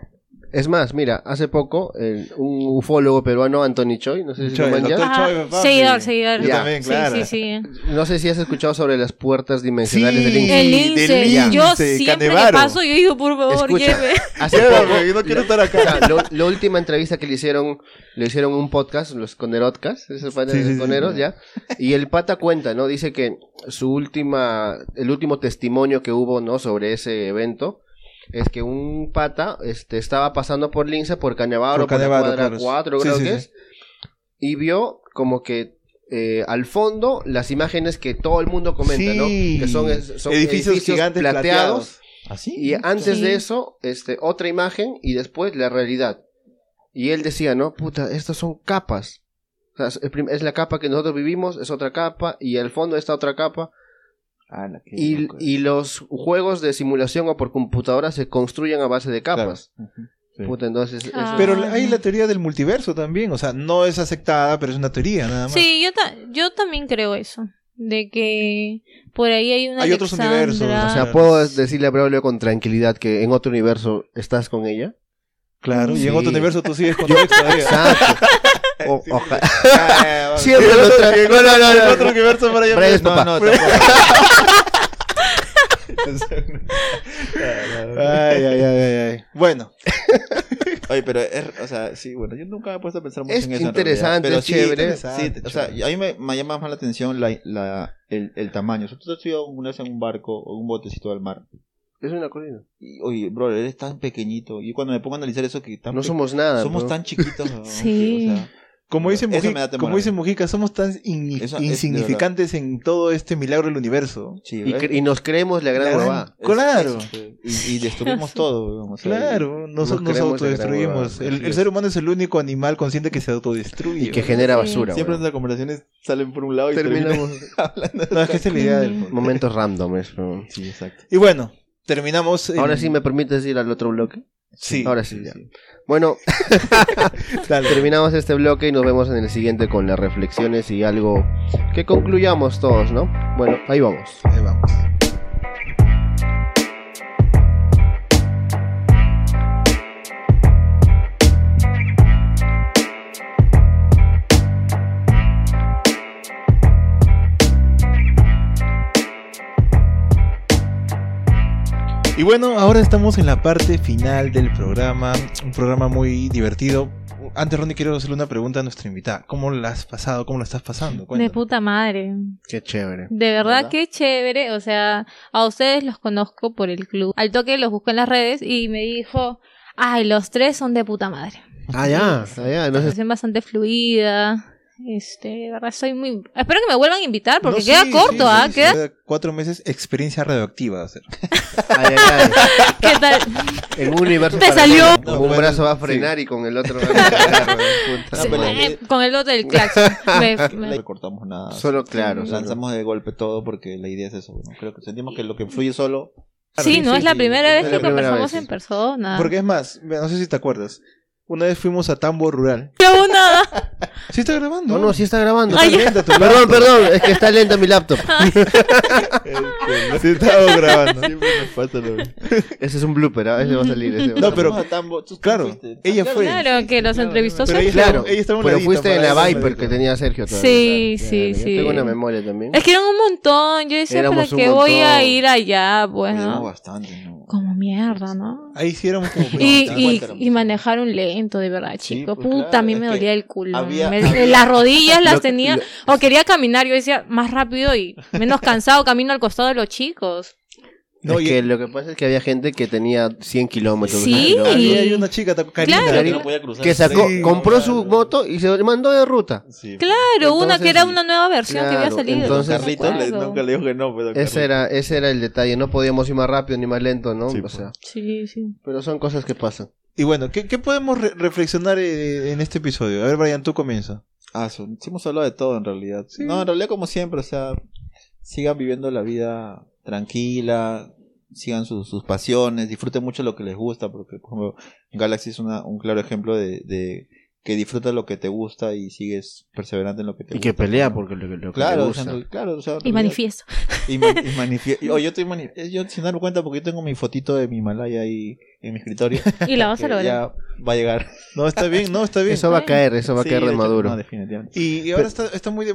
Speaker 2: Es más, mira, hace poco el- un ufólogo peruano, Anthony Choi, no sé si
Speaker 1: Choi,
Speaker 2: lo manjas,
Speaker 1: doctor
Speaker 4: Ajá,
Speaker 1: Choi, papi.
Speaker 4: seguidor, seguidor.
Speaker 1: Yo
Speaker 2: Ya.
Speaker 1: también, claro.
Speaker 4: Sí, sí, sí.
Speaker 2: no sé si has escuchado sobre las puertas dimensionales del
Speaker 1: Sí.
Speaker 2: Inca.
Speaker 4: El
Speaker 1: del
Speaker 4: lince.
Speaker 1: lince,
Speaker 4: Yo siempre que
Speaker 1: Canevaro.
Speaker 4: paso, yo digo, por favor,
Speaker 2: Escucha.
Speaker 4: lleve.
Speaker 2: Hace poco,
Speaker 1: no quiero estar
Speaker 2: o sea, lo- la última entrevista que le hicieron, le hicieron un podcast, los Conerotcas, esos fans
Speaker 1: Sí, sí, sí.
Speaker 2: coneros, ya. Y el pata cuenta, ¿no? Dice que su última, el último testimonio que hubo, ¿no? Sobre ese evento, es que un pata este, estaba pasando por Lince, por Canevaro,
Speaker 1: Por
Speaker 2: por,
Speaker 1: Canevaro,
Speaker 2: la cuadra
Speaker 1: claro.
Speaker 2: 4,
Speaker 1: Sí,
Speaker 2: creo
Speaker 1: sí,
Speaker 2: que
Speaker 1: sí.
Speaker 2: es, y vio como que. eh, al fondo, las imágenes que todo el mundo comenta, ¿no?
Speaker 1: Sí.
Speaker 2: Que son, es- son
Speaker 1: edificios, gigantes plateados.
Speaker 3: ¿Así?
Speaker 2: y antes
Speaker 4: Sí.
Speaker 2: de eso, este, otra imagen y después la realidad. Y él decía, ¿no? Puta, estas son capas. O sea, es- el prim- es la capa que nosotros vivimos, es otra capa, y al fondo está otra capa.
Speaker 3: Ah, la que-
Speaker 2: Y, y los juegos de simulación o por computadora se construyen a base de capas.
Speaker 3: Claro. Ujú.
Speaker 2: Puta, entonces... eso-
Speaker 4: Ah.
Speaker 1: Pero la- hay la teoría del multiverso también, o sea, no es aceptada, pero es una teoría nada más.
Speaker 4: Sí, yo, ta- yo también creo eso. De que por ahí hay una.
Speaker 1: Hay otros
Speaker 4: Alexandra.
Speaker 1: universos, o
Speaker 2: O sea, ¿puedo decirle a Braulio con tranquilidad que en otro universo estás con ella?
Speaker 1: Claro, y en
Speaker 2: Sí.
Speaker 1: otro universo tú sigues con tu ex todavía.
Speaker 2: Exacto. O- oja-
Speaker 1: Ah, vale.
Speaker 2: Siempre lo tra- No, no, no,
Speaker 1: En
Speaker 2: no,
Speaker 1: otro universo para allá.
Speaker 2: Brian es
Speaker 1: No,
Speaker 2: papá.
Speaker 1: no, tampoco. Ay, ay, ay, ay, ay. Bueno,
Speaker 3: Oye, pero es, o sea, sí, bueno, yo nunca me he puesto a pensar mucho
Speaker 2: Es
Speaker 3: en eso. en
Speaker 2: interesante,
Speaker 3: realidad, pero
Speaker 2: es chévere.
Speaker 3: Sí, sí, o sea, a mí me, me llama más la atención la, la, el, el tamaño. O sea, tú te has subido una vez en un barco o un botecito al mar.
Speaker 2: Es una colina.
Speaker 3: Y, oye, bro, eres tan pequeñito. Y cuando me pongo a analizar eso, que tan
Speaker 2: No
Speaker 3: pe-
Speaker 2: somos nada.
Speaker 3: somos
Speaker 2: bro.
Speaker 3: tan chiquitos. ¿no?
Speaker 4: Sí.
Speaker 3: Que, o sea,
Speaker 1: como dice,
Speaker 3: Eso me da
Speaker 1: Mujica,
Speaker 3: temor a
Speaker 1: como
Speaker 3: mí.
Speaker 1: dice Mujica, somos tan inni-
Speaker 3: Eso es de
Speaker 1: insignificantes en todo este milagro del universo.
Speaker 3: sí,
Speaker 2: Y,
Speaker 3: ¿verdad?
Speaker 2: cre- y nos creemos la gran
Speaker 1: La gran-
Speaker 2: huevada.
Speaker 3: Es-
Speaker 1: claro.
Speaker 3: eso, sí. y, y destruimos todo. weón, o sea,
Speaker 1: Claro, nos,
Speaker 2: nos
Speaker 1: nos
Speaker 2: creemos
Speaker 1: autodestruimos.
Speaker 2: la gran
Speaker 1: El,
Speaker 2: huevada,
Speaker 1: el
Speaker 2: así
Speaker 1: ser humano es el único animal consciente que se autodestruye.
Speaker 2: Y que
Speaker 1: ¿no?
Speaker 2: genera
Speaker 4: Sí.
Speaker 2: basura.
Speaker 3: Siempre
Speaker 2: weón.
Speaker 3: nuestras conversaciones salen por un lado y terminan.
Speaker 2: terminamos
Speaker 1: No, es que esa es la idea del podcast.
Speaker 2: momentos random. es, weón.
Speaker 3: Sí, exacto.
Speaker 1: Y bueno, terminamos. en-
Speaker 2: Ahora sí me permites ir al otro bloque.
Speaker 1: Sí.
Speaker 2: Ahora sí. ya. Bueno, terminamos este bloque y nos vemos en el siguiente con las reflexiones y algo que concluyamos todos, ¿no? Bueno, ahí vamos.
Speaker 1: Ahí vamos. Y bueno, ahora estamos en la parte final del programa, un programa muy divertido. Antes, Ronnie, quiero hacerle una pregunta a nuestra invitada. ¿Cómo la has pasado? ¿Cómo la estás pasando?
Speaker 4: De
Speaker 1: Cuéntame.
Speaker 4: puta madre.
Speaker 2: Qué chévere.
Speaker 4: De verdad
Speaker 3: ¿Verdad?
Speaker 4: que chévere, o sea, a ustedes los conozco por el club. Al toque los busco en las redes y me dijo, ay, los tres son de puta madre.
Speaker 2: Ah, ya, ah, ya. No
Speaker 4: Me
Speaker 2: sé.
Speaker 4: hacen bastante fluida. Este, de verdad, soy muy... Espero que me vuelvan a invitar porque
Speaker 1: No,
Speaker 4: queda
Speaker 1: sí,
Speaker 4: corto,
Speaker 1: sí,
Speaker 4: ¿ah?
Speaker 1: sí, sí,
Speaker 4: queda...
Speaker 1: queda Cuatro meses, experiencia radioactiva va a ser.
Speaker 2: Ay, ay, ay.
Speaker 4: ¿Qué tal?
Speaker 2: Ah, En un universo.
Speaker 4: Te
Speaker 2: paralelo,
Speaker 4: salió.
Speaker 2: Con un brazo va a frenar y con el otro va a frenar, weón. Puta
Speaker 4: Sí,
Speaker 3: pero-
Speaker 2: madre.
Speaker 4: eh, con el otro del claxon. Me-
Speaker 3: No
Speaker 4: me-
Speaker 3: recortamos nada.
Speaker 2: Solo claro. solo-
Speaker 3: lanzamos de golpe todo porque la idea es eso. ¿no? Creo que sentimos que lo que fluye solo
Speaker 4: Sí, no es la primera vez
Speaker 2: es
Speaker 4: que
Speaker 2: la primera
Speaker 4: conversamos
Speaker 2: vez,
Speaker 4: en
Speaker 2: sí.
Speaker 4: persona.
Speaker 1: Porque es más, mira, no sé si te acuerdas. Una vez fuimos a Tambo Rural.
Speaker 4: No, nada.
Speaker 1: ¿Sí está grabando?
Speaker 2: No, no, sí está grabando.
Speaker 4: Ay,
Speaker 1: Lenta tu
Speaker 2: Perdón, perdón, es que está lenta mi laptop.
Speaker 1: laptop. Sí estaba grabando.
Speaker 2: Ese es un blooper, ¿ah? ese va a salir. ese va a
Speaker 1: No,
Speaker 2: salir.
Speaker 1: pero-
Speaker 3: No, Tambo, tú- tú
Speaker 1: Claro,
Speaker 3: fuiste.
Speaker 1: ella fue.
Speaker 4: Claro, que los entrevistó
Speaker 1: Pero ella
Speaker 4: Sergio.
Speaker 1: estaba-
Speaker 2: Claro,
Speaker 1: ella estaba a un
Speaker 2: pero
Speaker 1: ladito
Speaker 2: fuiste en
Speaker 1: para
Speaker 2: la
Speaker 1: ella,
Speaker 2: Viper
Speaker 1: un
Speaker 2: que
Speaker 1: ladito.
Speaker 2: tenía Sergio todavía.
Speaker 4: Sí,
Speaker 2: Claro,
Speaker 4: sí,
Speaker 2: yo
Speaker 4: sí.
Speaker 2: Tengo una memoria también.
Speaker 4: Es que eran un montón. Yo decía,
Speaker 2: Éramos
Speaker 4: ¿para
Speaker 2: un
Speaker 4: qué voy a
Speaker 2: montón.
Speaker 4: ir allá? Pues,
Speaker 1: No,
Speaker 4: ¿no?
Speaker 1: bastante, no.
Speaker 4: Como mierda, ¿no?
Speaker 1: Ahí sí éramos como.
Speaker 4: Y, y,
Speaker 1: éramos.
Speaker 4: y manejaron lento, de verdad,
Speaker 3: Sí,
Speaker 4: chico.
Speaker 3: pues,
Speaker 4: Puta,
Speaker 3: claro,
Speaker 4: a mí
Speaker 3: es
Speaker 4: me
Speaker 3: que
Speaker 4: dolía el culo.
Speaker 3: había-
Speaker 4: Me-
Speaker 3: había-
Speaker 4: Las rodillas las
Speaker 2: Lo-
Speaker 4: tenía.
Speaker 2: lo-
Speaker 4: O quería caminar, yo decía, más rápido y menos cansado, camino al costado de los chicos.
Speaker 1: No,
Speaker 2: es
Speaker 1: y-
Speaker 2: que lo que pasa es que había gente que tenía 100 kilómetros.
Speaker 4: Sí.
Speaker 2: 200 kilómetros,
Speaker 1: Ahí hay una chica, Karina.
Speaker 4: Claro.
Speaker 3: Karina no podía cruzar
Speaker 2: Que
Speaker 3: el
Speaker 2: sacó,
Speaker 3: tren,
Speaker 2: compró
Speaker 3: ¿no?
Speaker 2: su
Speaker 3: Claro.
Speaker 2: moto y se mandó de ruta.
Speaker 3: pues.
Speaker 1: Sí.
Speaker 4: Claro, una
Speaker 2: Entonces,
Speaker 4: que era una nueva versión que había
Speaker 2: claro,
Speaker 4: salido.
Speaker 2: entonces-
Speaker 4: no
Speaker 1: Carlitos le-
Speaker 4: recuerdo.
Speaker 1: nunca le dijo que no, pero. Carlitos-
Speaker 2: Ese era, ese era el detalle, no podíamos ir más rápido ni más lento, ¿no?
Speaker 1: Sí,
Speaker 2: o
Speaker 1: pues.
Speaker 2: sea,
Speaker 4: Sí, sí.
Speaker 2: pero son cosas que pasan.
Speaker 1: Y bueno, ¿qué, qué podemos re- reflexionar eh, en este episodio? A ver, Brian, tú comienza.
Speaker 3: Ah, su- sí hemos hablado de todo en realidad. No, en realidad como siempre, o sea, sigan viviendo la vida tranquila, sigan su- sus pasiones, disfruten mucho lo que les gusta, porque por ejemplo, Galaxy es una- un claro ejemplo de, de que disfrutas lo que te gusta y sigues perseverante en lo que te gusta.
Speaker 2: pelea porque lo, lo
Speaker 3: Claro, o sea, en real- claro, o sea, en
Speaker 4: Y
Speaker 3: realidad-
Speaker 4: manifiesto.
Speaker 3: y ma- y manifie- y- oh, yo estoy mani- eh, yo sin darme cuenta porque yo tengo mi fotito de mi Himalaya ahí en mi escritorio.
Speaker 4: Y la vas a
Speaker 3: que
Speaker 4: lograr.
Speaker 3: ya va a llegar.
Speaker 1: No, está bien, no, está bien.
Speaker 2: Eso va a caer, eso va a
Speaker 3: Sí,
Speaker 2: caer de
Speaker 3: hecho,
Speaker 2: maduro.
Speaker 3: No, definitivamente.
Speaker 1: Y, y ahora está, está muy de...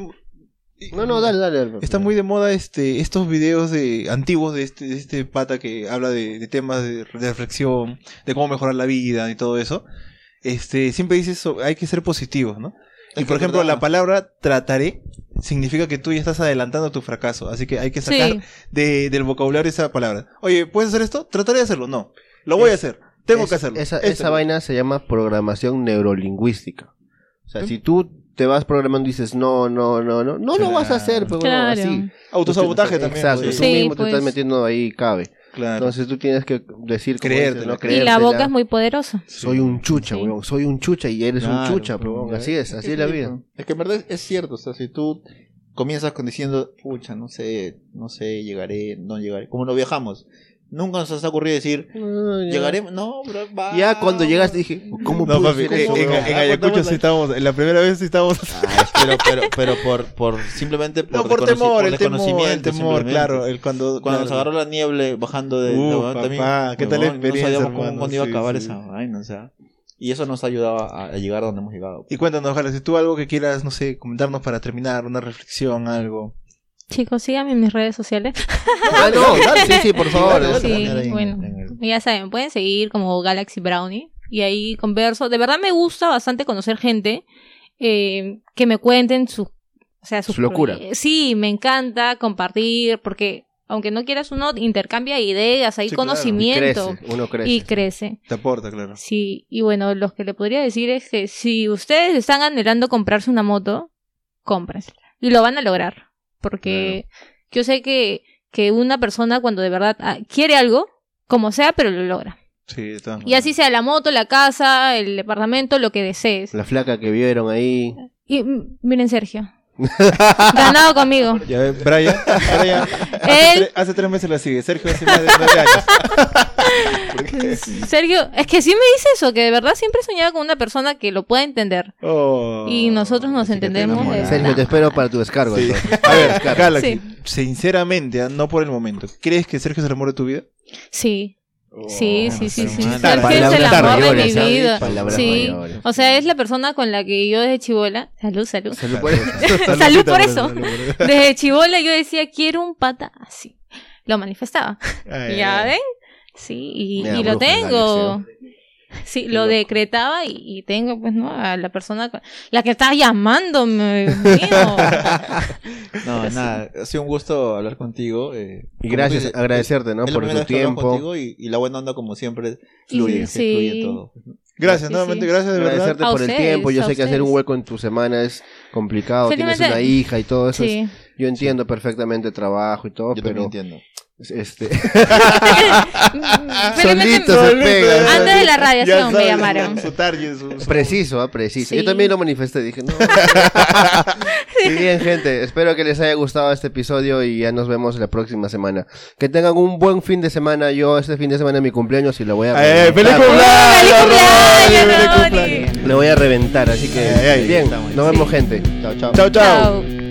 Speaker 2: No, no, dale, dale. dale.
Speaker 1: Está muy de moda este estos videos de antiguos de este, de este pata que habla de, de temas de, de reflexión, de cómo mejorar la vida y todo eso. Este, siempre dice eso, hay que ser positivos, ¿no? Y
Speaker 3: Es
Speaker 1: por
Speaker 3: que
Speaker 1: ejemplo,
Speaker 3: es verdad.
Speaker 1: la palabra trataré significa que tú ya estás adelantando tu fracaso, así que hay que sacar
Speaker 4: Sí.
Speaker 1: de- del vocabulario esa palabra. Oye, ¿puedes hacer esto? Trataré de hacerlo. No, lo voy a hacer. Tengo
Speaker 2: Es-
Speaker 1: que hacerlo. Este
Speaker 2: Esa,
Speaker 1: Esto
Speaker 2: esa
Speaker 1: lo-
Speaker 2: vaina se llama programación neurolingüística. O sea, si tú te vas programando y dices, no, no, no, no, no lo vas a hacer, pero bueno,
Speaker 4: Claro.
Speaker 2: así.
Speaker 1: Autosabotaje también.
Speaker 2: Exacto,
Speaker 1: podría
Speaker 2: tú
Speaker 1: ser.
Speaker 4: Sí,
Speaker 2: mismo
Speaker 4: pues.
Speaker 2: te estás metiendo ahí cabe.
Speaker 1: Claro.
Speaker 2: Entonces tú tienes que decir, como
Speaker 1: Creértela.
Speaker 2: dices, no
Speaker 4: Y la
Speaker 2: creértela.
Speaker 4: boca es muy poderosa.
Speaker 2: Soy un chucha,
Speaker 4: Sí.
Speaker 2: weón, soy un chucha y eres un
Speaker 3: Claro,
Speaker 1: pues,
Speaker 2: chucha,
Speaker 3: pero
Speaker 2: weón.
Speaker 3: ya
Speaker 2: Así
Speaker 3: ves,
Speaker 2: es, así
Speaker 3: que
Speaker 2: es la
Speaker 3: sí,
Speaker 2: vida.
Speaker 3: pues. Es que en verdad es cierto, o sea, si tú comienzas con diciendo, pucha, no sé, no sé, llegaré, no llegaré, como no viajamos, nunca nos has ocurrido decir, llegaré, no, bro, va.
Speaker 2: Ya cuando llegaste dije, ¿cómo
Speaker 1: Ah. No,
Speaker 2: puedo
Speaker 1: papi,
Speaker 2: hacer
Speaker 1: en,
Speaker 2: eso, Ah,
Speaker 1: en-
Speaker 2: weón?
Speaker 1: en Ayacucho sí estábamos, en la primera vez sí estábamos...
Speaker 3: Ah, pero, pero, pero por, por simplemente
Speaker 1: No,
Speaker 3: por,
Speaker 1: por
Speaker 3: reconoci-
Speaker 1: temor, el temor,
Speaker 3: por
Speaker 1: el
Speaker 3: desconocimiento,
Speaker 1: temor,
Speaker 3: simplemente.
Speaker 1: claro, el cuando...
Speaker 3: Cuando nos
Speaker 1: claro.
Speaker 3: agarró la niebla bajando de...
Speaker 1: Uh,
Speaker 3: de-
Speaker 1: papá, ¿qué tal la
Speaker 3: huevón,
Speaker 1: experiencia,
Speaker 3: No sabíamos
Speaker 1: hermano?
Speaker 3: cómo, cuándo iba a
Speaker 1: Sí,
Speaker 3: acabar
Speaker 1: sí.
Speaker 3: esa vaina, o sea, y eso nos ayudaba a, a llegar a donde hemos llegado.
Speaker 1: Y cuéntanos, ojalá, si tú algo que quieras, no sé, comentarnos para terminar, una reflexión, algo.
Speaker 4: Chicos, síganme en mis redes sociales.
Speaker 2: Ah, no, dale, sí, sí, por favor.
Speaker 1: dale, dale.
Speaker 4: Sí,
Speaker 1: poner ahí en-
Speaker 4: bueno.
Speaker 1: en el-
Speaker 4: Ya saben, pueden seguir como Galaxy Brownie. Y ahí converso. De verdad me gusta bastante conocer gente eh, que me cuenten sus. O sea, sus
Speaker 2: Su locura.
Speaker 4: proye- Sí, me encanta compartir porque. Aunque no quieras uno, intercambia ideas, hay
Speaker 1: Sí, claro, y
Speaker 2: Y crece,
Speaker 4: conocimiento
Speaker 2: uno crece.
Speaker 4: y crece.
Speaker 1: Te aporta, claro.
Speaker 4: Sí, y bueno, lo que le podría decir es que si ustedes están anhelando comprarse una moto, cómprensela. Y lo van a lograr. Porque yo sé que, que una persona cuando de verdad ah, quiere algo, como sea, pero lo logra.
Speaker 1: Sí, de todas
Speaker 4: Y así
Speaker 1: maneras.
Speaker 4: sea la moto, la casa, el departamento, lo que desees.
Speaker 2: La flaca que vieron ahí.
Speaker 4: Y mm, miren, Sergio. Ganado conmigo.
Speaker 1: Ya ves, Brian, Brian, hace,
Speaker 4: Él-
Speaker 1: tre- hace tres meses la sigue, Sergio hace más de nueve años.
Speaker 4: Sergio, es que sí me dice eso, que de verdad siempre soñaba con una persona que lo pueda entender.
Speaker 1: Oh,
Speaker 4: Y nosotros nos
Speaker 1: así que te
Speaker 4: entendemos de-
Speaker 1: enamoras.
Speaker 2: Sergio, te espero para tu descargo.
Speaker 1: Sí.
Speaker 2: entonces.
Speaker 1: A ver, Galaxy,
Speaker 4: Sí.
Speaker 1: sinceramente, ah, no por el momento, ¿crees que Sergio es el amor de tu vida?
Speaker 4: Sí, sí, sí, sí, sí.
Speaker 1: hermano.
Speaker 4: Sergio es el
Speaker 2: Palabras
Speaker 4: amor de mi
Speaker 2: mayores, ¿sabes?
Speaker 4: vida.
Speaker 2: Palabras
Speaker 4: Sí.
Speaker 2: mayores.
Speaker 4: O sea, es la persona con la que yo desde chibola, salud, salud,
Speaker 2: Se lo puede-
Speaker 4: salud por eso. Desde chibola yo decía, quiero un pata así. Lo manifestaba.
Speaker 1: Ay,
Speaker 4: ¿Ya
Speaker 1: ay,
Speaker 4: ven? Sí, y,
Speaker 2: Mira,
Speaker 4: y lo
Speaker 2: bruja, la
Speaker 4: tengo. Sí, lo decretaba y, y tengo, pues, ¿no? A la persona, con- la que está llamándome. mío.
Speaker 3: No, nada, ha sido un gusto hablar contigo. eh,
Speaker 2: Y
Speaker 3: como tú
Speaker 2: gracias,
Speaker 3: dices,
Speaker 2: agradecerte, ¿no?
Speaker 3: Es la
Speaker 2: Por
Speaker 3: primera
Speaker 2: tu
Speaker 3: vez que hablamos
Speaker 2: tiempo.
Speaker 3: contigo y, y la buena onda, como siempre,
Speaker 4: Y
Speaker 3: fluye, se
Speaker 4: sí.
Speaker 3: fluye todo.
Speaker 1: Gracias,
Speaker 4: Sí,
Speaker 1: nuevamente,
Speaker 4: sí.
Speaker 1: gracias de verdad.
Speaker 2: Agradecerte
Speaker 4: A
Speaker 2: por el
Speaker 4: ustedes,
Speaker 2: tiempo. Yo
Speaker 4: a
Speaker 2: sé que hacer un
Speaker 4: ustedes.
Speaker 2: hueco en tu semana es complicado. Tienes
Speaker 4: Felizmente-
Speaker 2: una hija y todo eso.
Speaker 4: Sí.
Speaker 2: es- Yo entiendo perfectamente trabajo y todo,
Speaker 3: Yo también
Speaker 2: pero
Speaker 3: entiendo.
Speaker 2: este
Speaker 4: Felizmente-
Speaker 2: solito se pega.
Speaker 4: Antes de la radiación me
Speaker 1: sabes,
Speaker 4: llamaron.
Speaker 1: Su target, su- su-
Speaker 2: Preciso, ah, preciso.
Speaker 4: Sí.
Speaker 2: Yo también lo manifesté, dije, no, Y bien, gente, espero que les haya gustado este episodio y ya nos vemos la próxima semana. Que tengan un buen fin de semana. Yo este fin de semana es mi cumpleaños y lo voy a
Speaker 1: ¡Eh, feliz
Speaker 2: reventar.
Speaker 1: cumpleaños,
Speaker 4: ¡Oh, ¡Feliz
Speaker 1: Ronnie!
Speaker 4: cumpleaños,
Speaker 1: ¡Feliz
Speaker 4: Ronnie!
Speaker 1: cumpleaños!
Speaker 2: Lo voy a reventar, así que
Speaker 1: Ay, ay,
Speaker 2: bien,
Speaker 1: está bueno.
Speaker 2: nos vemos gente.
Speaker 1: Chao, chao.
Speaker 4: Chao.